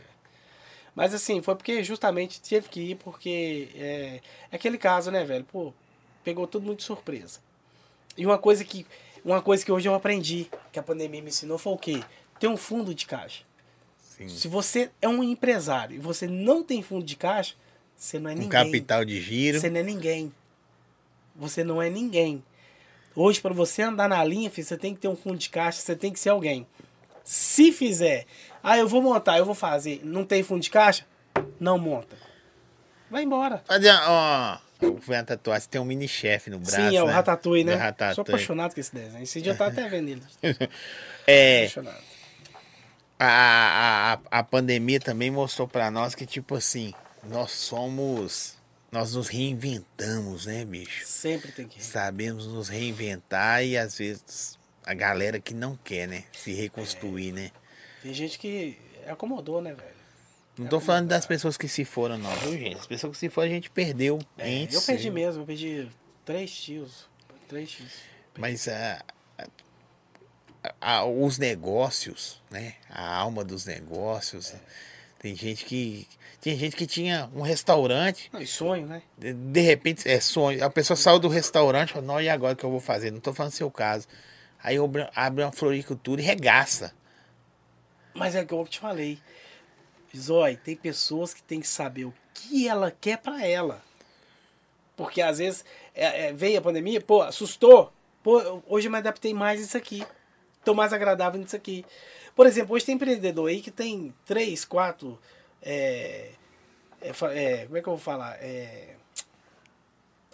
[SPEAKER 2] Mas assim, foi porque justamente tive que ir, porque é é aquele caso, né, velho? Pô, pegou todo mundo de surpresa. E uma coisa que, uma coisa que hoje eu aprendi, que a pandemia me ensinou, foi o quê? Ter um fundo de caixa.
[SPEAKER 1] Sim.
[SPEAKER 2] Se você é um empresário e você não tem fundo de caixa, você não é
[SPEAKER 1] Um
[SPEAKER 2] ninguém.
[SPEAKER 1] capital de giro.
[SPEAKER 2] Você não é ninguém. Você não é ninguém. Hoje, para você andar na linha, filho, você tem que ter um fundo de caixa, você tem que ser alguém. Se fizer, ah, eu vou montar, eu vou fazer, não tem fundo de caixa? Não monta. Vai embora.
[SPEAKER 1] Fazer uma. ó, Eu fui uma tatuagem, você tem um mini-chefe no braço.
[SPEAKER 2] Sim, é o
[SPEAKER 1] né?
[SPEAKER 2] Ratatouille, né?
[SPEAKER 1] Do Ratatouille.
[SPEAKER 2] Sou apaixonado com esse desenho. Esse dia eu tava até vendo ele.
[SPEAKER 1] É,
[SPEAKER 2] Apaixonado.
[SPEAKER 1] a, a, a, a pandemia também mostrou pra nós que, tipo assim, Nós somos. Nós nos reinventamos, né, bicho?
[SPEAKER 2] Sempre tem que.
[SPEAKER 1] Sabemos nos reinventar e às vezes a galera que não quer, né? Se
[SPEAKER 2] É.
[SPEAKER 1] reconstruir, né?
[SPEAKER 2] Tem gente que acomodou, né, velho?
[SPEAKER 1] Não tô falando das pessoas que se foram, não, viu, gente? As pessoas que se foram a gente perdeu.
[SPEAKER 2] É,
[SPEAKER 1] antes,
[SPEAKER 2] eu perdi mesmo, eu perdi três tios. Três tios.
[SPEAKER 1] Mas ah, a- a- os negócios, né? A alma dos negócios.
[SPEAKER 2] É.
[SPEAKER 1] Tem gente que. Tinha gente que tinha um restaurante,
[SPEAKER 2] Não, e sonho, né?
[SPEAKER 1] de, de repente é sonho. A pessoa saiu do restaurante e fala, não, e agora o que eu vou fazer? Não tô falando seu caso. Aí obra- abre uma floricultura e regaça.
[SPEAKER 2] Mas é igual que eu te falei. Zói, tem pessoas que tem que saber o que ela quer pra ela. Porque às vezes é, é, veio a pandemia, pô, assustou. Pô, eu- hoje eu me adaptei mais nisso aqui. Tô mais agradável nisso aqui. Por exemplo, hoje tem empreendedor aí que tem três, quatro. é, é, fa- é, como é que eu vou falar? É,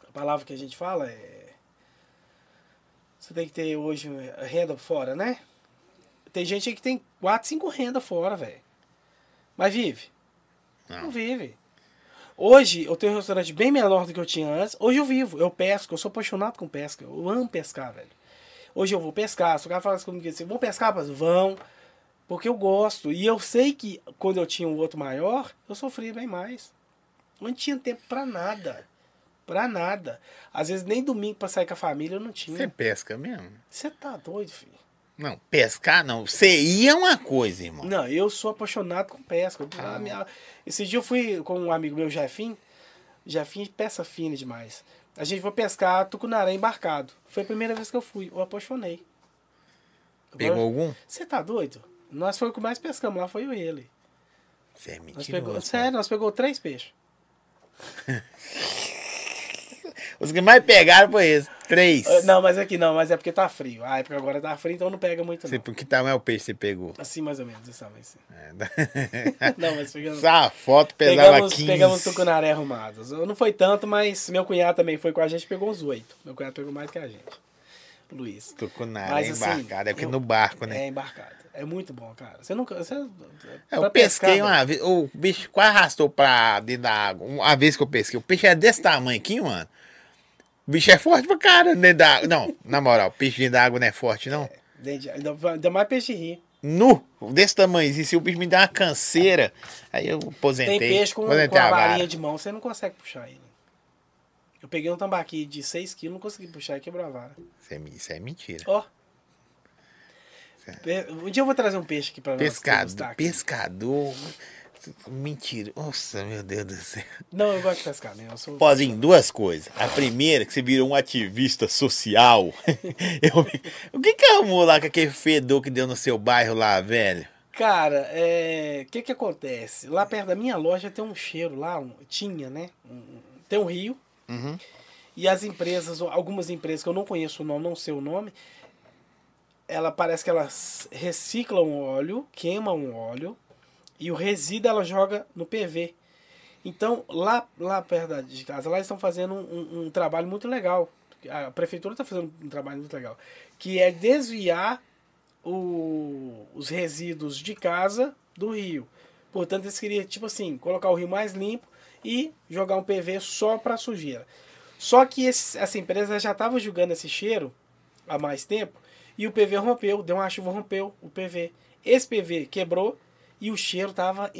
[SPEAKER 2] a palavra que a gente fala é. Você tem que ter hoje é, renda fora, né? Tem gente aí que tem 4, 5 renda fora, velho. Mas vive? Não.
[SPEAKER 1] Não.
[SPEAKER 2] vive. Hoje eu tenho um restaurante bem menor do que eu tinha antes. Hoje eu vivo, eu pesco, eu sou apaixonado com pesca. Eu amo pescar, velho. Hoje eu vou pescar. Se o cara fala comigo assim, vão pescar, mas vão. Porque eu gosto. E eu sei que quando eu tinha um outro maior, eu sofria bem mais. Não tinha tempo pra nada. Pra nada. Às vezes nem domingo pra sair com a família eu não
[SPEAKER 1] Você
[SPEAKER 2] tinha.
[SPEAKER 1] pesca mesmo?
[SPEAKER 2] Você tá doido, filho?
[SPEAKER 1] Não, pescar não. Você ia é uma coisa, irmão.
[SPEAKER 2] Não, eu sou apaixonado com pesca. Eu-
[SPEAKER 1] Ah.
[SPEAKER 2] a minha- Esse dia eu fui com um amigo meu, Jefim. Jefim, peça fina demais. A gente foi pescar tucunaré embarcado. Foi a primeira vez que eu fui. Eu apaixonei.
[SPEAKER 1] Pegou algum?
[SPEAKER 2] Você tá doido? Nós foi o que mais pescamos lá, foi eu e ele.
[SPEAKER 1] Você é
[SPEAKER 2] Nós
[SPEAKER 1] mentiroso.
[SPEAKER 2] pegou,
[SPEAKER 1] mano.
[SPEAKER 2] sério, nós pegou três peixes.
[SPEAKER 1] Os que mais pegaram foi esse. Três.
[SPEAKER 2] Ah, Não, mas aqui não, mas é porque tá frio. A época agora tá frio, então não pega muito
[SPEAKER 1] Você,
[SPEAKER 2] não.
[SPEAKER 1] por que tamanho é o peixe que você pegou?
[SPEAKER 2] Assim mais ou menos, sabe? Assim.
[SPEAKER 1] É.
[SPEAKER 2] Não, mas pegamos.
[SPEAKER 1] Essa foto pesava
[SPEAKER 2] Pegamos,
[SPEAKER 1] 15.
[SPEAKER 2] pegamos tucunaré arrumados. Não foi tanto, mas meu cunhado também foi com a gente, pegou uns oito. Meu cunhado pegou mais que a gente. Luiz.
[SPEAKER 1] Tucunaré
[SPEAKER 2] Mas, assim,
[SPEAKER 1] embarcado. É porque
[SPEAKER 2] eu-
[SPEAKER 1] no barco, né? É,
[SPEAKER 2] É embarcado. É muito bom, cara. Você nunca. Você,
[SPEAKER 1] Eu
[SPEAKER 2] pra pescar,
[SPEAKER 1] pesquei
[SPEAKER 2] velho.
[SPEAKER 1] uma vez. O bicho quase arrastou pra dentro da água. Uma vez que eu pesquei. O peixe é desse tamanho aqui, mano. O bicho é forte pra cara dentro da água. Não, na moral, peixe dentro da água não é forte, não.
[SPEAKER 2] Dentro de- Ainda, ainda mais peixe rim.
[SPEAKER 1] Nu, desse tamanho. E se o bicho me dá uma canseira, aí eu aposentei.
[SPEAKER 2] Tem peixe com, com
[SPEAKER 1] aposentei
[SPEAKER 2] a
[SPEAKER 1] vara.
[SPEAKER 2] varinha de mão, você não consegue puxar ele. Eu peguei um tambaqui de 6 quilos, não consegui puxar e quebrou a vara.
[SPEAKER 1] Isso é, mi- isso é mentira.
[SPEAKER 2] Ó. Pe- Um dia eu vou trazer um peixe aqui pra nós. degustar
[SPEAKER 1] Pescador,
[SPEAKER 2] aqui.
[SPEAKER 1] pescador. Mentira. Nossa, meu Deus do céu.
[SPEAKER 2] Não, eu gosto de pescar mesmo. Eu sou... um
[SPEAKER 1] Pozinho, duas coisas. A primeira, que você virou um ativista social. Eu- o que que arrumou lá com aquele fedor que deu no seu bairro lá, velho?
[SPEAKER 2] Cara, é, o que que acontece? Lá perto da minha loja tem um cheiro lá, um- tinha, né? Um- um- Tem um rio
[SPEAKER 1] Uhum.
[SPEAKER 2] e as empresas, ou algumas empresas que eu não conheço o nome, não sei o nome, ela parece que elas reciclam óleo, queimam óleo e o resíduo ela joga no PV. Então, lá, lá perto da- de casa, lá eles estão fazendo um, um- um trabalho muito legal. A prefeitura está fazendo um trabalho muito legal. Que é desviar o- os resíduos de casa do rio. Portanto, eles queriam, tipo assim, colocar o rio mais limpo e jogar um PV só para sujeira. Só que esse- essa empresa já estava julgando esse cheiro há mais tempo e o PV rompeu, deu uma chuva, rompeu o PV. Esse PV quebrou e o cheiro estava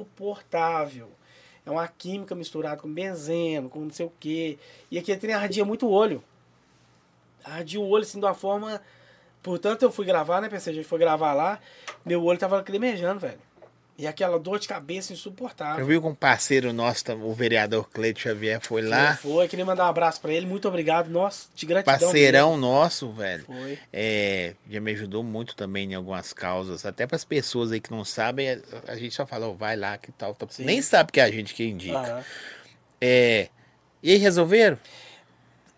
[SPEAKER 2] insuportável. É uma química misturada com benzeno, com não sei o quê. E aquele trem ardia muito o olho. Ardia o olho, assim, de uma forma... Portanto, eu fui gravar, né, PC? A gente foi gravar lá, meu olho tava lacrimejando, velho. E aquela dor de cabeça insuportável.
[SPEAKER 1] Eu vi com um parceiro nosso, tam- o vereador Cleito Xavier, foi
[SPEAKER 2] Ele
[SPEAKER 1] lá.
[SPEAKER 2] Foi, queria mandar um abraço pra ele. Muito obrigado. Nossa, de gratidão.
[SPEAKER 1] Parceirão nosso, velho.
[SPEAKER 2] mesmo. Foi.
[SPEAKER 1] É, já me ajudou muito também em algumas causas. Até para as pessoas aí que não sabem, é, a- a gente só fala, "Ô, vai lá que tal. tal."
[SPEAKER 2] Sim. Ah.
[SPEAKER 1] Nem sabe que é a gente que indica.
[SPEAKER 2] Aham.
[SPEAKER 1] É, e aí resolveram?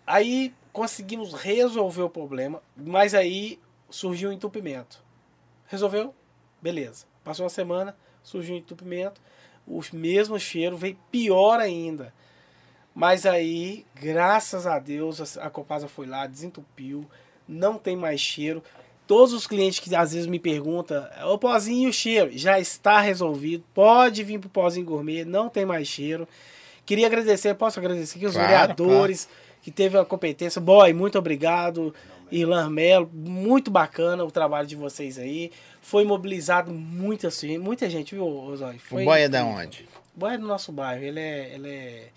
[SPEAKER 2] Aí conseguimos resolver o problema, mas aí surgiu um entupimento. Resolveu? Beleza. Passou uma semana, surgiu um entupimento. O mesmo cheiro veio pior ainda. Mas aí, graças a Deus, a a Copasa foi lá, desentupiu, não tem mais cheiro. Todos os clientes que às vezes me perguntam, o pozinho e o cheiro, já está resolvido. Pode vir pro pozinho gourmet, não tem mais cheiro. Queria agradecer, posso agradecer aqui os
[SPEAKER 1] Claro,
[SPEAKER 2] vereadores que teve a competência. Boy, muito obrigado. Irlan Melo, muito bacana o trabalho de vocês aí. Foi mobilizado muita, gente- muita gente, viu, Rosane? Foi
[SPEAKER 1] O boy é da
[SPEAKER 2] incrível.
[SPEAKER 1] onde?
[SPEAKER 2] O boy é do nosso bairro, ele é, ele é-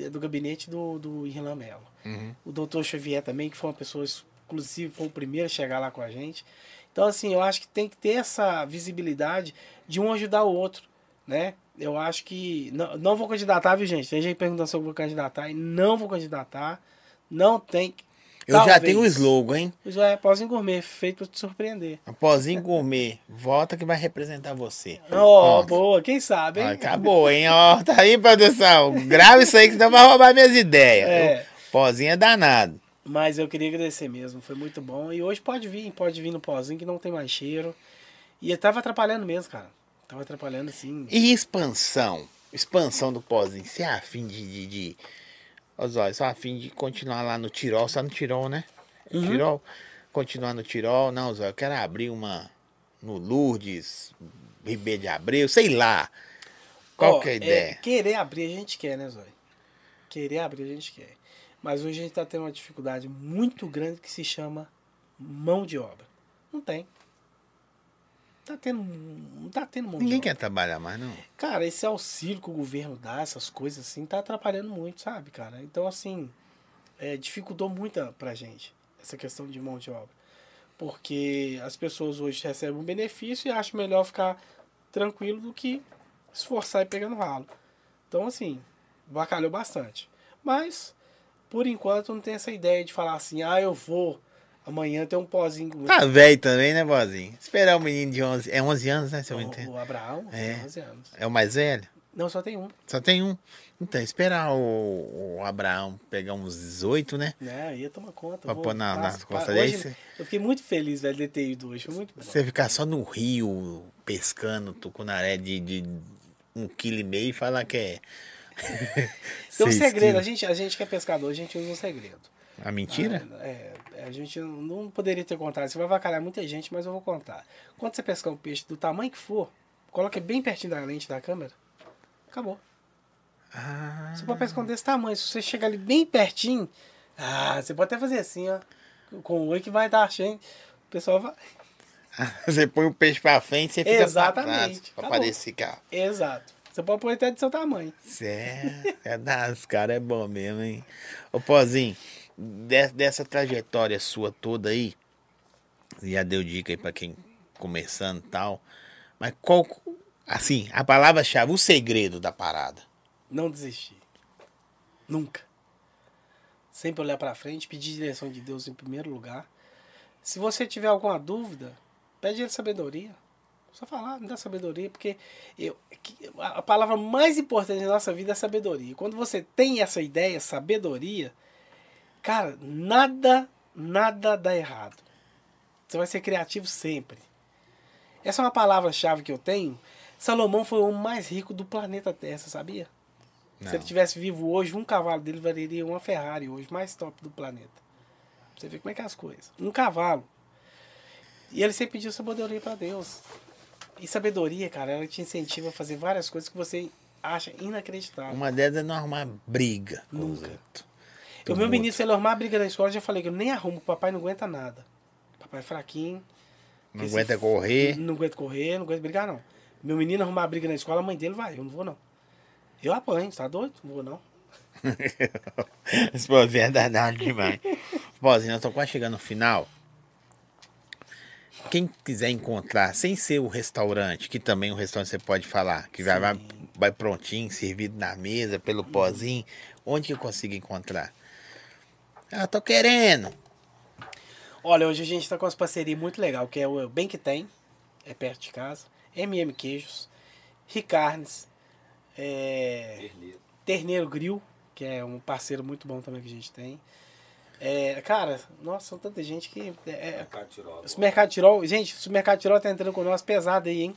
[SPEAKER 2] é do gabinete do, do Irlan Melo.
[SPEAKER 1] Uhum.
[SPEAKER 2] O doutor Xavier também, que foi uma pessoa exclusiva, foi o primeiro a chegar lá com a gente. Então, assim, eu acho que tem que ter essa visibilidade de um ajudar o outro, né? Eu acho que. Não, não vou candidatar, viu, gente? Tem gente perguntando se eu vou candidatar e não vou candidatar. Não tem.
[SPEAKER 1] Eu já
[SPEAKER 2] Talvez.
[SPEAKER 1] tenho o slogan, hein?
[SPEAKER 2] Isso é pós em gourmet, feito pra te surpreender.
[SPEAKER 1] Pozinho Gourmet, volta que vai representar você.
[SPEAKER 2] Ó,
[SPEAKER 1] Pronto.
[SPEAKER 2] boa, quem sabe, hein?
[SPEAKER 1] Ah, Acabou, hein? Ó, tá aí, produção. Grava isso aí que senão vai roubar minhas ideias.
[SPEAKER 2] É.
[SPEAKER 1] O Pozinho é danado.
[SPEAKER 2] Mas eu queria agradecer mesmo, foi muito bom. E hoje pode vir, pode vir no pozinho que não tem mais cheiro. E eu tava atrapalhando mesmo, cara. Tava atrapalhando assim. sim.
[SPEAKER 1] E expansão? Expansão do pozinho. Você é afim de. de, de... Ó, Zóio, só afim de continuar lá no Tirol, só no Tirol, né? É
[SPEAKER 2] Uhum.
[SPEAKER 1] Tirol? Continuar no Tirol. Não, Zóio, eu quero abrir uma no Lourdes, Ribeiro de Abreu, sei lá. Qual
[SPEAKER 2] Ó,
[SPEAKER 1] que é a
[SPEAKER 2] é,
[SPEAKER 1] ideia?
[SPEAKER 2] querer abrir a gente quer, né, Zói? Querer abrir a gente quer. Mas hoje a gente tá tendo uma dificuldade muito grande que se chama mão de obra. Não tem. Tá tendo, não tá tendo mão
[SPEAKER 1] Ninguém
[SPEAKER 2] de obra.
[SPEAKER 1] quer trabalhar mais, não.
[SPEAKER 2] Cara, esse auxílio que o governo dá, essas coisas assim, tá atrapalhando muito, sabe, cara? Então, assim, é, dificultou muito a- pra gente essa questão de mão de obra. Porque as pessoas hoje recebem um benefício e acham melhor ficar tranquilo do que esforçar e pegar no ralo. Então, assim, bacalhou bastante. Mas, por enquanto, não tem essa ideia de falar assim, ah, eu vou, amanhã tem um pozinho.
[SPEAKER 1] Tá velho também, né, Pozinho? Esperar o menino de 11. É 11 anos, né, seu
[SPEAKER 2] o,
[SPEAKER 1] entendo?
[SPEAKER 2] o Abraão,
[SPEAKER 1] É.
[SPEAKER 2] 11 anos.
[SPEAKER 1] É o mais velho?
[SPEAKER 2] Não, só tem um.
[SPEAKER 1] Só tem um. Então, esperar o, o Abraão pegar uns 18, né?
[SPEAKER 2] Né? Ia tomar conta.
[SPEAKER 1] Pra
[SPEAKER 2] vou-
[SPEAKER 1] pôr na- nas
[SPEAKER 2] Nossa,
[SPEAKER 1] costas
[SPEAKER 2] pa-
[SPEAKER 1] dele.
[SPEAKER 2] Tá. hoje-
[SPEAKER 1] Cê-
[SPEAKER 2] Eu fiquei muito feliz, velho, de ter ido hoje. Foi muito bom.
[SPEAKER 1] Você ficar só no rio pescando tucunaré de, de um quilo e meio e falar que é.
[SPEAKER 2] Tem um
[SPEAKER 1] seis
[SPEAKER 2] segredo. A
[SPEAKER 1] quilos.
[SPEAKER 2] gente, a gente que é pescador, a gente usa um segredo.
[SPEAKER 1] A mentira?
[SPEAKER 2] É, a gente não- não poderia ter contado. Você vai avacalhar muita gente, mas eu vou contar. Quando você pescar um peixe do tamanho que for, coloque bem pertinho da lente da câmera. Acabou.
[SPEAKER 1] Ah,
[SPEAKER 2] Você pode pescar um desse tamanho. Se você chegar ali bem pertinho, ah, você pode até fazer assim, ó. Com o oi que vai dar cheio. O pessoal vai.
[SPEAKER 1] Ah. você põe o peixe pra frente e você fica pra trás.
[SPEAKER 2] Exatamente. Tá
[SPEAKER 1] Pra
[SPEAKER 2] Acabou.
[SPEAKER 1] parecer que. ó,
[SPEAKER 2] Exato. Você pode pôr até do seu tamanho.
[SPEAKER 1] cê É, é da- os caras é bom mesmo, hein? Ô, Pozinho, de- dessa trajetória sua toda aí, já deu dica aí pra quem começando e tal, mas qual, assim, a palavra-chave, o segredo da parada?
[SPEAKER 2] não desistir. Nunca. Sempre olhar pra frente, pedir direção de Deus em primeiro lugar. Se você tiver alguma dúvida, pede ele sabedoria. Só falar, me dá sabedoria, porque eu, que- a a palavra mais importante da nossa vida é sabedoria. Quando você tem essa ideia, sabedoria, cara, nada, nada dá errado. Você vai ser criativo sempre. Essa é uma palavra-chave que eu tenho. Salomão foi o homem mais rico do planeta Terra, você sabia? Se
[SPEAKER 1] Não.
[SPEAKER 2] ele tivesse vivo hoje, um cavalo dele valeria uma Ferrari hoje, mais top do planeta. Pra você ver como é que é as coisas. Um cavalo. E ele sempre pediu sabedoria pra Deus. E sabedoria, cara, ela te incentiva a fazer várias coisas que você acha inacreditável.
[SPEAKER 1] Uma delas é não arrumar briga com os
[SPEAKER 2] Nunca.
[SPEAKER 1] outros.
[SPEAKER 2] O meu menino, se ele arrumar a briga na escola, eu já falei que eu nem arrumo, o papai não aguenta nada. Papai é fraquinho,
[SPEAKER 1] Não
[SPEAKER 2] esse
[SPEAKER 1] aguenta correr.
[SPEAKER 2] Não aguento correr, não aguento brigar, não. Meu menino arrumar a briga na escola, a mãe dele vai, eu não vou, não. Eu apanho, tá doido? Não vou, não.
[SPEAKER 1] Esse pozinho é danado demais. Pozinho, nós estamos quase chegando no final. Quem quiser encontrar, sem ser o restaurante, que também o restaurante você pode falar, que vai, vai, vai prontinho, servido na mesa, pelo
[SPEAKER 2] Uhum.
[SPEAKER 1] pozinho, onde que eu consigo encontrar? Ah, tô querendo.
[SPEAKER 2] Olha, hoje a gente tá com umas parcerias muito legal, que é o Bem Que Tem, é perto de casa, MM Queijos, Ricarnes, é, Terneiro Grill, que é um parceiro muito bom também que a gente tem. É, cara, nossa, são tanta gente que. é, é, o Supermercado Tirol, gente, o Supermercado Tirol tá entrando com nós pesado aí, hein?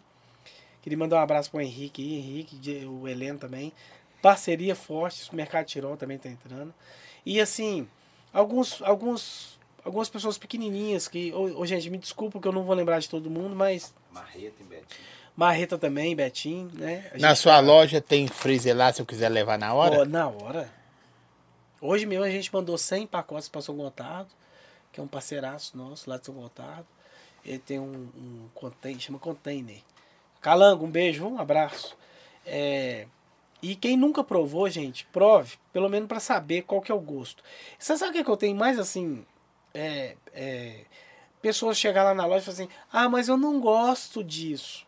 [SPEAKER 2] Queria mandar um abraço pro Henrique aí, Henrique, de- o Heleno também. Parceria forte, o Supermercado Tirol também tá entrando. E assim, alguns, alguns, algumas pessoas pequenininhas que, ô, ô, gente, me desculpa que eu não vou lembrar de todo mundo, mas
[SPEAKER 3] Marreta e Betinho.
[SPEAKER 2] Marreta também, Betim, né? A
[SPEAKER 1] Na
[SPEAKER 2] gente-
[SPEAKER 1] sua loja tem freezer lá se eu quiser levar na hora?
[SPEAKER 2] Ó, na hora. Hoje mesmo a gente mandou 100 pacotes para São Gotardo, que é um parceiraço nosso lá de São Gotardo. Ele tem um, um container, chama container. Calango, um beijo, um abraço. É, E quem nunca provou, gente, prove, pelo menos para saber qual que é o gosto. Você sabe o que, é que eu tenho mais assim? É, é, pessoas chegar lá na loja e falar assim: ah, mas eu não gosto disso.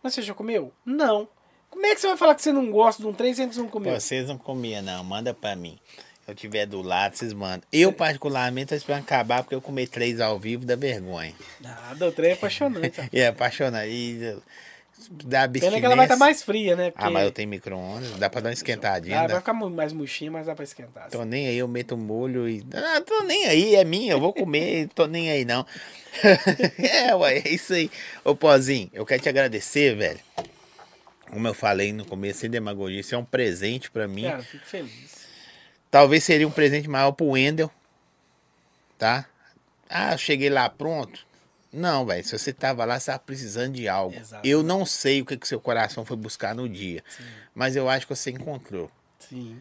[SPEAKER 2] Mas você já comeu? Não. Como é que você vai falar que você não gosta de um trem sendo que você não comeu?
[SPEAKER 1] Vocês não comiam, não. Manda pra mim. Se eu tiver do lado, vocês mandam. Eu, particularmente, tô esperando acabar porque eu comi três ao vivo da vergonha.
[SPEAKER 2] Nada, o trem é apaixonante. ó.
[SPEAKER 1] E é apaixonado. E dá
[SPEAKER 2] Pena que ela vai estar
[SPEAKER 1] abstinência.
[SPEAKER 2] mais fria, né? Porque
[SPEAKER 1] Ah, mas eu né? tenho micro-ondas. Dá pra dar uma esquentadinha.
[SPEAKER 2] ela
[SPEAKER 1] dá.
[SPEAKER 2] vai ficar mu- mais murchinha, mas dá pra esquentar.
[SPEAKER 1] Tô nem aí, eu meto molho e. Ah, tô nem aí, é minha, eu vou comer, tô nem aí não. é, ué, é isso aí. Ô Pozinho, eu quero te agradecer, velho. Como eu falei no começo, sem demagogia, isso é um presente pra mim.
[SPEAKER 2] Cara, assim. Ah, eu fico feliz.
[SPEAKER 1] Talvez seria um presente maior pro Wendel, tá? Ah, eu cheguei lá pronto. Não, velho, se você tava lá, você tava precisando de algo.
[SPEAKER 2] Exato.
[SPEAKER 1] Eu não sei o que que seu coração foi buscar no dia,
[SPEAKER 2] Sim,
[SPEAKER 1] mas eu acho que você encontrou.
[SPEAKER 2] sim.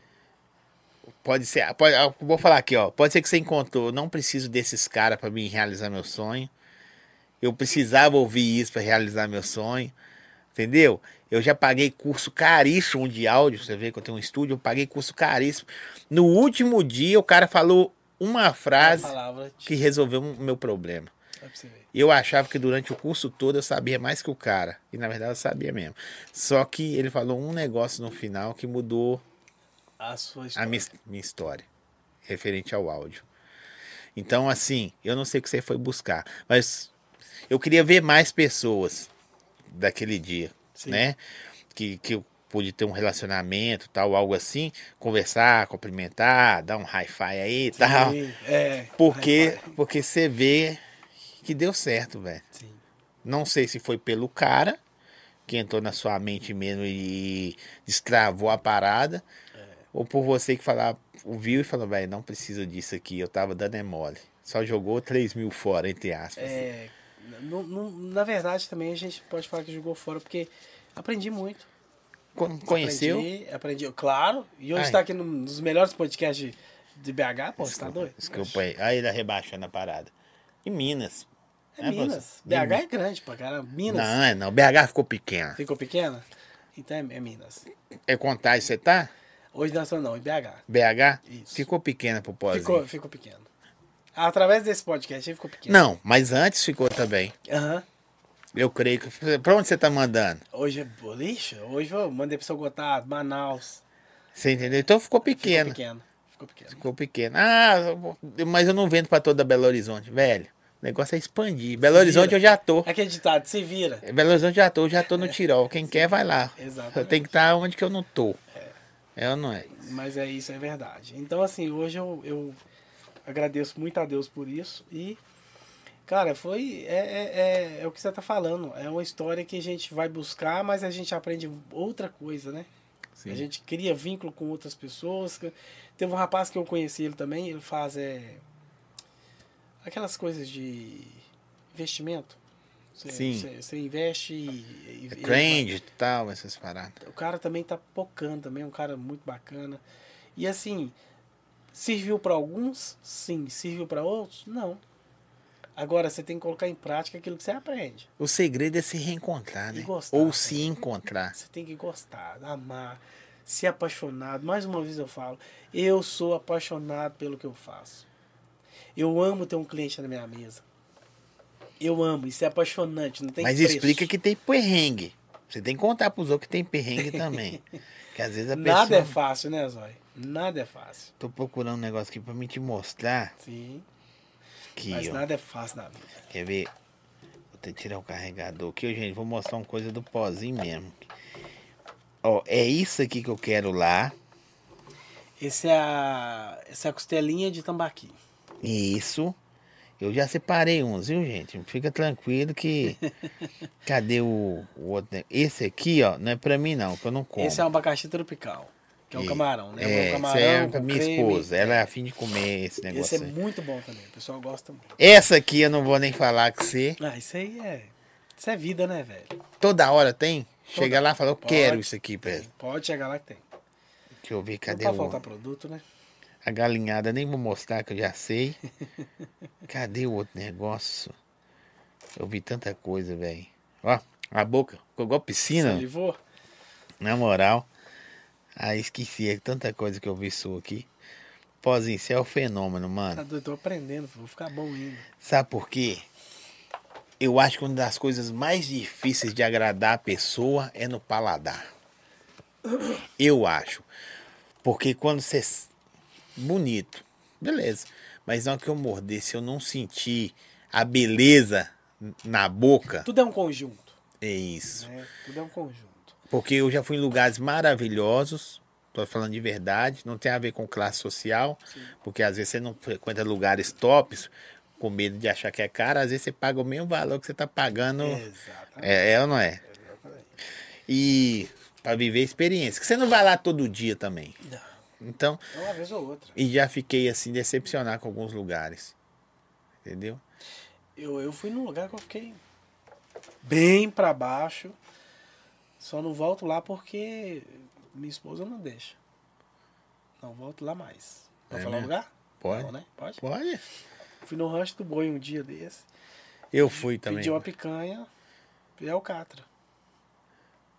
[SPEAKER 1] Pode ser, ah, pode, eu vou falar aqui, ó. Pode ser que você encontrou, eu não preciso desses caras pra mim realizar meu sonho. Eu precisava ouvir isso pra realizar meu sonho. Entendeu? Eu já paguei curso caríssimo de áudio, você vê que eu tenho um estúdio, eu paguei curso caríssimo. No último dia o cara falou uma frase
[SPEAKER 2] Uma palavra te-
[SPEAKER 1] que resolveu o meu problema.
[SPEAKER 2] é pra você ver.
[SPEAKER 1] Eu achava que durante o curso todo eu sabia mais que o cara, e na verdade eu sabia mesmo. Só que ele falou um negócio no final que mudou
[SPEAKER 2] A sua
[SPEAKER 1] a
[SPEAKER 2] história.
[SPEAKER 1] minha, minha história referente ao áudio. Então, assim, eu não sei o que você foi buscar, mas eu queria ver mais pessoas daquele dia,
[SPEAKER 2] Sim.
[SPEAKER 1] né? Que, que eu pude ter um relacionamento, tal, algo assim, conversar, cumprimentar, dar um hi-fi aí e tal.
[SPEAKER 2] Sim, é.
[SPEAKER 1] Porque, porque você vê que deu certo, velho.
[SPEAKER 2] Sim,
[SPEAKER 1] Não sei se foi pelo cara que entrou na sua mente mesmo e destravou a parada,
[SPEAKER 2] É.
[SPEAKER 1] ou por você que falar, ouviu e falou, velho, não precisa disso aqui, eu tava dando é mole. Só jogou 3 mil fora, entre aspas.
[SPEAKER 2] é, não- não- na verdade, também a gente pode falar que jogou fora, porque aprendi muito.
[SPEAKER 1] Con- Conheceu?
[SPEAKER 2] Aprendi, aprendi, claro. E hoje
[SPEAKER 1] Ai.
[SPEAKER 2] está aqui num dos melhores podcasts de, de BH, pô, você tá doido?
[SPEAKER 1] Desculpa aí. Aí ele rebaixando a parada. E Minas.
[SPEAKER 2] É
[SPEAKER 1] né,
[SPEAKER 2] Minas.
[SPEAKER 1] professor?
[SPEAKER 2] BH é grande pra caramba. Minas.
[SPEAKER 1] Não, é não. BH ficou pequena.
[SPEAKER 2] Ficou pequena? Então é, é Minas.
[SPEAKER 1] É contagem, você tá?
[SPEAKER 2] Hoje nós estamos não, em BH.
[SPEAKER 1] BH?
[SPEAKER 2] Isso.
[SPEAKER 1] Ficou pequena pro pozinho.
[SPEAKER 2] Ficou, ficou pequeno. Através desse podcast aí ficou pequeno.
[SPEAKER 1] Não, mas antes ficou também.
[SPEAKER 2] Aham.
[SPEAKER 1] Eu creio que. Pra onde você tá mandando?
[SPEAKER 2] Hoje é bo- lixo. Hoje eu mandei pro seu Gotardo, Manaus.
[SPEAKER 1] Você entendeu? Então ficou
[SPEAKER 2] Ficou
[SPEAKER 1] pequeno.
[SPEAKER 2] pequeno. Ficou pequeno.
[SPEAKER 1] Ficou pequeno. Ah, mas eu não vendo pra toda Belo Horizonte, velho. O negócio é expandir. Belo Horizonte eu já tô.
[SPEAKER 2] Aquele É ditado, se vira.
[SPEAKER 1] Belo Horizonte eu já tô, eu já tô no Tirol. Quem quer vai lá.
[SPEAKER 2] Exatamente.
[SPEAKER 1] Eu tenho que estar onde que eu não tô. É ou não é?
[SPEAKER 2] Mas é isso, é verdade. Então, assim, hoje eu, eu agradeço muito a Deus por isso. E, cara, foi. É, é, é, é o que você tá falando. É uma história que a gente vai buscar, mas a gente aprende outra coisa, né? A gente cria vínculo com outras pessoas. Teve um rapaz que eu conheci ele também, ele faz é, aquelas coisas de investimento. Você,
[SPEAKER 1] Sim.
[SPEAKER 2] Você, você investe e. e-
[SPEAKER 1] É
[SPEAKER 2] e-
[SPEAKER 1] trend e tal, essas paradas.
[SPEAKER 2] o cara também tá pocando também, é um cara muito bacana. E assim, serviu para alguns? Sim. Serviu para outros? Não. Agora você tem que colocar em prática aquilo que você aprende.
[SPEAKER 1] O segredo é se reencontrar, né?
[SPEAKER 2] E gostar,
[SPEAKER 1] Ou
[SPEAKER 2] né?
[SPEAKER 1] se encontrar.
[SPEAKER 2] Você tem que gostar, amar, ser apaixonado. Mais uma vez eu falo, eu sou apaixonado pelo que eu faço. Eu amo ter um cliente na minha mesa. Eu amo, isso é apaixonante, não tem
[SPEAKER 1] Mas
[SPEAKER 2] preço.
[SPEAKER 1] explica que tem perrengue. Você tem que contar pros outros que tem perrengue também. que às vezes a pessoa.
[SPEAKER 2] Nada é fácil, né, Zói? Nada é fácil.
[SPEAKER 1] Tô procurando um negócio aqui pra mim te mostrar
[SPEAKER 2] Sim.
[SPEAKER 1] que
[SPEAKER 2] mas
[SPEAKER 1] ó,
[SPEAKER 2] nada é fácil na vida.
[SPEAKER 1] Quer ver? Vou ter que tirar o carregador aqui, Ô, gente. Vou mostrar uma coisa do pozinho mesmo. Ó, é isso aqui que eu quero lá.
[SPEAKER 2] Esse é a, essa é a costelinha de tambaqui.
[SPEAKER 1] Isso. Eu já separei uns, viu, gente? Fica tranquilo que. Cadê o, o outro? ne- Esse aqui, ó, não é pra mim, não, que eu não como.
[SPEAKER 2] Esse é um abacaxi tropical. Que é um camarão, né?
[SPEAKER 1] É,
[SPEAKER 2] um
[SPEAKER 1] essa
[SPEAKER 2] camarão
[SPEAKER 1] é a
[SPEAKER 2] com
[SPEAKER 1] minha
[SPEAKER 2] creme.
[SPEAKER 1] esposa. Ela é afim de comer esse
[SPEAKER 2] Esse
[SPEAKER 1] negócio.
[SPEAKER 2] é
[SPEAKER 1] aí.
[SPEAKER 2] muito bom também. O pessoal gosta muito.
[SPEAKER 1] Essa aqui eu não vou nem falar que você.
[SPEAKER 2] Ah, isso aí é. Isso é vida, né, velho?
[SPEAKER 1] Toda hora tem? Chega lá e fala, eu
[SPEAKER 2] Pode.
[SPEAKER 1] quero isso aqui, pera.
[SPEAKER 2] Pode chegar lá que tem.
[SPEAKER 1] Deixa eu ver, cadê
[SPEAKER 2] Não pode
[SPEAKER 1] o-
[SPEAKER 2] faltar produto, né?
[SPEAKER 1] a galinhada? Nem vou mostrar que eu já sei. cadê o outro negócio? Eu vi tanta coisa, velho. Ó, a boca ficou igual piscina,
[SPEAKER 2] Se livrou?
[SPEAKER 1] na moral. Aí esqueci, é tanta coisa que eu vi sua aqui. Pozinho, você é o fenômeno, mano.
[SPEAKER 2] Tá doido, tô aprendendo, vou ficar bom ainda.
[SPEAKER 1] Sabe por quê? Eu acho que uma das coisas mais difíceis de agradar a pessoa é no paladar. Eu acho. Porque quando você. s- Bonito, beleza. Mas na hora que eu morder, se eu não sentir a beleza n- na boca,
[SPEAKER 2] Tudo é um conjunto,
[SPEAKER 1] é isso.
[SPEAKER 2] né? Tudo é um conjunto.
[SPEAKER 1] Porque eu já fui em lugares maravilhosos, tô falando de verdade, não tem a ver com classe social, porque às vezes você não frequenta lugares tops com medo de achar que é caro, às vezes você paga o mesmo valor que você tá pagando.
[SPEAKER 2] Exatamente.
[SPEAKER 1] É, é ou não é? E para viver a experiência, que você não vai lá todo dia também.
[SPEAKER 2] Não,
[SPEAKER 1] Então,
[SPEAKER 2] é uma vez ou outra.
[SPEAKER 1] e já fiquei assim decepcionado com alguns lugares. Entendeu?
[SPEAKER 2] Eu, eu fui num lugar que eu fiquei bem pra baixo. Só não volto lá porque minha esposa não deixa. Não volto lá mais. Pode
[SPEAKER 1] É
[SPEAKER 2] falar o
[SPEAKER 1] mesmo?
[SPEAKER 2] lugar?
[SPEAKER 1] Pode.
[SPEAKER 2] Não, né? Pode?
[SPEAKER 1] Olha,
[SPEAKER 2] Fui no rancho do boi um dia desse.
[SPEAKER 1] eu fui também.
[SPEAKER 2] Pedi uma picanha É e alcatra.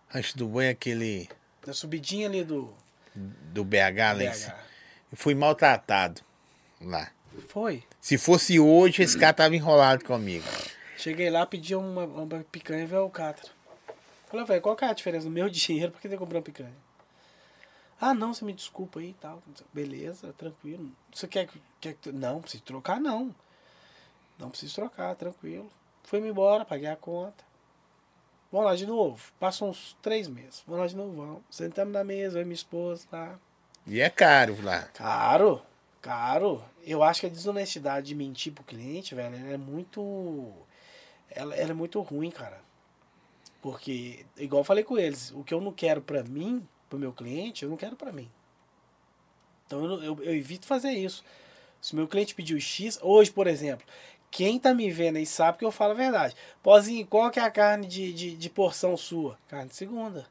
[SPEAKER 1] Rancho do Boi é aquele
[SPEAKER 2] Na subidinha ali do
[SPEAKER 1] do BH, lá em cima.
[SPEAKER 2] BH.
[SPEAKER 1] Eu fui maltratado lá.
[SPEAKER 2] Foi.
[SPEAKER 1] Se fosse hoje, esse cara tava enrolado comigo.
[SPEAKER 2] Cheguei lá, pedi uma, uma picanha e veio alcatra. Falei, velho, qual que é a diferença do meu dinheiro? Por que você comprou uma picanha? Ah, não, você me desculpa aí e tal. Beleza, tranquilo. Você quer, que- quer que... Não, preciso trocar, não. Não preciso trocar, tranquilo. Fui-me embora, paguei a conta. Vamos lá de novo. Passou uns três meses. Vamos lá de novo, vamos. Sentamos na mesa, eu e minha esposa, tá?
[SPEAKER 1] E é caro lá.
[SPEAKER 2] Caro, caro. Eu acho que a desonestidade de mentir pro cliente, velho, ela é muito. Ela, ela é muito ruim, cara. Porque, igual eu falei com eles, o que eu não quero pra mim, pro meu cliente, eu não quero pra mim. Então eu, não- eu, eu evito fazer isso. Se meu cliente pediu X, hoje, por exemplo, quem tá me vendo aí sabe que eu falo a verdade. Pozinho, qual que é a carne de, de, de porção sua? Carne de segunda.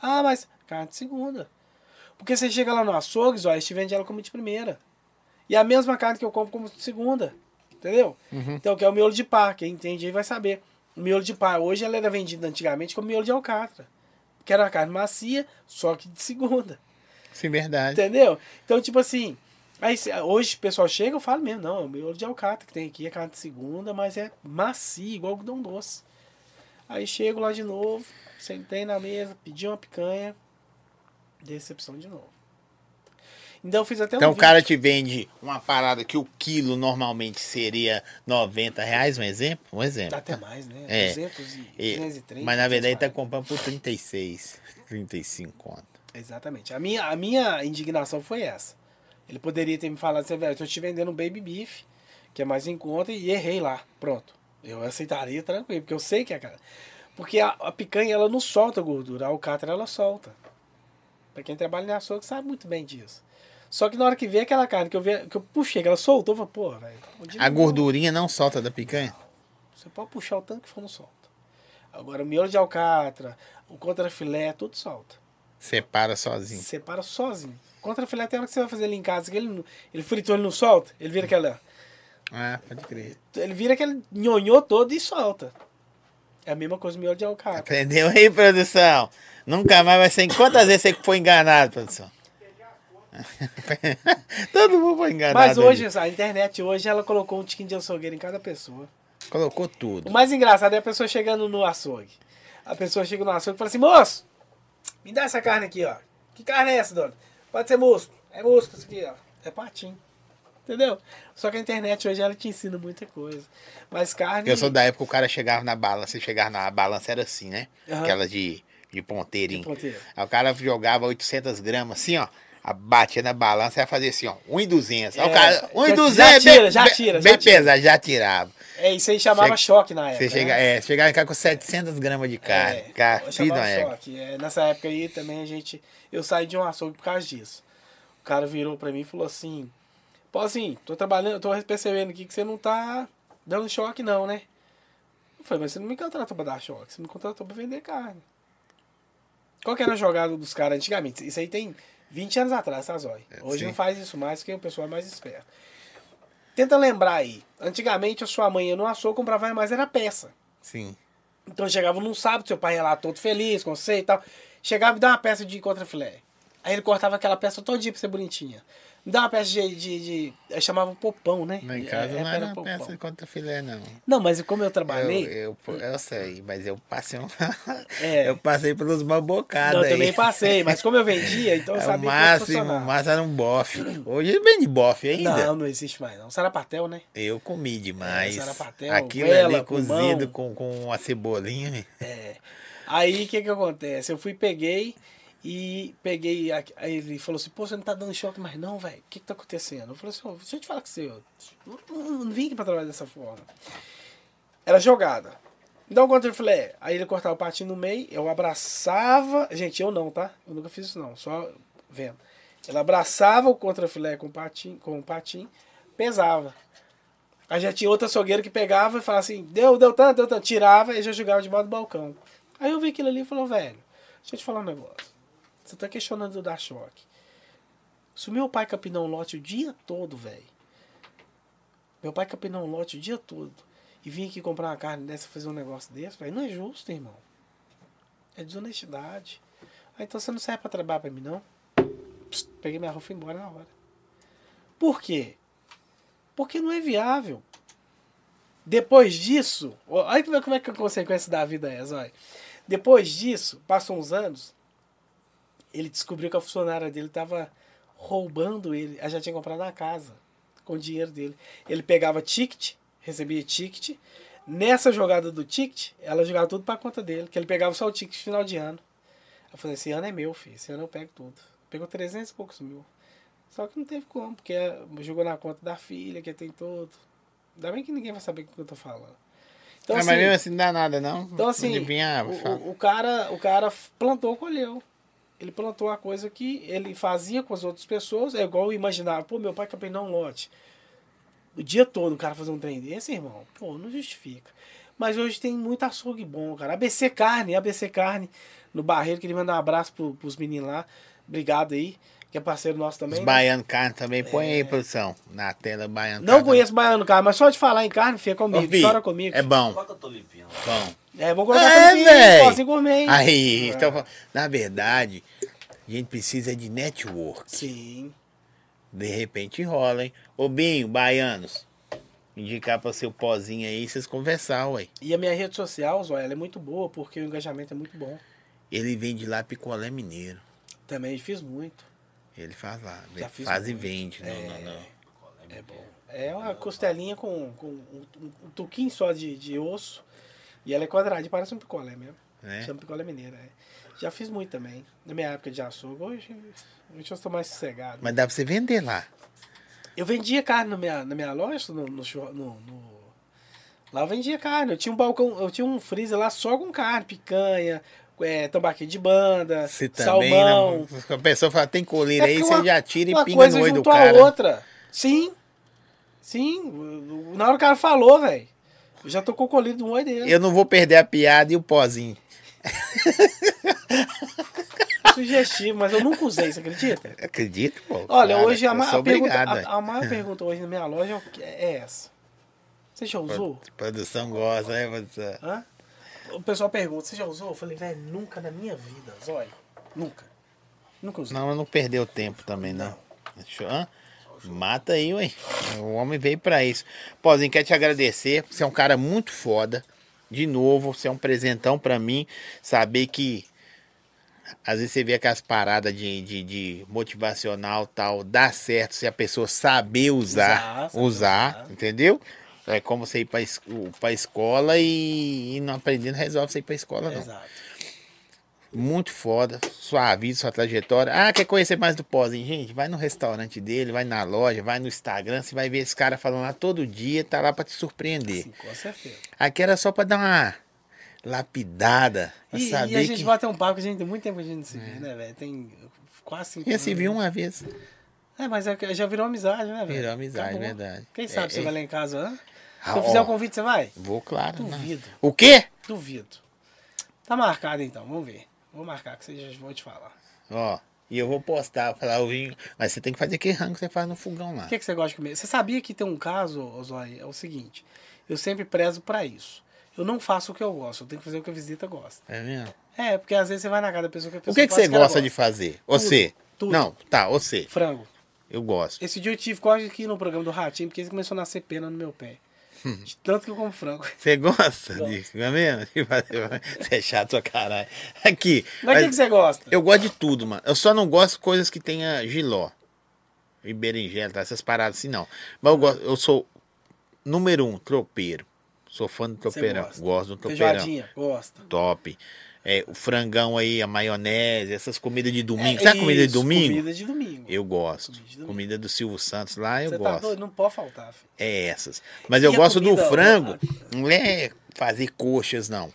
[SPEAKER 2] Ah, mas carne de segunda. Porque você chega lá no açougue, ó, eles te vendem ela como de primeira. E a mesma carne que eu compro como de segunda. Entendeu? Então, que é o miolo de par. Quem entende aí vai saber. O miolo de par, hoje, ela era vendida antigamente como miolo de alcatra. Que era uma carne macia, só que de segunda.
[SPEAKER 1] Sim, verdade.
[SPEAKER 2] Entendeu? Então, tipo assim. Aí, se- hoje o pessoal chega, eu falo mesmo, não, é o miolo de alcatra que tem aqui, é carne de segunda, mas é macia, igual algodão doce. Aí chego lá de novo, sentei na mesa, pedi uma picanha, decepção de novo. Então eu fiz até
[SPEAKER 1] Então
[SPEAKER 2] um
[SPEAKER 1] o cara te vende uma parada que o quilo normalmente seria 90 reais, um exemplo? Um
[SPEAKER 2] Dá
[SPEAKER 1] exemplo.
[SPEAKER 2] até mais, né?
[SPEAKER 1] É.
[SPEAKER 2] 200 e,
[SPEAKER 1] E-
[SPEAKER 2] 230.
[SPEAKER 1] mas na verdade tá
[SPEAKER 2] 240.
[SPEAKER 1] comprando por 36, 35 conto.
[SPEAKER 2] Exatamente. A minha, a minha indignação foi essa. Ele poderia ter me falado assim, velho, eu tô te vendendo um baby beef, que é mais em conta, e errei lá. Pronto. Eu aceitaria tranquilo, porque eu sei que é cara. Porque a, a picanha, ela não solta gordura, a alcatra, ela solta. Pra quem trabalha na açougue sabe muito bem disso. Só que na hora que vê aquela carne que eu, vi, que eu puxei, que ela soltou, eu falei, porra, velho. tá onde
[SPEAKER 1] A
[SPEAKER 2] não-
[SPEAKER 1] gordurinha não solta da picanha?
[SPEAKER 2] você pode puxar o tanto que for, não solta. Agora, o miolo de alcatra, o contrafilé, tudo solta.
[SPEAKER 1] Separa sozinho.
[SPEAKER 2] Separa sozinho. Contrafilé tem hora que você vai fazer ele em casa, que ele, não- ele fritou, ele não solta, ele vira aquela.
[SPEAKER 1] Ah, pode crer.
[SPEAKER 2] Ele vira aquele nhonhô todo e solta. É a mesma coisa o miolo de alcatra.
[SPEAKER 1] Aprendeu aí, produção? Nunca mais vai ser. Quantas vezes você foi enganado, produção? Todo mundo foi enganado.
[SPEAKER 2] Mas hoje,
[SPEAKER 1] ali.
[SPEAKER 2] a internet hoje, ela colocou um tiquinho de açougueiro em cada pessoa.
[SPEAKER 1] Colocou
[SPEAKER 2] O
[SPEAKER 1] tudo.
[SPEAKER 2] mais engraçado é a pessoa chegando no açougue. A pessoa chega no açougue e fala assim, moço, me dá essa carne aqui, ó. Que carne é essa, dona? Pode ser musco. É musco isso aqui, ó. É patinho. Entendeu? Só que a internet hoje ela te ensina muita coisa. Mas carne.
[SPEAKER 1] Eu sou da época que o cara chegava na balança, você chegava na balança, era assim, né?
[SPEAKER 2] Aham.
[SPEAKER 1] Aquela de, de ponteirinho.
[SPEAKER 2] De é ponteiro.
[SPEAKER 1] Aí o cara jogava 800 gramas, assim, ó. A batia na balança ia fazer assim, ó, 1,200. Aí o
[SPEAKER 2] É,
[SPEAKER 1] cara,
[SPEAKER 2] já-
[SPEAKER 1] 1,200
[SPEAKER 2] já
[SPEAKER 1] é bem-
[SPEAKER 2] tira, já
[SPEAKER 1] bem-
[SPEAKER 2] tira, já
[SPEAKER 1] Bem
[SPEAKER 2] tira.
[SPEAKER 1] pesado, já tirava.
[SPEAKER 2] É, isso aí chamava
[SPEAKER 1] Chega-
[SPEAKER 2] choque na época.
[SPEAKER 1] Você chega,
[SPEAKER 2] né?
[SPEAKER 1] é, você chegava em casa com 700 gramas de carne.
[SPEAKER 2] É,
[SPEAKER 1] cara,
[SPEAKER 2] eu
[SPEAKER 1] filho
[SPEAKER 2] chamava
[SPEAKER 1] da égua.
[SPEAKER 2] choque. É, nessa época aí também a gente. Eu saí de um açougue por causa disso. O cara virou pra mim e falou assim: Pô, assim, tô trabalhando, tô percebendo aqui que você não tá dando choque, não, né? Eu falei, mas você não me contratou pra dar choque, você me contratou pra vender carne. Qual que era a jogada dos caras antigamente? Isso aí tem 20 anos atrás, tá, Zói? Hoje
[SPEAKER 1] É, sim.
[SPEAKER 2] não faz isso mais, porque o pessoal é mais esperto. Tenta lembrar aí. Antigamente a sua mãe ia no açougue, comprava mais, era peça.
[SPEAKER 1] Sim.
[SPEAKER 2] Então eu chegava num sábado, seu pai ia lá todo feliz, com você e tal. Chegava e dava uma peça de contrafilé. Aí ele cortava aquela peça todo dia pra ser bonitinha. Me dava uma peça de. de, de- eu chamava popão, né?
[SPEAKER 1] Lá em casa
[SPEAKER 2] É,
[SPEAKER 1] não
[SPEAKER 2] era
[SPEAKER 1] era uma
[SPEAKER 2] popão.
[SPEAKER 1] peça de contra filé, não.
[SPEAKER 2] Não, mas como eu
[SPEAKER 1] Eu,
[SPEAKER 2] trabalhei.
[SPEAKER 1] eu, eu sei, mas eu passei um...
[SPEAKER 2] É.
[SPEAKER 1] eu passei pelos
[SPEAKER 2] não,
[SPEAKER 1] babocadas
[SPEAKER 2] eu também passei, mas como eu vendia, então eu
[SPEAKER 1] É, o
[SPEAKER 2] sabia
[SPEAKER 1] máximo,
[SPEAKER 2] como
[SPEAKER 1] o
[SPEAKER 2] funcionava.
[SPEAKER 1] máximo era um bofe. Hoje ele vende bofe ainda.
[SPEAKER 2] Não, não existe mais, não. Sarapatel, né?
[SPEAKER 1] Eu comi demais.
[SPEAKER 2] Essa era um patel,
[SPEAKER 1] Aquilo
[SPEAKER 2] goela,
[SPEAKER 1] ali cozido com,
[SPEAKER 2] pulmão.
[SPEAKER 1] com uma cebolinha.
[SPEAKER 2] Aí o que que acontece? Eu fui, peguei e peguei. a- Aí ele falou assim: pô, você não tá dando choque mais não, velho? O que que tá acontecendo? Eu falei assim: ó, deixa eu te falar com você, eu não, não- não vim aqui pra trabalhar dessa forma. Era jogada. Me dá um contrafilé. Aí ele cortava o patinho no meio, eu abraçava. Gente, eu não, tá? Eu nunca fiz isso não, só vendo. Ela abraçava o contrafilé com o patinho, com o patinho pesava. Aí já tinha outro açougueiro que pegava e falava assim, deu, deu tanto, deu tanto. Tirava e já jogava debaixo do balcão. Aí eu vi aquilo ali e falou, velho, deixa eu te falar um negócio. Você tá questionando do dar choque. Se o meu pai capinou um lote o dia todo, velho. Meu pai capinou um lote o dia todo. E vinha aqui comprar uma carne dessa, fazer um negócio desse, velho. Não é justo, irmão. É desonestidade. Ah, então você não serve pra trabalhar pra mim, não? Psst, peguei minha roupa e fui embora na hora. Por quê? Porque não é viável. Depois disso, ó, olha como é- como é que a consequência da vida é, Zói. Depois disso, passou uns anos, ele descobriu que a funcionária dele estava roubando ele. Ela já tinha comprado a casa com o dinheiro dele. Ele pegava ticket, recebia ticket. Nessa jogada do ticket, ela jogava tudo para conta dele, que ele pegava só o ticket final de ano. Eu falei, esse ano é meu, filho. Esse ano eu pego tudo. Pegou 300 e poucos mil. Só que não teve como, porque é, jogou na conta da filha, que é, tem todo. Ainda bem que ninguém vai saber o que eu tô falando. Então,
[SPEAKER 1] ah,
[SPEAKER 2] assim,
[SPEAKER 1] mas mesmo assim não dá nada, não.
[SPEAKER 2] então, assim,
[SPEAKER 1] Adivinhava,
[SPEAKER 2] o-
[SPEAKER 1] É, fala.
[SPEAKER 2] o, o cara, o cara f- plantou, colheu. Ele plantou a coisa que ele fazia com as outras pessoas, é igual eu imaginava, pô, meu pai quer pegar um lote. O dia todo o cara fazer um trem desse, irmão, pô, não justifica. Mas hoje tem muito açougue bom, cara. ABC Carne, ABC Carne, no Barreiro, queria mandar um abraço pro, pros meninos lá. Obrigado aí, que é parceiro nosso
[SPEAKER 1] Os
[SPEAKER 2] também. né?
[SPEAKER 1] baianos carne também. Põe aí, produção. Na tela, baiano
[SPEAKER 2] É. Não conheço baiano, cara, mas só de falar em carne, fica comigo, chora comigo.
[SPEAKER 1] É bom,
[SPEAKER 3] Coloca a tolipinha lá.
[SPEAKER 1] bom.
[SPEAKER 2] É, vou colocar
[SPEAKER 1] É,
[SPEAKER 2] também,
[SPEAKER 1] véi.
[SPEAKER 2] pozinho gourmet, hein?
[SPEAKER 1] Aí,
[SPEAKER 2] Ah.
[SPEAKER 1] então, na verdade, a gente precisa de network.
[SPEAKER 2] Sim.
[SPEAKER 1] De repente rola, hein? Ô, Binho, baianos, indicar pra seu pozinho aí, vocês conversar, ué.
[SPEAKER 2] E a minha rede social, Zóia, ela é muito boa porque o engajamento é muito bom.
[SPEAKER 1] Ele vende lá picolé mineiro.
[SPEAKER 2] Também fiz muito.
[SPEAKER 1] Ele faz lá.
[SPEAKER 2] Já
[SPEAKER 1] Ele
[SPEAKER 2] fiz
[SPEAKER 1] faz e
[SPEAKER 2] muito.
[SPEAKER 1] vende. Não, não, não.
[SPEAKER 2] É bom. É uma costelinha com, com um, um tuquinho só de, de osso. E ela é quadrada, parece um picolé mesmo.
[SPEAKER 1] Né?
[SPEAKER 2] Chama picolé mineira. é. Já fiz muito também. Na minha época de açougue, hoje, hoje eu estou mais sossegado.
[SPEAKER 1] Mas dá pra você vender lá.
[SPEAKER 2] Eu vendia carne na minha, na minha loja, no, no, churra- no- no- Lá eu vendia carne. Eu tinha um balcão, eu tinha um freezer lá só com carne, picanha, é, tambaqui de banda,
[SPEAKER 1] Você também.
[SPEAKER 2] Ah,
[SPEAKER 1] né,
[SPEAKER 2] salmão.
[SPEAKER 1] Não, a pessoa fala, tem coleira
[SPEAKER 2] É
[SPEAKER 1] aí,
[SPEAKER 2] porque
[SPEAKER 1] você
[SPEAKER 2] uma-
[SPEAKER 1] já tira e
[SPEAKER 2] uma
[SPEAKER 1] pinga
[SPEAKER 2] coisa
[SPEAKER 1] no olho do
[SPEAKER 2] juntou a
[SPEAKER 1] cara.
[SPEAKER 2] outra. Sim. Sim. Na hora que o cara falou, velho. Eu já tô com o colírio no olho dele.
[SPEAKER 1] Eu não vou perder a piada e o pozinho.
[SPEAKER 2] É Sugestivo, mas eu nunca usei, você acredita?
[SPEAKER 1] Acredito, pô.
[SPEAKER 2] Olha,
[SPEAKER 1] cara,
[SPEAKER 2] hoje a,
[SPEAKER 1] eu
[SPEAKER 2] ma-
[SPEAKER 1] sou
[SPEAKER 2] a pergunta,
[SPEAKER 1] obrigado,
[SPEAKER 2] a, a maior pergunta hoje na minha loja é o que- é essa. Você já
[SPEAKER 1] ué.
[SPEAKER 2] usou?
[SPEAKER 1] Produção gosta, né, produção?
[SPEAKER 2] Hã? O pessoal pergunta, você já usou? Eu falei, velho, nunca na minha vida, zóio. Nunca. Nunca usei.
[SPEAKER 1] Não, eu não perdeu tempo também, não. Deixa eu- hã? Mata aí, ué. O homem veio pra isso. Pozinho, quero te agradecer. Você é um cara muito foda. De novo, você é um presentão pra mim. Saber que. Às vezes você vê aquelas paradas de, de, de motivacional tal, dá certo se a pessoa saber usar.
[SPEAKER 2] Usar,
[SPEAKER 1] Usar,
[SPEAKER 2] saber usar.
[SPEAKER 1] entendeu? É como você ir pra, es- pra escola e, e não aprendendo, resolve você ir pra escola, não.
[SPEAKER 2] Exato.
[SPEAKER 1] Muito foda. Sua vida, sua trajetória. Ah, quer conhecer mais do Pozinho? Gente, vai no restaurante dele, vai na loja, vai no Instagram. Você vai ver esse cara falando lá todo dia, tá lá pra te surpreender.
[SPEAKER 2] Sim, com certeza.
[SPEAKER 1] Aqui era só pra dar uma lapidada. Pra
[SPEAKER 2] E, e
[SPEAKER 1] saber
[SPEAKER 2] a gente
[SPEAKER 1] que.
[SPEAKER 2] bateu um papo, que a gente tem muito tempo que a gente não se viu, né, velho? Tem quase cinco
[SPEAKER 1] Ia se
[SPEAKER 2] anos,
[SPEAKER 1] viu
[SPEAKER 2] né?
[SPEAKER 1] uma vez.
[SPEAKER 2] É, mas é que já virou amizade, né, velho?
[SPEAKER 1] Virou amizade,
[SPEAKER 2] Acabou.
[SPEAKER 1] verdade.
[SPEAKER 2] Quem sabe
[SPEAKER 1] É,
[SPEAKER 2] você
[SPEAKER 1] é.
[SPEAKER 2] vai lá em casa, hã?
[SPEAKER 1] Ah,
[SPEAKER 2] Se eu fizer
[SPEAKER 1] ó.
[SPEAKER 2] o convite, você vai?
[SPEAKER 1] Vou, claro. né?
[SPEAKER 2] Duvido,
[SPEAKER 1] O quê?
[SPEAKER 2] duvido. Tá marcado então, vamos ver. Vou marcar que vocês vou te falar.
[SPEAKER 1] Ó, e eu vou postar, falar o vinho. Mas você tem que fazer aquele rango que você faz no fogão lá.
[SPEAKER 2] O que, que você gosta de comer? Você sabia que tem um caso, ô Zói, é o seguinte. Eu sempre prezo pra isso. Eu não faço o que eu gosto, eu tenho que fazer o que a visita gosta.
[SPEAKER 1] É mesmo?
[SPEAKER 2] É, porque às vezes você vai na casa da pessoa que a pessoa
[SPEAKER 1] O que, que
[SPEAKER 2] faz
[SPEAKER 1] você
[SPEAKER 2] o ela
[SPEAKER 1] gosta de fazer? Você.
[SPEAKER 2] tudo.
[SPEAKER 1] Não, tá, você.
[SPEAKER 2] Frango.
[SPEAKER 1] Eu gosto.
[SPEAKER 2] Esse dia eu tive quase que ir no programa do Ratinho, porque ele começou a nascer pena no meu pé.
[SPEAKER 1] Hum.
[SPEAKER 2] De tanto que eu como frango.
[SPEAKER 1] Você gosta disso, não é mesmo? De fazer- Você é chato pra caralho. Aqui.
[SPEAKER 2] Mas o que, que
[SPEAKER 1] Mas
[SPEAKER 2] você gosta?
[SPEAKER 1] eu gosto de tudo, mano. Eu só não gosto de coisas que tenha giló. E berinjela, tá? essas paradas assim, não. Mas eu gosto, eu sou número um, tropeiro. Sou fã do
[SPEAKER 2] Você
[SPEAKER 1] tropeirão.
[SPEAKER 2] gosta?
[SPEAKER 1] Gosto do tropeirão.
[SPEAKER 2] Feijoadinha, gosta.
[SPEAKER 1] top. É, o frangão aí, a maionese, essas comidas de domingo. Sabe comida de
[SPEAKER 2] É, isso,
[SPEAKER 1] domingo?
[SPEAKER 2] Comida de domingo.
[SPEAKER 1] Eu gosto.
[SPEAKER 2] Comida de domingo.
[SPEAKER 1] Comida do Silvio Santos lá, eu
[SPEAKER 2] você tá
[SPEAKER 1] gosto.
[SPEAKER 2] doido? Não pode faltar, filho.
[SPEAKER 1] É essas. Mas
[SPEAKER 2] E
[SPEAKER 1] eu
[SPEAKER 2] a
[SPEAKER 1] gosto do
[SPEAKER 2] comida-
[SPEAKER 1] frango. Não é fazer coxas, não.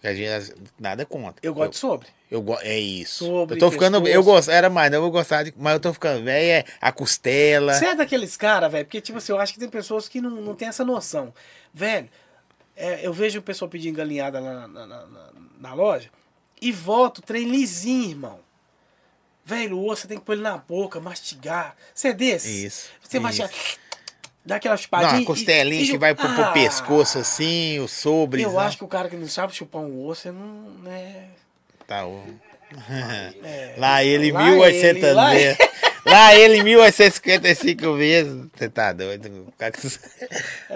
[SPEAKER 1] Que a gente- Nada contra.
[SPEAKER 2] Eu gosto de sobre.
[SPEAKER 1] Eu, go- é isso.
[SPEAKER 2] Sobre
[SPEAKER 1] eu tô ficando. Eu
[SPEAKER 2] pescoço.
[SPEAKER 1] gosto. Era mais, não eu vou gostar de. Mas eu tô ficando velho. É a costela.
[SPEAKER 2] Você é daqueles caras, velho, porque, tipo assim, eu acho que tem pessoas que não, não tem essa noção. Velho, é, eu vejo o pessoal pedindo galinhada lá na, na- na- na loja e volta o trem lisinho, irmão. Velho, o osso você tem que pôr ele na boca, mastigar. Você é desse?
[SPEAKER 1] Isso.
[SPEAKER 2] Você
[SPEAKER 1] isso.
[SPEAKER 2] mastiga, dá aquela
[SPEAKER 1] Não,
[SPEAKER 2] chupadinha.
[SPEAKER 1] a
[SPEAKER 2] e-
[SPEAKER 1] costelinha
[SPEAKER 2] e-
[SPEAKER 1] que vai pro, pro
[SPEAKER 2] Ah,
[SPEAKER 1] pescoço assim, o sobre.
[SPEAKER 2] Eu acho que o cara que não sabe chupar um osso, ele não. Né?
[SPEAKER 1] Tá, o-
[SPEAKER 2] É.
[SPEAKER 1] Lá ele,
[SPEAKER 2] Lá
[SPEAKER 1] 1800
[SPEAKER 2] ele, lá
[SPEAKER 1] vezes. Lá ele, 1855 vezes. Você tá doido?
[SPEAKER 2] Essa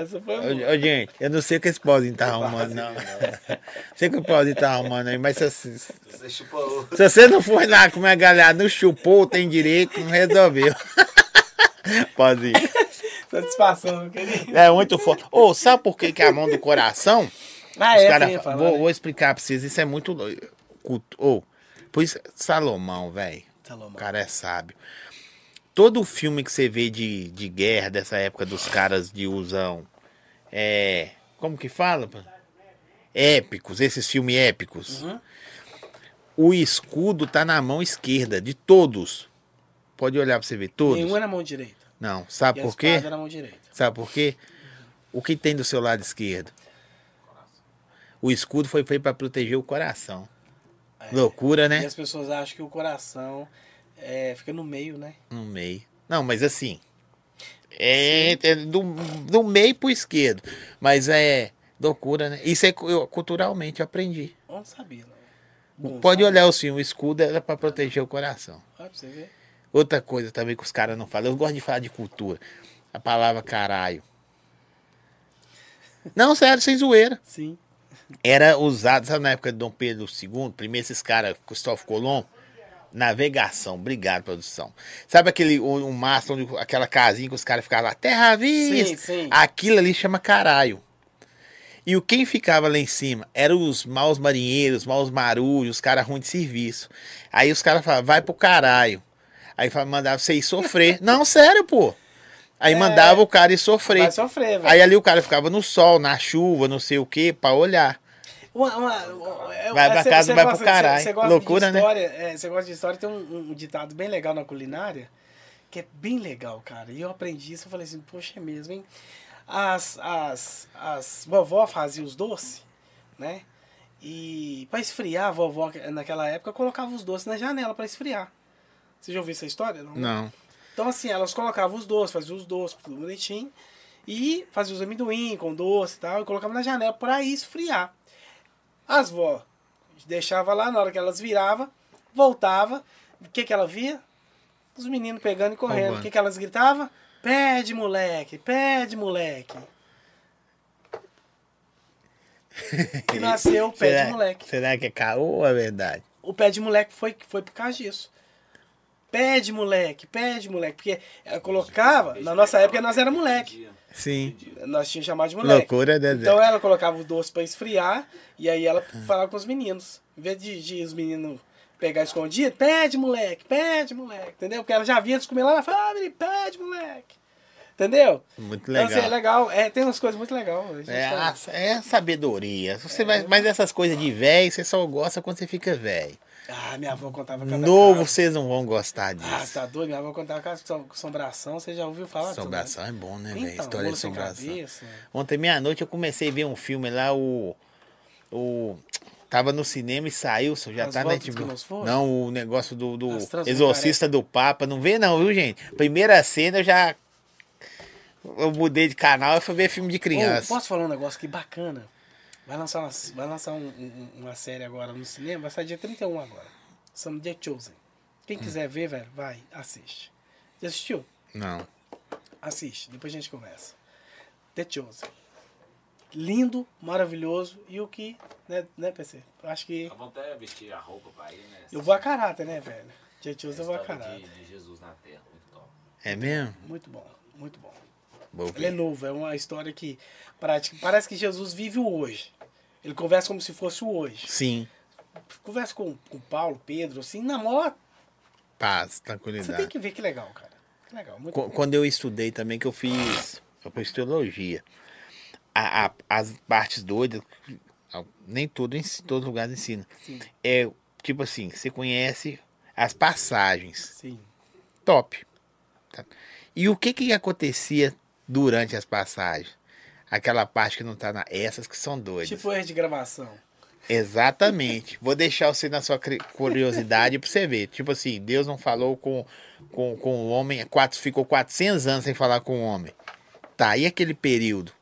[SPEAKER 2] foi
[SPEAKER 1] Ô,
[SPEAKER 2] boa.
[SPEAKER 1] ô, gente, eu não sei o que esse pauzinho tá arrumando, não.
[SPEAKER 2] assim,
[SPEAKER 1] Sei o que o pauzinho tá arrumando aí, mas se, você- se
[SPEAKER 3] Você chupou o.
[SPEAKER 1] você não foi lá comer a galhada, não chupou, tem direito, não resolveu. Pauzinho.
[SPEAKER 2] Satisfação, meu querido.
[SPEAKER 1] É muito forte. Ô, sabe por que, que a mão do coração
[SPEAKER 2] Ah,
[SPEAKER 1] Os
[SPEAKER 2] é,
[SPEAKER 1] cara-
[SPEAKER 2] você ia falar,
[SPEAKER 1] vou,
[SPEAKER 2] né?
[SPEAKER 1] vou explicar pra vocês, isso é muito. lou- culto- Ô, por isso, Salomão, velho.
[SPEAKER 2] Salomão.
[SPEAKER 1] O cara é sábio. Todo filme que você vê de, de guerra, dessa época dos caras de usão, é. Como que fala? pô? Épicos, esses filmes épicos.
[SPEAKER 2] Uhum.
[SPEAKER 1] O escudo tá na mão esquerda, de todos. Pode olhar pra você ver, todos.
[SPEAKER 2] Nenhuma na mão direita.
[SPEAKER 1] Não, sabe
[SPEAKER 2] é- E a
[SPEAKER 1] por quê?
[SPEAKER 2] espada na mão direita.
[SPEAKER 1] Sabe por quê? O que tem do seu lado esquerdo? O escudo foi feito para proteger o coração.
[SPEAKER 2] É.
[SPEAKER 1] Loucura,
[SPEAKER 2] E
[SPEAKER 1] né?
[SPEAKER 2] as pessoas acham que o coração é, fica no meio, né?
[SPEAKER 1] No meio. Não, mas assim. É, é do, do meio pro esquerdo. Mas é loucura, né? Isso é cu- eu, culturalmente eu aprendi.
[SPEAKER 2] Vamos saber, né? Bom,
[SPEAKER 1] Pode
[SPEAKER 2] sabe?
[SPEAKER 1] olhar o sim, o escudo era para proteger o coração.
[SPEAKER 2] Olha pra você ver.
[SPEAKER 1] Outra coisa também que os caras não falam, eu gosto de falar de cultura. A palavra caralho. Não, sério, sem zoeira.
[SPEAKER 2] Sim.
[SPEAKER 1] era usado, sabe, na época de Dom Pedro II, primeiro esses caras, Cristóvão Colombo, navegação, obrigado, produção. Sabe aquele um, um mastro, onde, aquela casinha que os caras ficavam lá, terra à vista?
[SPEAKER 2] Sim, sim.
[SPEAKER 1] Aquilo ali chama caralho. E o quem ficava lá em cima eram os maus marinheiros, maus marujos, os caras ruins de serviço. Aí os caras falavam, vai pro caralho. Aí fa- mandava você ir sofrer. Não, sério, pô.
[SPEAKER 2] É.
[SPEAKER 1] Aí mandava o cara ir sofrer.
[SPEAKER 2] Vai sofrer, velho.
[SPEAKER 1] Aí ali o cara ficava no sol, na chuva, não sei o que, pra olhar.
[SPEAKER 2] Uma- uma- uma- é-
[SPEAKER 1] Vai pra
[SPEAKER 2] cê-
[SPEAKER 1] casa,
[SPEAKER 2] cê
[SPEAKER 1] vai pro
[SPEAKER 2] gosta de- cê-
[SPEAKER 1] caralho.
[SPEAKER 2] cê gosta
[SPEAKER 1] Loucura,
[SPEAKER 2] de
[SPEAKER 1] né?
[SPEAKER 2] história, né? Você gosta de história, tem um, um ditado bem legal na culinária, que é bem legal, cara. E eu aprendi isso, eu falei assim, poxa, é mesmo, hein? As, as, as vovó fazia os doces, né? E pra esfriar, a vovó, naquela época, colocava os doces na janela pra esfriar. Você já ouviu essa história? Não.
[SPEAKER 1] Não.
[SPEAKER 2] Então, assim, elas colocavam os doces, faziam os doces, tudo bonitinho. E faziam os amendoim com doce e tal, e colocavam na janela pra esfriar. As vó deixava lá, na hora que elas viravam, voltava. O que que ela via? Os meninos pegando e correndo.
[SPEAKER 1] Roubando.
[SPEAKER 2] O que que elas gritavam? Pede, moleque, pede, moleque. E nasceu o pé de
[SPEAKER 1] será,
[SPEAKER 2] moleque.
[SPEAKER 1] Será que é caô ou é verdade?
[SPEAKER 2] O pé de moleque foi, foi por causa disso. Pé de moleque, pé de moleque. Porque ela colocava, na nossa época nós era moleque.
[SPEAKER 1] Sim.
[SPEAKER 2] Nós tínhamos chamado de moleque.
[SPEAKER 1] Loucura, né, Zé?
[SPEAKER 2] Então ela colocava o doce pra esfriar e aí ela falava com os meninos. Em vez de, de os meninos pegar escondido, pede moleque, pede moleque, entendeu? Porque ela já vinha antes de comer lá, ela falava, ah, menino, pede moleque. Entendeu?
[SPEAKER 1] Muito
[SPEAKER 2] Então,
[SPEAKER 1] legal.
[SPEAKER 2] assim, é legal. É, tem umas coisas muito legais.
[SPEAKER 1] É, a, é a sabedoria.
[SPEAKER 2] É.
[SPEAKER 1] Você vai, mas essas coisas de velho, você só gosta quando você fica velho.
[SPEAKER 2] Ah, minha avó contava cada
[SPEAKER 1] Novo,
[SPEAKER 2] caso.
[SPEAKER 1] vocês não vão gostar
[SPEAKER 2] Ah,
[SPEAKER 1] disso.
[SPEAKER 2] tá doido? Minha avó contava caso com sombração. Você já ouviu falar? disso,
[SPEAKER 1] Assombração é bom, né,
[SPEAKER 2] né?
[SPEAKER 1] velho?
[SPEAKER 2] tá Então,
[SPEAKER 1] História de
[SPEAKER 2] sem
[SPEAKER 1] assombração.
[SPEAKER 2] cabeça. né?
[SPEAKER 1] Ontem, meia-noite, eu comecei a ver um filme lá, o. o tava no cinema e saiu, só já
[SPEAKER 2] As
[SPEAKER 1] tá na
[SPEAKER 2] Voltas que
[SPEAKER 1] HBO.
[SPEAKER 2] Nos Foram?
[SPEAKER 1] Não, o negócio do, do
[SPEAKER 2] As Trans-
[SPEAKER 1] Exorcista do Papa. Não vê, não, viu, gente? Primeira cena eu já. Eu mudei de canal e fui ver filme de
[SPEAKER 2] Ô,
[SPEAKER 1] criança.
[SPEAKER 2] posso falar um negócio que bacana? Vai lançar, uma, vai lançar um- um- uma série agora no cinema, vai sair dia 31 agora. Some The Chosen. Quem
[SPEAKER 1] Hum.
[SPEAKER 2] quiser ver, velho, vai, assiste. Já assistiu?
[SPEAKER 1] Não.
[SPEAKER 2] Assiste, depois a gente conversa. The Chosen. Lindo, maravilhoso e o que, né, né PC? Eu Acho que
[SPEAKER 3] Eu vou até é vestir a roupa pra ir, né?
[SPEAKER 2] eu vou a caráter, né, velho? The Chosen eu vou a
[SPEAKER 3] História
[SPEAKER 2] caráter.
[SPEAKER 3] de, de Jesus na Terra, muito top.
[SPEAKER 1] É mesmo?
[SPEAKER 2] Muito bom, muito bom.
[SPEAKER 1] Vou
[SPEAKER 2] Ele é
[SPEAKER 1] ver.
[SPEAKER 2] novo, é uma história que prática- parece que Jesus vive o hoje. Ele conversa como se fosse o hoje.
[SPEAKER 1] Sim.
[SPEAKER 2] conversa com, com Paulo, Pedro, assim, na moral,
[SPEAKER 1] Paz,
[SPEAKER 2] você
[SPEAKER 1] tranquilidade.
[SPEAKER 2] tem que ver que legal, cara. Que legal, muito
[SPEAKER 1] Qu- Quando eu estudei também, que eu fiz, eu fiz teologia, a- a- as partes doidas, a- nem tudo, em todo lugar ensina.
[SPEAKER 2] Sim.
[SPEAKER 1] É tipo assim, você conhece as passagens,
[SPEAKER 2] Sim.
[SPEAKER 1] top. Tá? E o que que acontecia durante as passagens? Aquela parte que não tá na... Essas que são doidas.
[SPEAKER 2] Tipo erro de gravação.
[SPEAKER 1] Exatamente. Vou deixar você na sua cri- curiosidade pra você ver. Tipo assim, Deus não falou com, com, com o homem, quatro, ficou 400 anos sem falar com o homem. Tá, e aquele período?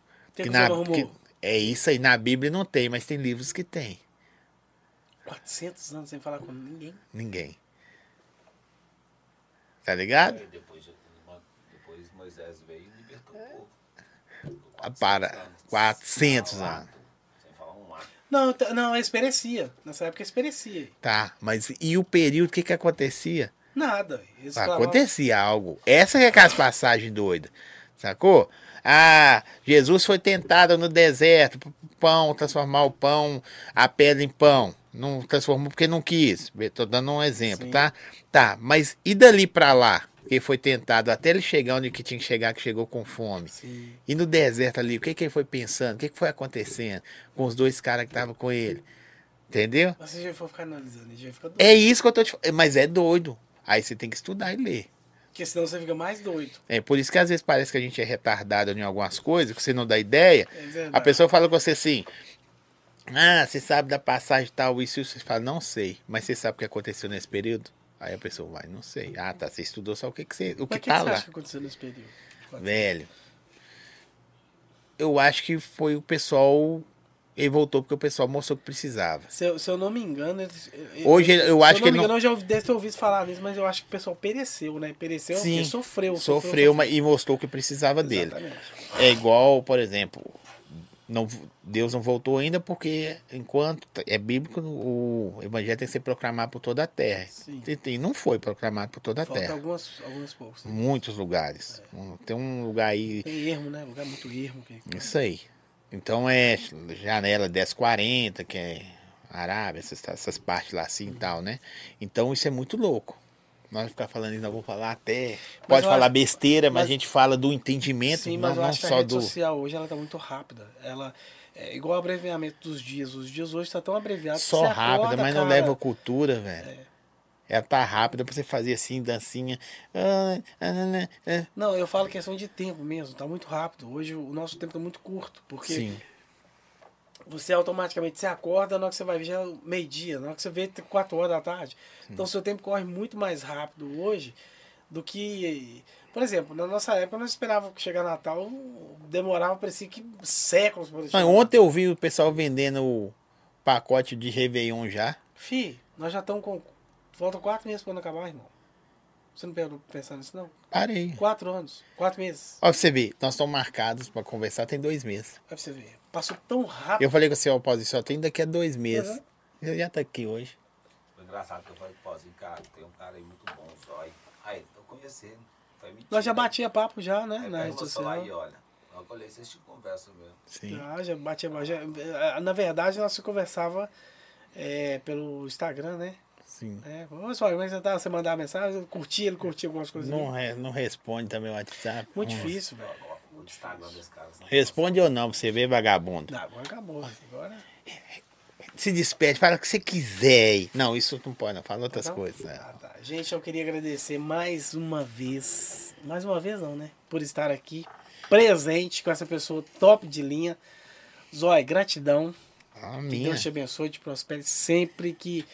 [SPEAKER 1] Que
[SPEAKER 2] Tem que
[SPEAKER 1] na-
[SPEAKER 2] usar arrumou
[SPEAKER 1] que- é isso aí, na Bíblia não tem, mas tem livros que tem.
[SPEAKER 2] 400 anos sem falar com ninguém.
[SPEAKER 1] Ninguém. Tá ligado?
[SPEAKER 3] Aí depois, de- depois Moisés veio e libertou o povo. Ficou
[SPEAKER 1] Ah,
[SPEAKER 3] 400
[SPEAKER 1] Para,
[SPEAKER 3] anos.
[SPEAKER 1] 400
[SPEAKER 3] Sem falar um
[SPEAKER 1] anos.
[SPEAKER 3] ato, Sem falar um ato.
[SPEAKER 2] Não, t- não, eles perecia. Nessa época eles perecia.
[SPEAKER 1] Tá, mas e o período, o que que acontecia?
[SPEAKER 2] Nada. Eles
[SPEAKER 1] Ah,
[SPEAKER 2] clamavam-
[SPEAKER 1] Acontecia algo. Essa que é aquelas passagens doidas. Sacou? Ah, Jesus foi tentado no deserto. p- Pão, transformar o pão, a pedra em pão. Não transformou porque não quis. Be- Tô dando um exemplo,
[SPEAKER 2] Sim.
[SPEAKER 1] tá? Tá, mas e dali pra lá? Ele foi tentado até ele chegar onde que tinha que chegar, que chegou com fome.
[SPEAKER 2] Sim.
[SPEAKER 1] E no deserto ali, o que que ele foi pensando? O que que foi acontecendo com os dois caras que estavam com ele? Entendeu?
[SPEAKER 2] Mas Você já for ficar analisando, já fica doido.
[SPEAKER 1] É isso que eu tô te falando. Mas é doido. Aí você tem que estudar e ler.
[SPEAKER 2] Porque senão você fica mais doido.
[SPEAKER 1] É por isso que às vezes parece que a gente é retardado em algumas coisas, que você não dá ideia.
[SPEAKER 2] É verdade.
[SPEAKER 1] A pessoa fala com você assim: Ah, você sabe da passagem tal, isso, isso. Você fala, não sei, mas você sabe o que aconteceu nesse período? Aí a pessoa vai, não sei. Ah, tá, você estudou só o que, que você. O
[SPEAKER 2] Mas
[SPEAKER 1] que,
[SPEAKER 2] o que,
[SPEAKER 1] tá
[SPEAKER 2] você
[SPEAKER 1] lá.
[SPEAKER 2] acha que aconteceu nesse período?
[SPEAKER 1] Velho. Eu acho que foi o pessoal. Ele voltou porque o pessoal mostrou que precisava.
[SPEAKER 2] Se eu, se eu não me engano, eles- eh,
[SPEAKER 1] Hoje eu acho
[SPEAKER 2] se
[SPEAKER 1] que ele
[SPEAKER 2] eu não me
[SPEAKER 1] não-
[SPEAKER 2] engano, eu já ouvi- deve ter ouvido falar mesmo, mas eu acho que o pessoal pereceu, né? Pereceu
[SPEAKER 1] Sim.
[SPEAKER 2] porque sofreu.
[SPEAKER 1] Sofreu, mas e mostrou que precisava dele.
[SPEAKER 2] Exatamente.
[SPEAKER 1] É igual, por exemplo, não- Deus não voltou ainda porque, enquanto é bíblico, o evangelho tem que ser proclamado por toda a terra.
[SPEAKER 2] Sim.
[SPEAKER 1] E, e não foi proclamado por toda a
[SPEAKER 2] Falta
[SPEAKER 1] terra.
[SPEAKER 2] algumas, alguns poucos. né?
[SPEAKER 1] Muitos lugares. Um- Tem um lugar aí,
[SPEAKER 2] Tem ermo, né? Lugar muito ermo. Que...
[SPEAKER 1] isso aí. Então é janela 1040, que é Arábia, essas, essas partes lá
[SPEAKER 2] Uhum.
[SPEAKER 1] assim e tal, né? Então isso é muito louco. Nós vamos ficar falando isso, nós vamos falar até. Pode
[SPEAKER 2] eu
[SPEAKER 1] falar
[SPEAKER 2] acho-
[SPEAKER 1] besteira, mas,
[SPEAKER 2] mas-
[SPEAKER 1] a gente fala do entendimento,
[SPEAKER 2] Sim,
[SPEAKER 1] não,
[SPEAKER 2] mas eu
[SPEAKER 1] não
[SPEAKER 2] acho que a
[SPEAKER 1] só
[SPEAKER 2] rede
[SPEAKER 1] do.
[SPEAKER 2] social hoje ela tá muito rápida. Ela é igual o abreviamento dos dias. Os dias hoje tá tão abreviado. que
[SPEAKER 1] Só
[SPEAKER 2] você
[SPEAKER 1] rápida,
[SPEAKER 2] acorda,
[SPEAKER 1] mas não
[SPEAKER 2] cara, É.
[SPEAKER 1] leva cultura, velho. Ela tá rápida pra você fazer assim, dancinha. Ah, ah, ah, ah.
[SPEAKER 2] Não, eu falo questão de tempo mesmo. Tá muito rápido. Hoje o nosso tempo tá muito curto, porque
[SPEAKER 1] Sim,
[SPEAKER 2] você automaticamente se acorda, na hora que você vai ver já é meio-dia, na hora que você vê tem quatro horas da tarde. Então seu tempo corre muito mais rápido hoje do que. Por exemplo, na nossa época nós esperávamos que chegar Natal, demorava parecia que séculos para
[SPEAKER 1] Ah,
[SPEAKER 2] chegar.
[SPEAKER 1] ontem eu vi o pessoal vendendo o pacote de Réveillon já.
[SPEAKER 2] Fi, nós já estamos com. Faltam quatro meses para acabar, irmão. Você não parou pra pensar nisso, não?
[SPEAKER 1] Parei.
[SPEAKER 2] Quatro anos, quatro meses.
[SPEAKER 1] Ó, pra você ver, nós estamos marcados pra conversar tem dois meses.
[SPEAKER 2] Olha pra você ver. Passou tão rápido.
[SPEAKER 1] Eu falei com você, ó, Paulo, só tem daqui a dois meses.
[SPEAKER 2] Uhum.
[SPEAKER 1] Eu já tá aqui hoje.
[SPEAKER 3] Foi engraçado que eu falei, pozinho, cara, tem um cara aí muito bom, o Zói. Aí, tô conhecendo. Foi mentira.
[SPEAKER 2] Nós já batia papo já, né?
[SPEAKER 3] Aí
[SPEAKER 2] na
[SPEAKER 3] É, pega
[SPEAKER 2] rede
[SPEAKER 3] o celular
[SPEAKER 2] social.
[SPEAKER 3] e olha. Ó, falei, vocês te conversam mesmo.
[SPEAKER 1] Sim.
[SPEAKER 2] Ah, já batia, já, ah, na verdade, nós se conversava é, pelo Instagram, né?
[SPEAKER 1] Sim.
[SPEAKER 2] É, ô, só, como é que você tá? Você mandava mensagem, eu curtia, ele curtia algumas coisas.
[SPEAKER 1] Não, é. re- não responde também o WhatsApp.
[SPEAKER 2] Muito
[SPEAKER 1] Não.
[SPEAKER 2] difícil, velho.
[SPEAKER 3] Ó, ó, O Instagram dos caras. né?
[SPEAKER 1] Responde ou não, pra você ver, vagabundo.
[SPEAKER 2] Não, agora acabou. Agora...
[SPEAKER 1] Se despede, fala o que você quiser. aí. Não, isso não pode, não. Fala outras
[SPEAKER 2] Então,
[SPEAKER 1] coisas. né?
[SPEAKER 2] ah, tá. Gente, eu queria agradecer mais uma vez. Mais uma vez não, né? Por estar aqui presente com essa pessoa top de linha. Zói, gratidão.
[SPEAKER 1] Ah,
[SPEAKER 2] Que
[SPEAKER 1] minha.
[SPEAKER 2] Deus te abençoe, te prospere sempre que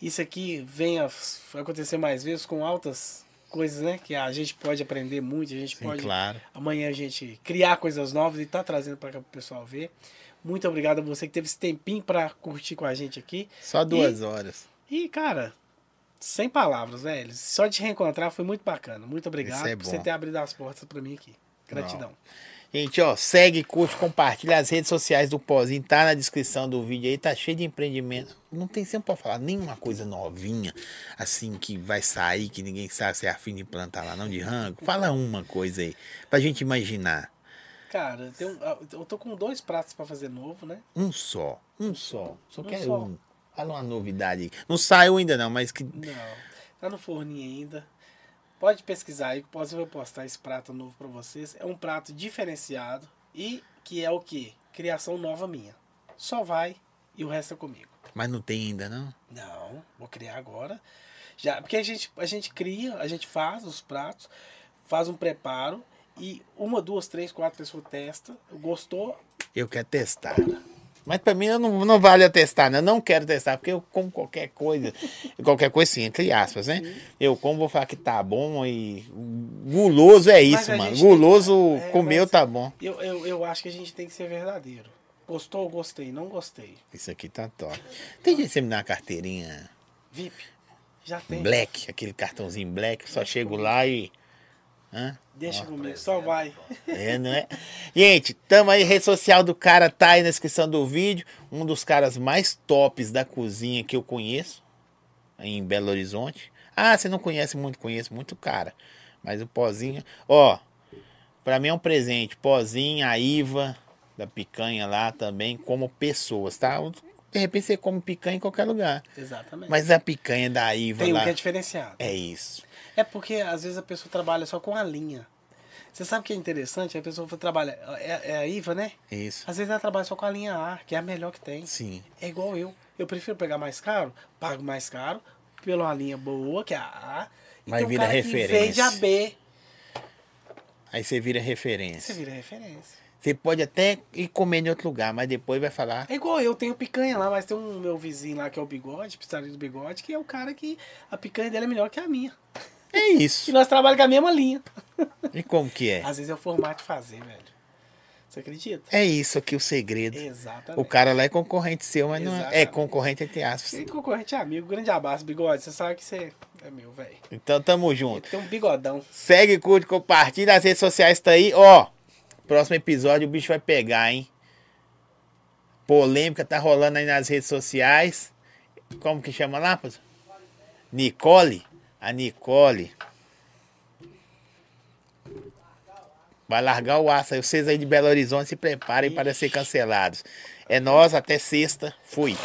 [SPEAKER 2] isso aqui venha f- acontecer mais vezes com altas coisas, né? Que a gente pode aprender muito, a gente
[SPEAKER 1] Sim,
[SPEAKER 2] pode
[SPEAKER 1] claro.
[SPEAKER 2] amanhã a gente criar coisas novas e tá trazendo para o pessoal ver. Muito obrigado a você que teve esse tempinho para curtir com a gente aqui.
[SPEAKER 1] Só duas horas.
[SPEAKER 2] E, cara, sem palavras, velho. Só te reencontrar foi muito bacana. Muito obrigado
[SPEAKER 1] Isso é
[SPEAKER 2] por
[SPEAKER 1] bom.
[SPEAKER 2] você ter abrido as portas pra mim aqui. Gratidão.
[SPEAKER 1] Gente, ó, segue, curte, compartilha as redes sociais do Pozinho, tá na descrição do vídeo aí, tá cheio de empreendimento. Não tem sempre pra falar nenhuma coisa novinha, assim, que vai sair, que ninguém sabe se é afim de plantar lá, não, de rango. Fala uma coisa aí, pra gente imaginar.
[SPEAKER 2] Cara, tem um- eu tô com dois pratos pra fazer novo, né?
[SPEAKER 1] Um só, um só, só
[SPEAKER 2] Um
[SPEAKER 1] quero
[SPEAKER 2] só.
[SPEAKER 1] um. Fala uma novidade aí. Não saiu ainda não, mas que...
[SPEAKER 2] Não. Tá no forninho ainda. Pode pesquisar aí, que posso eu postar esse prato novo pra vocês. É um prato diferenciado e que é o quê? Criação nova minha. Só vai e o resto é comigo.
[SPEAKER 1] Mas não tem ainda, não?
[SPEAKER 2] Não, vou criar agora. Já, porque a gente, a gente cria, a gente faz os pratos, faz um preparo e uma, duas, três, quatro pessoas testa, gostou,
[SPEAKER 1] Eu quero testar. Mas pra mim eu não, não vale eu testar, né? Eu não quero testar, porque eu como qualquer coisa. qualquer coisa sim, entre aspas, né? Eu como, vou falar que tá bom e. Guloso é isso,
[SPEAKER 2] a
[SPEAKER 1] mano.
[SPEAKER 2] gente tem-
[SPEAKER 1] Guloso
[SPEAKER 2] é,
[SPEAKER 1] comeu,
[SPEAKER 2] mas-
[SPEAKER 1] tá bom.
[SPEAKER 2] eu, eu, eu acho que a gente tem que ser verdadeiro. Gostou, gostei, não gostei.
[SPEAKER 1] Isso aqui tá top. Tem gente que você me dá uma carteirinha
[SPEAKER 2] VIP, já tem.
[SPEAKER 1] black, aquele cartãozinho black, só chego lá e. Hã?
[SPEAKER 2] Deixa comigo,
[SPEAKER 3] Apresenta,
[SPEAKER 2] só vai.
[SPEAKER 3] pô.
[SPEAKER 1] É, não é? Gente, tamo aí, rede social do cara tá aí na descrição do vídeo. Um dos caras mais tops da cozinha que eu conheço em Belo Horizonte. Ah, você não conhece muito, conheço muito cara. Mas o Pozinho, ó, pra mim é um presente. Pozinho, a Iva da picanha lá também, como pessoas, tá? De repente você come picanha em qualquer lugar.
[SPEAKER 2] Exatamente.
[SPEAKER 1] Mas a picanha da Iva
[SPEAKER 2] tem um
[SPEAKER 1] lá.
[SPEAKER 2] que é diferenciado.
[SPEAKER 1] É isso.
[SPEAKER 2] É porque às vezes a pessoa trabalha só com a linha. Você sabe o que é interessante? A pessoa trabalha, é, é a Iva, né?
[SPEAKER 1] É isso.
[SPEAKER 2] Às vezes ela trabalha só com a linha A, que é a melhor que tem.
[SPEAKER 1] Sim.
[SPEAKER 2] É igual eu. Eu prefiro pegar mais caro, pago mais caro, pela uma linha boa, que é a A. e
[SPEAKER 1] Vai
[SPEAKER 2] tem um
[SPEAKER 1] virar
[SPEAKER 2] cara que
[SPEAKER 1] referência.
[SPEAKER 2] vende a B,
[SPEAKER 1] Aí você vira
[SPEAKER 2] você
[SPEAKER 1] referência.
[SPEAKER 2] vira referência.
[SPEAKER 1] Você pode até ir comer em outro lugar, mas depois vai falar.
[SPEAKER 2] É igual eu, tenho picanha lá, mas tem um meu vizinho lá que é o bigode, pistaria do bigode, que é o cara que a picanha dele é melhor que a minha.
[SPEAKER 1] É
[SPEAKER 2] E
[SPEAKER 1] isso.
[SPEAKER 2] nós trabalhamos com a mesma linha.
[SPEAKER 1] E como que é?
[SPEAKER 2] Às vezes é o formato de fazer, velho. Você acredita?
[SPEAKER 1] É isso aqui o segredo.
[SPEAKER 2] Exatamente.
[SPEAKER 1] É. O cara lá é concorrente seu, mas não é. É
[SPEAKER 2] Exatamente.
[SPEAKER 1] concorrente entre aspas.
[SPEAKER 2] Você é concorrente é amigo, grande abraço, bigode. Você sabe que você é meu, velho.
[SPEAKER 1] Então tamo junto.
[SPEAKER 2] Tem um bigodão.
[SPEAKER 1] Segue, curte, compartilha. As redes sociais tá aí. Ó, próximo episódio o bicho vai pegar, hein? Polêmica tá rolando aí nas redes sociais. Como que chama lá, pô? Nicole? A Nicole. Vai largar o aço aí. Vocês aí de Belo Horizonte se preparem para ser cancelados. É nós até sexta. Fui.